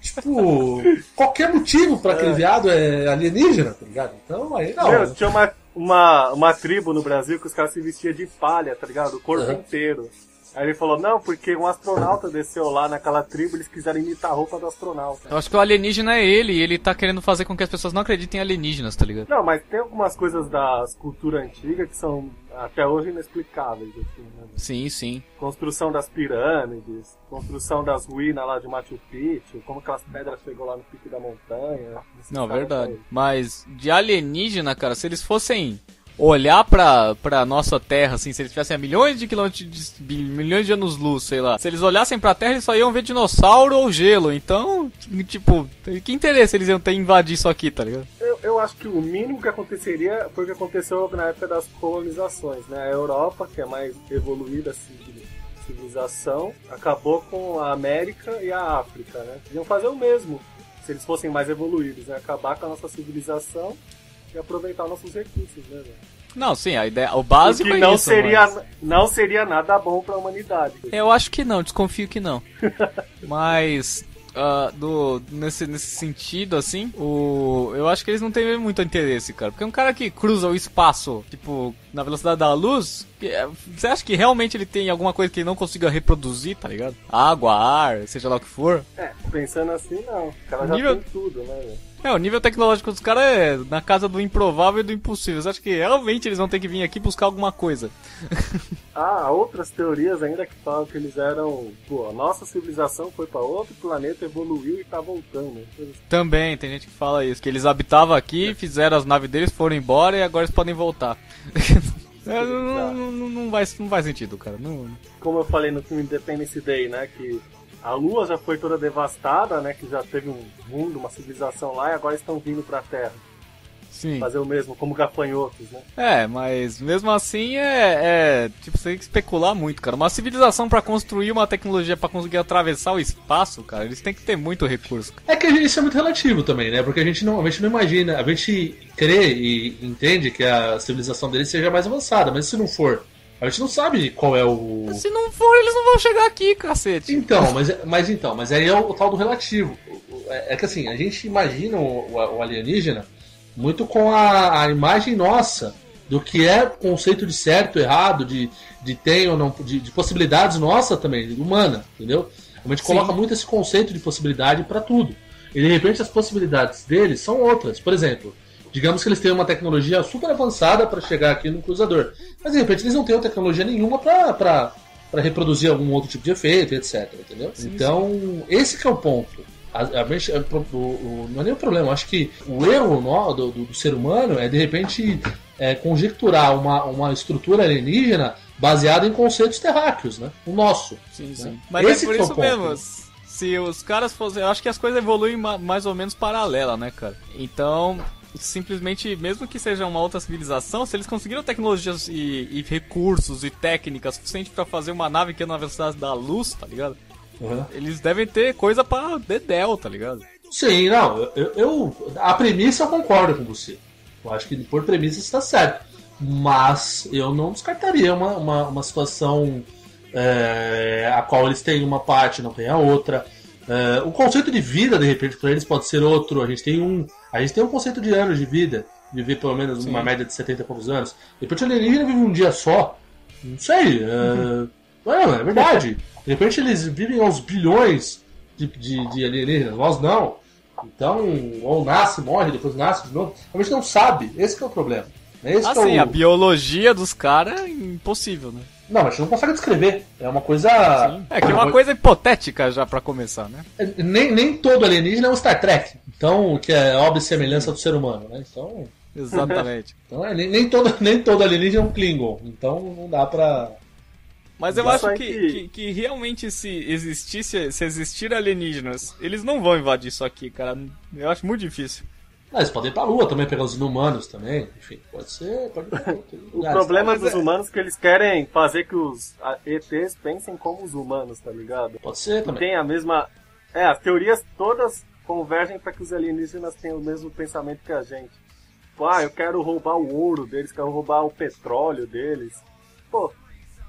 Speaker 2: tipo, qualquer motivo pra aquele viado é alienígena, tá ligado? Então aí não.
Speaker 3: Meu, tinha uma, uma, uma tribo no Brasil que os caras se vestiam de palha, tá ligado? O corpo
Speaker 2: Uhum.
Speaker 3: inteiro. Aí ele falou, não, porque um astronauta desceu lá naquela tribo, eles quiseram imitar a roupa do astronauta.
Speaker 1: Eu acho que o alienígena é ele, e ele tá querendo fazer com que as pessoas não acreditem em alienígenas, tá ligado?
Speaker 3: Não, mas tem algumas coisas da cultura antiga que são até hoje inexplicáveis, assim, né?
Speaker 1: Sim, sim.
Speaker 3: Construção das pirâmides, construção das ruínas lá de Machu Picchu, como aquelas pedras chegou lá no pico da montanha. Esses
Speaker 1: Não,
Speaker 3: caras
Speaker 1: verdade. Mas de alienígena, cara, se eles fossem olhar pra, pra nossa Terra, assim, se eles tivessem a milhões de quilômetros, de, bi- milhões de anos-luz, sei lá. Se eles olhassem pra Terra, eles só iam ver dinossauro ou gelo. Então, tipo, que interesse eles iam ter em invadir isso aqui, tá ligado?
Speaker 3: Eu, eu acho que o mínimo que aconteceria foi o que aconteceu na época das colonizações, né? A Europa, que é mais evoluída assim, de civilização, acabou com a América e a África, né? Iam fazer o mesmo se eles fossem mais evoluídos, né? Acabar com a nossa civilização e aproveitar nossos recursos, né? velho?
Speaker 1: Não, sim, a ideia, o básico
Speaker 3: O que
Speaker 1: é
Speaker 3: não
Speaker 1: isso,
Speaker 3: seria
Speaker 1: mas-
Speaker 3: não seria nada bom para a humanidade.
Speaker 1: Eu acho que não, desconfio que não. Mas ah, do, nesse, nesse sentido, assim, o, eu acho que eles não têm muito interesse, cara. Porque um cara que cruza o espaço, tipo, na velocidade da luz, que é- você acha que realmente ele tem alguma coisa que ele não consiga reproduzir, tá ligado? Água, ar, seja lá o que for.
Speaker 3: É, pensando assim, não. O cara já
Speaker 1: Nível-
Speaker 3: tem tudo, né? velho?
Speaker 1: É, o nível tecnológico dos caras é na casa do improvável e do impossível. Você acha que realmente eles vão ter que vir aqui buscar alguma coisa?
Speaker 3: Há outras teorias ainda que falam que eles eram. Pô, a nossa civilização foi pra outro planeta, evoluiu e tá voltando.
Speaker 1: Também, tem gente que fala isso. Que eles habitavam aqui, fizeram as naves deles, foram embora e agora eles podem [laughs] voltar. É, não, não, não, não faz, não faz sentido, cara. Não,
Speaker 3: Como eu falei no filme Independence Day, né? Que a Lua já foi toda devastada, né? Que já teve um mundo, uma civilização lá e agora estão vindo pra Terra.
Speaker 1: Sim.
Speaker 3: fazer o mesmo, como gafanhotos, né?
Speaker 1: É, mas mesmo assim é, é, Tipo, você tem que especular muito, cara. Uma civilização pra construir uma tecnologia pra conseguir atravessar o espaço, cara, eles têm que ter muito recurso.
Speaker 2: É que isso é muito relativo também, né? Porque a gente não, a gente não imagina, a gente crê e entende que a civilização deles seja mais avançada, mas se não for, a gente não sabe qual é o.
Speaker 1: Se não for, eles não vão chegar aqui, cacete.
Speaker 2: Então, mas, mas então, mas aí é o, tal do relativo. É, é que assim, a gente imagina o, o- o alienígena muito com a, a imagem nossa do que é o conceito de certo, errado, de, de tem ou não, de, de possibilidades nossa também, humana, entendeu? A gente coloca muito esse conceito de possibilidade para tudo. E de repente as possibilidades deles são outras. Por exemplo, digamos que eles têm uma tecnologia super avançada para chegar aqui no cruzador. Mas de repente eles não têm tecnologia nenhuma para reproduzir algum outro tipo de efeito, etc. Entendeu? então, esse que é o ponto. A- a gente- é pro- o- o- não é nem o problema, eu acho que o erro nó- do, do- do ser humano é de repente é, conjecturar uma, uma estrutura alienígena baseada em conceitos terráqueos, né? O nosso.
Speaker 1: Sim,
Speaker 2: sim.
Speaker 1: Mas é por isso
Speaker 2: né?
Speaker 1: mesmo. Se os caras fossem. Eu acho que as coisas evoluem ma- mais ou menos paralela, né, cara? Então, simplesmente, mesmo que seja uma outra civilização, se eles conseguiram tecnologias e, e recursos e técnicas suficientes pra fazer uma nave que anda na velocidade da luz, tá ligado?
Speaker 2: Uhum.
Speaker 1: Eles devem ter coisa pra dedéu, tá ligado?
Speaker 2: Sim, não. eu- Eu, eu- a premissa eu concordo com você. Eu acho que por premissa está certo. Mas eu não descartaria uma, uma, uma situação é, a qual eles têm uma parte não tem a outra. É, o conceito de vida, de repente, para eles pode ser outro. A gente tem um. A gente tem um conceito de anos de vida. Viver pelo menos uma
Speaker 1: Sim.
Speaker 2: média de 70 e poucos anos. De repente o alienígena vive um dia só. Não sei. é, Não, é verdade. De repente eles vivem aos bilhões de, de, de alienígenas, nós não. Então, ou nasce, morre, depois nasce de novo. A gente não sabe, esse que é o problema. né? Esse que
Speaker 1: Assim,
Speaker 2: é
Speaker 1: a
Speaker 2: o...
Speaker 1: biologia dos caras é impossível, né?
Speaker 2: Não, a gente não consegue descrever. É uma coisa.
Speaker 1: É que é uma coisa hipotética já pra começar, né?
Speaker 2: Nem, nem todo alienígena é um Star Trek. Então, que é obra e semelhança do ser humano, né? Então.
Speaker 1: Exatamente.
Speaker 2: Então, é, nem, nem, todo, [laughs] nem todo alienígena é um Klingon. Então, não dá pra.
Speaker 1: Mas eu
Speaker 2: Isso
Speaker 1: acho
Speaker 2: aí
Speaker 1: é que, que, que realmente se existisse, se existir alienígenas, eles não vão invadir isso aqui, cara. Eu acho muito difícil.
Speaker 2: Ah, eles podem ir pra lua também, pegar os inumanos também. Enfim, pode ser.
Speaker 3: [laughs]
Speaker 2: Pode... o
Speaker 3: O problema dos humanos é que eles querem fazer que os a- ETs pensem como os humanos, tá ligado?
Speaker 2: Pode ser também.
Speaker 3: Tem a mesma. É, as teorias todas convergem para que os alienígenas tenham o mesmo pensamento que a gente. Tipo, ah, eu quero roubar o ouro deles, quero roubar o petróleo deles. Pô,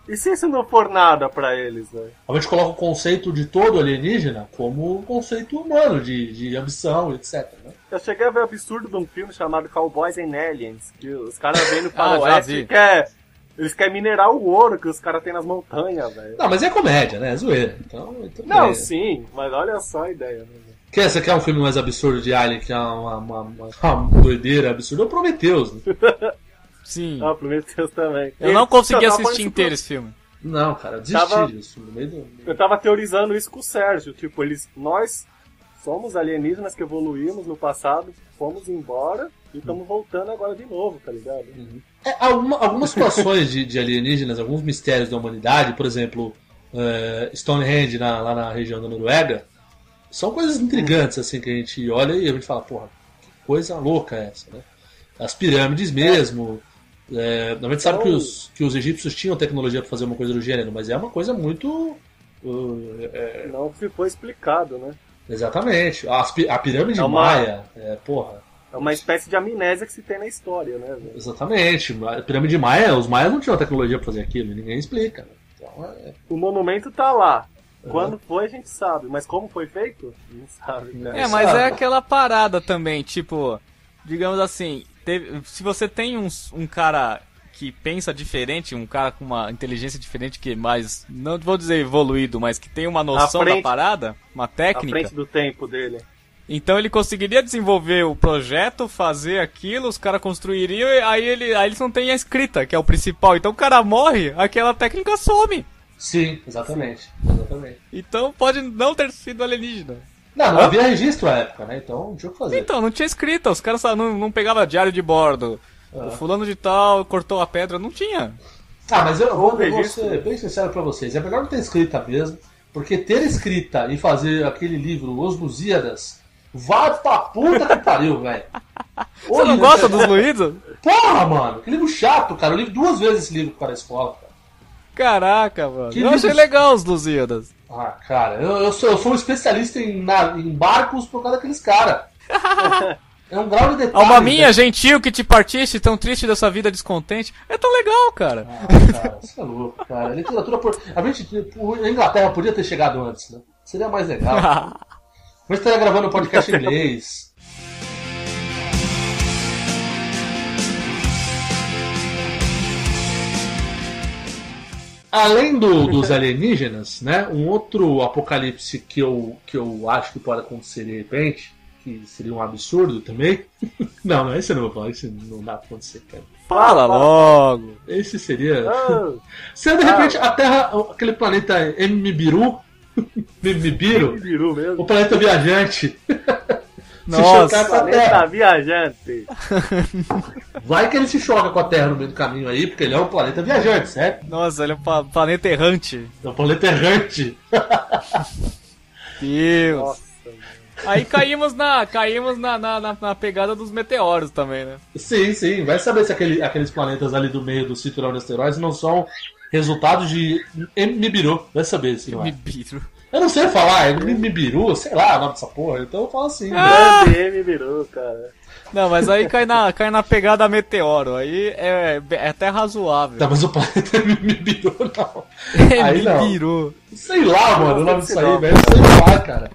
Speaker 3: e se isso não for nada pra eles, né?
Speaker 2: A gente coloca o conceito de todo alienígena como um conceito humano, de, de ambição, etc. né?
Speaker 3: Eu cheguei a ver o absurdo de um filme chamado Cowboys and Aliens, que os caras vêm
Speaker 1: [laughs]
Speaker 3: no
Speaker 2: Ah, já
Speaker 3: faroeste
Speaker 2: vi.
Speaker 3: e quer, eles querem minerar o ouro que os caras têm nas montanhas, velho.
Speaker 2: Não, mas é comédia, né? É zoeira. Então, então
Speaker 3: Não,
Speaker 2: é.
Speaker 3: sim, mas olha só a ideia. Né?
Speaker 2: Quer, você quer um filme mais absurdo de Alien, que é uma, uma, uma- [laughs] uma doideira absurda? É o Prometheus. Né?
Speaker 1: Sim.
Speaker 3: Ah, Prometheus também.
Speaker 1: Eu
Speaker 3: E-
Speaker 1: não consegui
Speaker 3: tava
Speaker 1: assistir
Speaker 3: falando
Speaker 1: inteiro
Speaker 3: isso
Speaker 1: esse filme.
Speaker 2: Não, cara, eu desisti
Speaker 3: Tava-
Speaker 2: disso. No meio do...
Speaker 3: pro- Eu tava teorizando isso com o Sérgio, tipo, eles, nós somos alienígenas que evoluímos no passado, fomos embora e estamos voltando agora de novo, tá ligado?
Speaker 2: É, alguma- algumas situações de, de alienígenas, alguns mistérios da humanidade, por exemplo, eh, Stonehenge na- lá na região da Noruega, são coisas intrigantes, assim, que a gente olha e a gente fala, porra, que coisa louca é essa, né? As
Speaker 3: É.
Speaker 2: pirâmides mesmo. eh, na verdade, sabe
Speaker 3: Então
Speaker 2: que os, que os egípcios tinham tecnologia para fazer uma coisa do gênero, mas é uma coisa muito. uh, é-
Speaker 3: Não ficou explicado, né?
Speaker 2: exatamente. As pi- a pirâmide
Speaker 3: É uma-
Speaker 2: maia, é, porra.
Speaker 3: É uma espécie de amnésia que se tem na história, né? velho?
Speaker 2: Exatamente. A pirâmide maia, os maias não tinham tecnologia para fazer aquilo, e ninguém explica. né? Então é.
Speaker 3: O monumento tá lá. Quando foi, a gente sabe. Mas como foi feito? Não sabe, né?
Speaker 1: É, mas é aquela parada também, tipo, digamos assim, teve- se você tem um, um cara que pensa diferente, um cara com uma inteligência diferente que é mais, não vou dizer evoluído, mas que tem uma noção
Speaker 3: frente-
Speaker 1: da parada, uma
Speaker 3: À
Speaker 1: técnica,
Speaker 3: frente do tempo dele.
Speaker 1: Então ele conseguiria desenvolver o projeto, fazer aquilo, os caras construiriam, e aí, ele, aí eles não têm a escrita, que é o principal. Então o cara morre, aquela técnica some.
Speaker 2: Sim, exatamente. exatamente.
Speaker 1: Então pode não ter sido alienígena.
Speaker 2: Não, não
Speaker 1: Hã?
Speaker 2: havia registro à época, né? Então não tinha o que fazer.
Speaker 1: Então, não tinha escrita, os caras só não, não pegavam diário de bordo. O fulano de tal cortou a pedra, não tinha.
Speaker 2: Ah, mas eu vou, eu vou
Speaker 1: Registro.
Speaker 2: ser bem sincero pra vocês. É melhor não ter escrita mesmo, porque ter escrita e fazer aquele livro Os Lusíadas vai pra puta que pariu, velho.
Speaker 1: Você não gosta dos Luídos?
Speaker 2: Porra, mano, que livro chato, cara. Eu li duas vezes esse livro para a escola, cara.
Speaker 1: Caraca, mano.
Speaker 2: Que
Speaker 1: eu achei
Speaker 2: livros-
Speaker 1: legal os Lusíadas.
Speaker 2: Ah, cara, eu, eu sou, eu sou um especialista em, na- em barcos por causa
Speaker 1: [laughs]
Speaker 2: daqueles caras. é um grau de detalhe.
Speaker 1: Alma minha, gentil, que te partiste, tão triste dessa vida descontente. É tão legal, cara.
Speaker 2: Cara, isso é louco, cara. A literatura. Por... A gente. A Inglaterra podia ter chegado antes, né? Seria mais legal. Mas estaria gravando um podcast em inglês. Além do- dos alienígenas, né? Um outro apocalipse que eu, que eu acho que pode acontecer de repente, que seria um absurdo também. [laughs] não, não, esse eu não vou falar, esse não dá pra acontecer, cara.
Speaker 1: [laughs] Fala logo.
Speaker 2: Esse seria.
Speaker 3: Ah,
Speaker 2: Se de repente a Terra, aquele planeta [laughs] Mimibiru, Mimibiru,
Speaker 3: Biru mesmo.
Speaker 1: [laughs]
Speaker 2: o planeta viajante, [laughs] se
Speaker 1: Nossa.
Speaker 2: chocar com a
Speaker 3: Planeta
Speaker 2: Terra.
Speaker 3: viajante.
Speaker 2: Vai que ele se choca com a Terra no meio do caminho aí, porque ele é um planeta viajante, certo?
Speaker 1: Nossa, ele é um pa- planeta errante.
Speaker 2: É um planeta errante. [laughs]
Speaker 1: Deus.
Speaker 3: Nossa, mano.
Speaker 1: Aí caímos na, caímos na, na, na- na pegada dos meteoros também, né?
Speaker 2: Sim, sim. Vai saber se aquele- aqueles planetas ali do meio do cinturão de asteroides não são resultados de Mimibiru. Vai saber, sim. lá.
Speaker 1: Mibiro.
Speaker 2: Eu não sei falar, é Mimibiru, sei lá o nome dessa porra, então eu falo assim. né?
Speaker 3: Grande M Biru, cara.
Speaker 1: Não, mas aí cai na, cai na pegada meteoro. Aí é, é até razoável. [laughs]
Speaker 2: [laughs] Tá, mas o planeta [laughs] Mimibiru não. Aí não.
Speaker 1: Mibiro.
Speaker 2: Sei lá, mano, o nome disso aí,
Speaker 3: Não.
Speaker 2: velho. Sei lá, cara.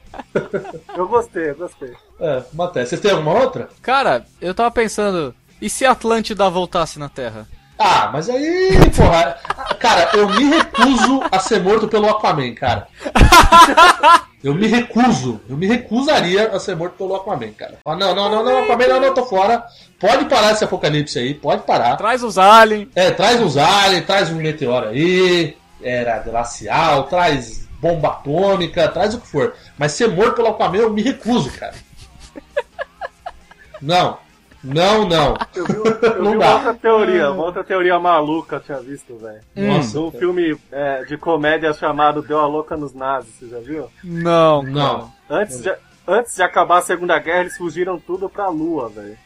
Speaker 3: Eu gostei, eu gostei.
Speaker 2: É, Maté, vocês têm alguma outra?
Speaker 1: Cara, eu tava pensando, e se Atlântida voltasse na Terra?
Speaker 2: Ah, mas aí, porra. Cara, eu me recuso a ser morto pelo Aquaman, cara. Eu me recuso, eu me recusaria a ser morto pelo Aquaman, cara. Ah, não, não, não, não, Aquaman, não, não, tô fora. Pode parar esse apocalipse aí, pode parar.
Speaker 1: Traz os aliens.
Speaker 2: É, traz uns aliens, traz um meteoro aí, era glacial, traz bomba atômica, traz o que for. Mas ser morto pelo Aquaman eu me recuso, cara. Não, não, não.
Speaker 3: Eu vi, eu
Speaker 2: Não
Speaker 3: vi
Speaker 2: dá.
Speaker 3: uma outra teoria, uma outra teoria maluca eu tinha visto, velho.
Speaker 2: Nossa,
Speaker 3: Um filme é, de comédia chamado Deu a Louca nos Nazis, você já viu?
Speaker 1: Não,
Speaker 2: não.
Speaker 3: Antes de, antes de acabar a Segunda Guerra, eles fugiram tudo pra Lua, velho.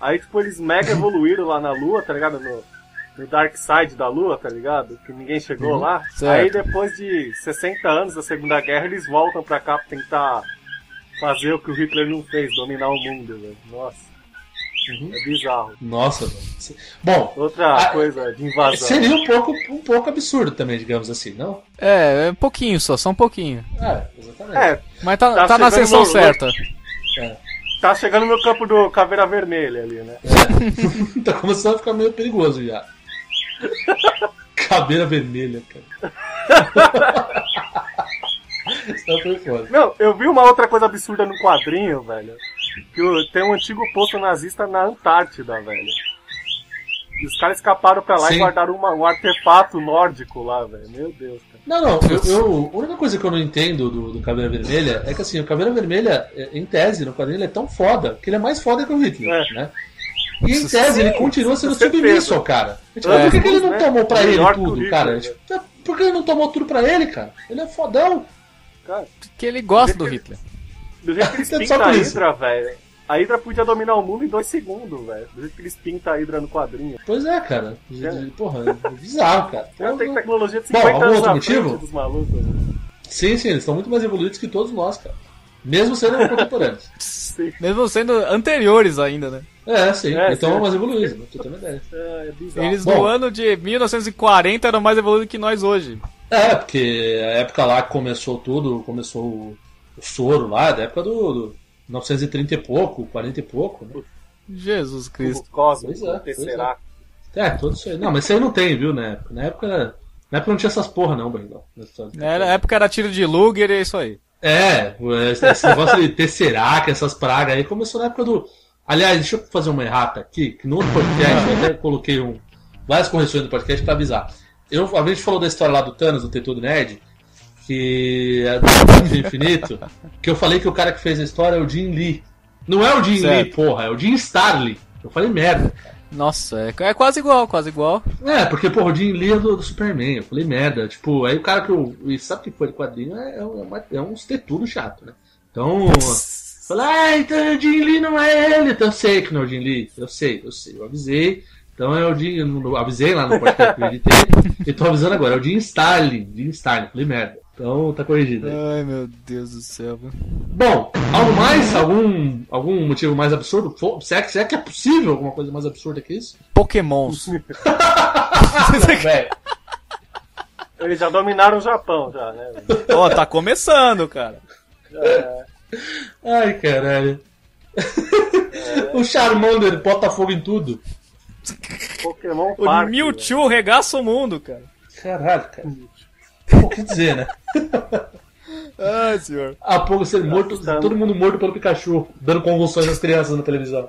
Speaker 3: Aí, tipo, eles
Speaker 2: [laughs]
Speaker 3: mega evoluíram lá na Lua, tá ligado? No, no Dark Side da Lua, tá ligado? Que ninguém
Speaker 2: Uhum.
Speaker 3: chegou lá.
Speaker 1: certo.
Speaker 3: Aí, depois de 60 anos da Segunda Guerra, eles voltam pra cá pra tentar fazer o que o Hitler não fez, dominar o mundo, velho. Nossa.
Speaker 2: Uhum.
Speaker 3: É bizarro.
Speaker 2: Nossa, mano. Bom,
Speaker 3: Outra
Speaker 2: Ah,
Speaker 3: coisa de invasão.
Speaker 2: seria um pouco, um pouco absurdo também, digamos assim, não?
Speaker 1: É, é um pouquinho só, só um pouquinho.
Speaker 2: É, exatamente. [laughs]
Speaker 3: É,
Speaker 1: Mas tá,
Speaker 3: Tá
Speaker 1: tá na
Speaker 3: chegando
Speaker 1: ascensão
Speaker 3: no-
Speaker 1: certa.
Speaker 3: tá chegando no campo do Caveira Vermelha ali, né?
Speaker 2: Tá começando a ficar meio perigoso já. Cabeira vermelha, cara. [laughs] Isso tá por fora.
Speaker 3: Não, eu vi uma outra coisa absurda no quadrinho, velho. Que o- tem um antigo posto nazista na Antártida, velho. E os caras escaparam pra lá
Speaker 2: Sim.
Speaker 3: e guardaram uma- um artefato nórdico lá, velho. Meu Deus, cara.
Speaker 2: Não, não, eu, eu- a única coisa que eu não entendo do, do Caveira Vermelha é que assim, o Caveira Vermelha, é, em tese, no quadrinho, ele é tão foda que ele é mais foda que o Hitler,
Speaker 3: É.
Speaker 2: né? E em tese, ele continua sendo
Speaker 3: certeza.
Speaker 2: submisso ao cara. Tipo,
Speaker 3: É.
Speaker 2: Por que, que ele não
Speaker 3: Né?
Speaker 2: tomou pra ele
Speaker 3: Melhor que o
Speaker 2: tudo,
Speaker 3: Hitler,
Speaker 2: cara?
Speaker 3: né?
Speaker 2: Tipo, por que ele não tomou tudo pra ele, cara? Ele é fodão.
Speaker 1: Que ele gosta do Hitler.
Speaker 3: Do jeito que eles
Speaker 2: Só
Speaker 3: pintam
Speaker 2: por
Speaker 3: a
Speaker 2: isso.
Speaker 3: Hydra, velho. A Hydra podia dominar o mundo em dois segundos, velho. Do jeito que eles pintam a Hydra no quadrinho.
Speaker 2: Pois é, cara.
Speaker 3: É.
Speaker 2: Porra, é bizarro,
Speaker 3: [laughs]
Speaker 2: cara.
Speaker 3: Já tem
Speaker 2: Porra.
Speaker 3: tecnologia de
Speaker 2: Bom,
Speaker 3: 50
Speaker 2: algum
Speaker 3: anos
Speaker 2: outro
Speaker 3: na
Speaker 2: motivo?
Speaker 3: frente dos malucos. né? velho.
Speaker 2: Sim, sim, eles estão muito mais evoluídos que todos nós, cara. Mesmo sendo contemporâneos.
Speaker 3: Sim.
Speaker 1: Mesmo sendo anteriores ainda, né?
Speaker 2: É, sim.
Speaker 3: É,
Speaker 2: então
Speaker 3: sim.
Speaker 2: mais evoluídos, não tenho ideia.
Speaker 3: É, é bizarro.
Speaker 1: Eles
Speaker 2: Bom.
Speaker 1: no ano de 1940 eram mais evoluídos que nós hoje.
Speaker 2: É, porque a época lá que começou tudo, começou o, o soro lá, é da época do, do 930 e pouco, 40 e pouco, né?
Speaker 1: Jesus Cristo.
Speaker 3: O Cosmos,
Speaker 2: Pois é,
Speaker 3: o Tesseract.
Speaker 2: É, tudo isso aí. Não, mas isso aí não tem, viu, na época. Na época, na época não tinha essas porra não, Berindão.
Speaker 1: Era, na época era tiro de Luger e é isso aí.
Speaker 2: É, esse esse negócio de Tesseract, essas pragas aí, começou na época do. Aliás, deixa eu fazer uma errata aqui, que no outro podcast eu até coloquei um, várias correções do podcast pra avisar. Eu, a gente falou da história lá do Thanos, do Tetudo Nerd, que é do Desafio Infinito, que eu falei que o cara que fez a história é o Jim Lee. Não é o Jim
Speaker 1: Certo.
Speaker 2: Lee, porra, é o Jim Starley. Eu falei merda.
Speaker 1: Nossa, é, é quase igual, quase igual.
Speaker 2: É, porque, porra, o Jim Lee é do, do Superman. Eu falei merda. Tipo, aí o um cara que eu. E sabe o que foi de quadrinho? É, é, um- é, uma- é uns tetudo chato, né? Então. Falei, ah, então é o Jim Lee não é ele. Então eu sei que não é o Jim Lee. Eu sei, eu sei, eu avisei. Então é o Jim, eu não- eu avisei lá no podcast que eu editei. E tô avisando agora, é o Jim Stalin. Jim Stalin, falei merda. Então tá corrigido aí.
Speaker 1: Ai, meu Deus do céu.
Speaker 2: Bom, algo mais? Algum, algum motivo mais absurdo? Fo- Se é, que- se é que é possível alguma coisa mais absurda que isso?
Speaker 1: Pokémons.
Speaker 3: Eles já dominaram o Japão, já, né?
Speaker 1: [laughs] Ó, tá começando, cara.
Speaker 3: É,
Speaker 2: Ai, caralho. [laughs] o Charmander bota fogo em tudo.
Speaker 3: Pokémon
Speaker 1: O
Speaker 3: Park.
Speaker 1: Mewtwo regaça o mundo, cara.
Speaker 2: Caralho, cara. Pô, O que dizer, né?
Speaker 1: Ah, senhor.
Speaker 2: Há pouco ser morto, todo mundo morto pelo Pikachu, dando convulsões às crianças na televisão.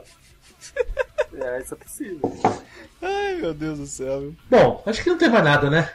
Speaker 3: É, isso é possível.
Speaker 1: Ai, meu Deus do céu. meu.
Speaker 2: Bom, acho que não tem mais nada, né?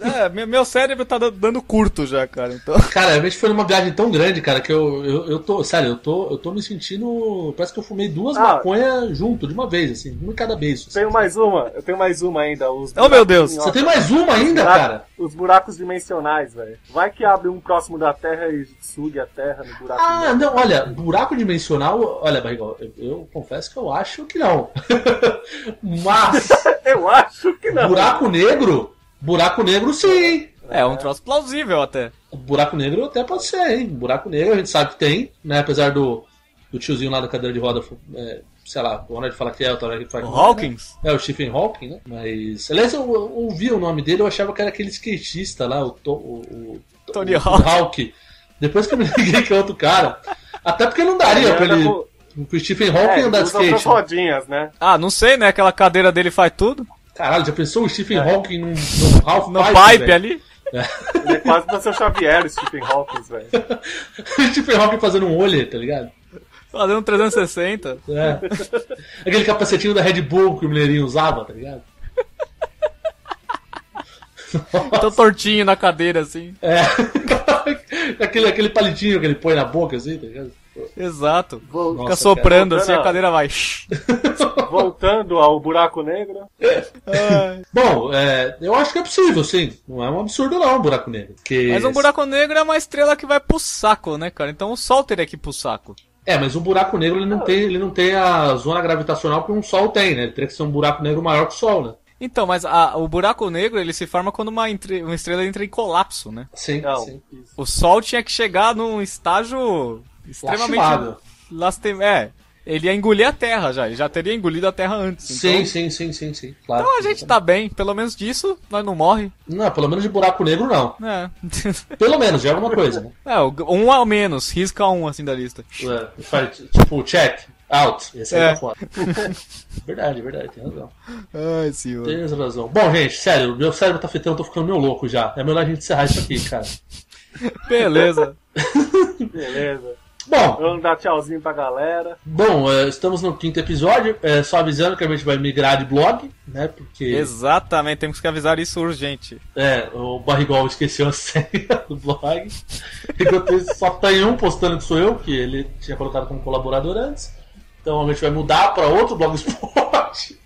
Speaker 1: É, meu meu cérebro tá da- dando curto já, cara. Então.
Speaker 2: Cara, a gente foi numa viagem tão grande, cara, que eu, eu, eu tô. Sério, eu tô, eu tô me sentindo. Parece que eu fumei duas
Speaker 3: Ah.
Speaker 2: maconhas junto, de uma vez, assim, uma em cada beijo. assim.
Speaker 3: Tenho mais uma, eu tenho mais uma ainda. Os
Speaker 2: Oh, meu Deus.
Speaker 3: buracos-
Speaker 2: Você tem mais uma ainda,
Speaker 3: Os buracos-
Speaker 2: cara?
Speaker 3: Os buracos dimensionais, velho. Vai que abre um próximo da Terra e sugue a Terra no buraco.
Speaker 2: Ah, não, olha, buraco dimensional, olha, Barrigol, eu, eu confesso que eu acho que não. [laughs] Mas,
Speaker 3: eu acho que não.
Speaker 2: buraco negro, buraco negro sim.
Speaker 1: [laughs] É, um troço plausível até.
Speaker 2: Buraco negro até pode ser, hein? Buraco negro a gente sabe que tem, né? Apesar do, do tiozinho lá da cadeira de roda, é, sei lá, o Ronald fala que é, o Ronald fala que
Speaker 1: O
Speaker 2: não é, né?
Speaker 1: Hawkins?
Speaker 2: É, o Stephen Hawking, né? Mas. Aliás, eu, eu ouvi o nome dele, eu achava que era aquele skatista lá, o, To- o- o-
Speaker 1: Tony
Speaker 2: o
Speaker 1: Hawk.
Speaker 2: Hawk. Depois que eu me liguei que é outro cara. Até porque não daria
Speaker 3: Ele
Speaker 2: pra
Speaker 3: anda
Speaker 2: ele.
Speaker 3: com-
Speaker 2: Pro Stephen Hawking
Speaker 3: É,
Speaker 2: andar de
Speaker 3: usa outras
Speaker 2: skate. né?
Speaker 3: rodinhas, né?
Speaker 1: Ah, não sei, né? Aquela cadeira dele faz tudo.
Speaker 2: Caralho, já pensou o
Speaker 1: É.
Speaker 2: Stephen Hawking num, num half
Speaker 1: No pipe
Speaker 2: velho?
Speaker 1: ali.
Speaker 3: Ele é quase do seu Xavier, o Stephen Hawking,
Speaker 2: [laughs]
Speaker 3: velho.
Speaker 2: o [laughs] Stephen Hawking fazendo um olho, tá ligado?
Speaker 1: Fazendo 360.
Speaker 2: É.
Speaker 1: [laughs]
Speaker 2: Aquele capacetinho da Red Bull que o Mineirinho usava, tá ligado?
Speaker 1: Tão tortinho na cadeira, assim.
Speaker 2: É. [laughs] aquele, aquele palitinho que ele põe na boca, assim, tá ligado?
Speaker 1: Exato.
Speaker 3: Vol-
Speaker 1: Fica
Speaker 2: Nossa,
Speaker 1: soprando,
Speaker 3: cara.
Speaker 1: assim, a cadeira vai.
Speaker 3: Voltando ao buraco negro.
Speaker 2: Bom, é, eu acho que é possível, sim. Não é um absurdo, não, um buraco negro. Porque-
Speaker 1: Mas um buraco negro é uma estrela que vai pro saco, né, cara? Então o Sol teria que ir pro saco.
Speaker 2: É, mas um buraco negro ele
Speaker 1: Ah.
Speaker 2: não, tem, ele não tem a zona gravitacional que um sol tem, né? Ele teria que ser um buraco negro maior que o sol, né?
Speaker 1: Então, mas a- o buraco negro ele se forma quando uma, entre- uma estrela entra em colapso, né?
Speaker 2: Sim,
Speaker 3: Não.
Speaker 2: sim.
Speaker 3: Isso.
Speaker 1: O Sol tinha que chegar num estágio extremamente.
Speaker 2: Lastimável.
Speaker 1: Lastim... É, ele ia engolir a Terra já, ele já teria engolido a Terra antes.
Speaker 2: Sim,
Speaker 1: Então,
Speaker 2: sim, sim, sim, sim. Claro.
Speaker 1: então a gente tá bem, pelo menos disso, nós não morre.
Speaker 2: Não, pelo menos de buraco negro, não.
Speaker 1: É,
Speaker 2: Pelo menos, já é alguma coisa, né?
Speaker 1: [laughs] é o- um ao menos, risca um assim da lista.
Speaker 2: É, faz, Tipo, check, out. Esse aí
Speaker 1: É.
Speaker 2: tá fora. [laughs] verdade, verdade, tem razão.
Speaker 1: Ai, senhor.
Speaker 2: Tem razão. Bom, gente, sério, meu cérebro tá fitando, eu tô ficando meio louco já. É melhor a gente encerrar isso aqui, cara.
Speaker 1: Beleza.
Speaker 3: Beleza.
Speaker 2: Bom,
Speaker 3: Vamos dar tchauzinho pra galera.
Speaker 2: Bom, eh, estamos no quinto episódio, eh, só avisando que a gente vai migrar de blog, né? Porque
Speaker 1: Exatamente, temos que avisar isso urgente.
Speaker 2: é, o Barrigol esqueceu a [laughs] senha do blog. Enquanto isso, só tem um postando que sou eu, que ele tinha colocado como colaborador antes. Então a gente vai mudar para outro blogspot,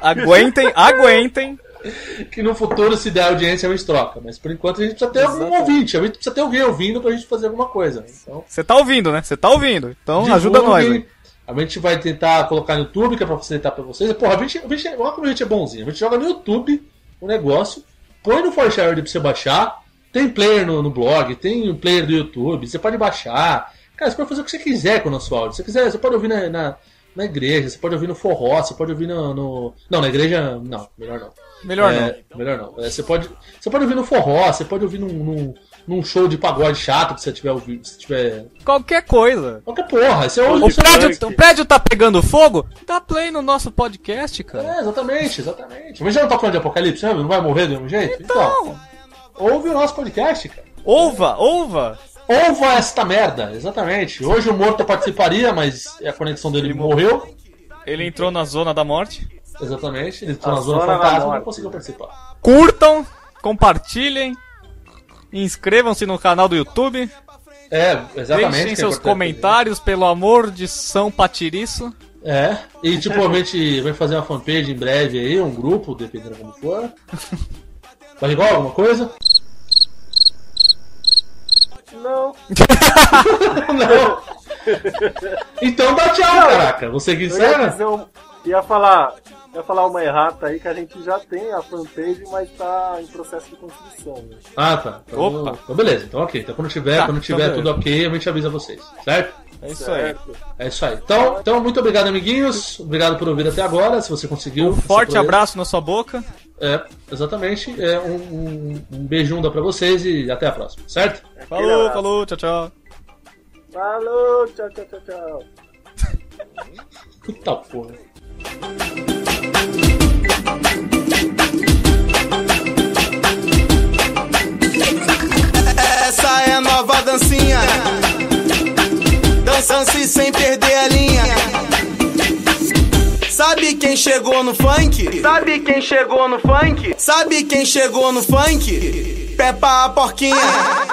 Speaker 1: Aguentem, aguentem.
Speaker 2: [laughs] que no futuro, se der audiência, a gente troca. Mas por enquanto a gente precisa ter algum ouvinte, a gente precisa ter alguém ouvindo pra gente fazer alguma coisa. né? Então,
Speaker 1: Você tá ouvindo, né? Você tá ouvindo. Então ajuda
Speaker 2: Divulgue.
Speaker 1: nós, velho.
Speaker 2: A gente vai tentar colocar no YouTube, que é pra facilitar pra vocês. Porra, a gente, a gente, olha como a gente é bonzinho. A gente joga no YouTube o negócio, põe no ForShared pra você baixar. Tem player no, no blog, tem um player do YouTube, você pode baixar. Cara, você pode fazer o que você quiser com o nosso áudio. Se você quiser, você pode ouvir na, na, na igreja, você pode ouvir no forró, você pode ouvir no. no- Não, na igreja. Não, melhor não.
Speaker 1: Melhor não.
Speaker 2: É, Melhor não. É, você, pode, você pode ouvir no forró, você pode ouvir num, num, num show de pagode chato que você tiver ouvindo. Se tiver...
Speaker 1: Qualquer coisa.
Speaker 2: Qualquer porra, você ouve
Speaker 1: O
Speaker 2: você-
Speaker 1: prédio, o prédio tá pegando fogo? Dá play no nosso podcast, cara.
Speaker 2: É, exatamente, exatamente. Mas já não tá falando de apocalipse, né? Não vai morrer do mesmo jeito? Então,
Speaker 1: Então,
Speaker 2: ouve o nosso podcast, cara.
Speaker 1: ouva, ouva.
Speaker 2: Ouva esta merda, exatamente. Hoje o Morto participaria, mas a conexão dele morreu.
Speaker 1: Ele entrou na zona da morte.
Speaker 2: Exatamente, ele tá na
Speaker 3: A
Speaker 2: zona
Speaker 3: zona da
Speaker 2: fantasma e não
Speaker 3: morte.
Speaker 2: conseguiu participar.
Speaker 1: Curtam, compartilhem, inscrevam-se no canal do YouTube,
Speaker 2: É, exatamente. que
Speaker 1: deixem
Speaker 2: é
Speaker 1: seus
Speaker 2: importante.
Speaker 1: comentários, pelo amor de São Patiriço.
Speaker 2: É, e tipo, a gente vai fazer uma fanpage em breve aí, um grupo, dependendo de como for. Vai igual alguma coisa? [laughs]
Speaker 3: Não,
Speaker 2: Não!
Speaker 12: Então dá tchau, caraca. Você que
Speaker 3: Eu ia,
Speaker 12: será?
Speaker 3: dizer um- ia falar, ia falar uma errata aí que a gente já tem a fanpage, mas tá em processo de construção. né?
Speaker 2: Ah, tá. Então,
Speaker 3: Opa.
Speaker 2: então beleza, então ok. Então quando tiver,
Speaker 3: Tá,
Speaker 2: quando tiver
Speaker 3: então
Speaker 2: tudo ok, a gente avisa vocês, certo?
Speaker 1: É
Speaker 3: isso aí. Certo.
Speaker 2: É isso aí. Então, então muito obrigado, amiguinhos. Obrigado por ouvir até agora, se você conseguiu. Um
Speaker 1: Forte abraço na sua boca.
Speaker 2: É, exatamente. É, um, um, um beijunda pra vocês e até a próxima, certo?
Speaker 1: Falou, falou, tchau, tchau.
Speaker 3: Falou, tchau, tchau, tchau, tchau.
Speaker 2: Puta porra.
Speaker 4: Essa é a nova dancinha. Dançando-se sem perder a linha. Sabe quem chegou no funk? Sabe quem chegou no funk? Sabe quem chegou no funk? Peppa a porquinha.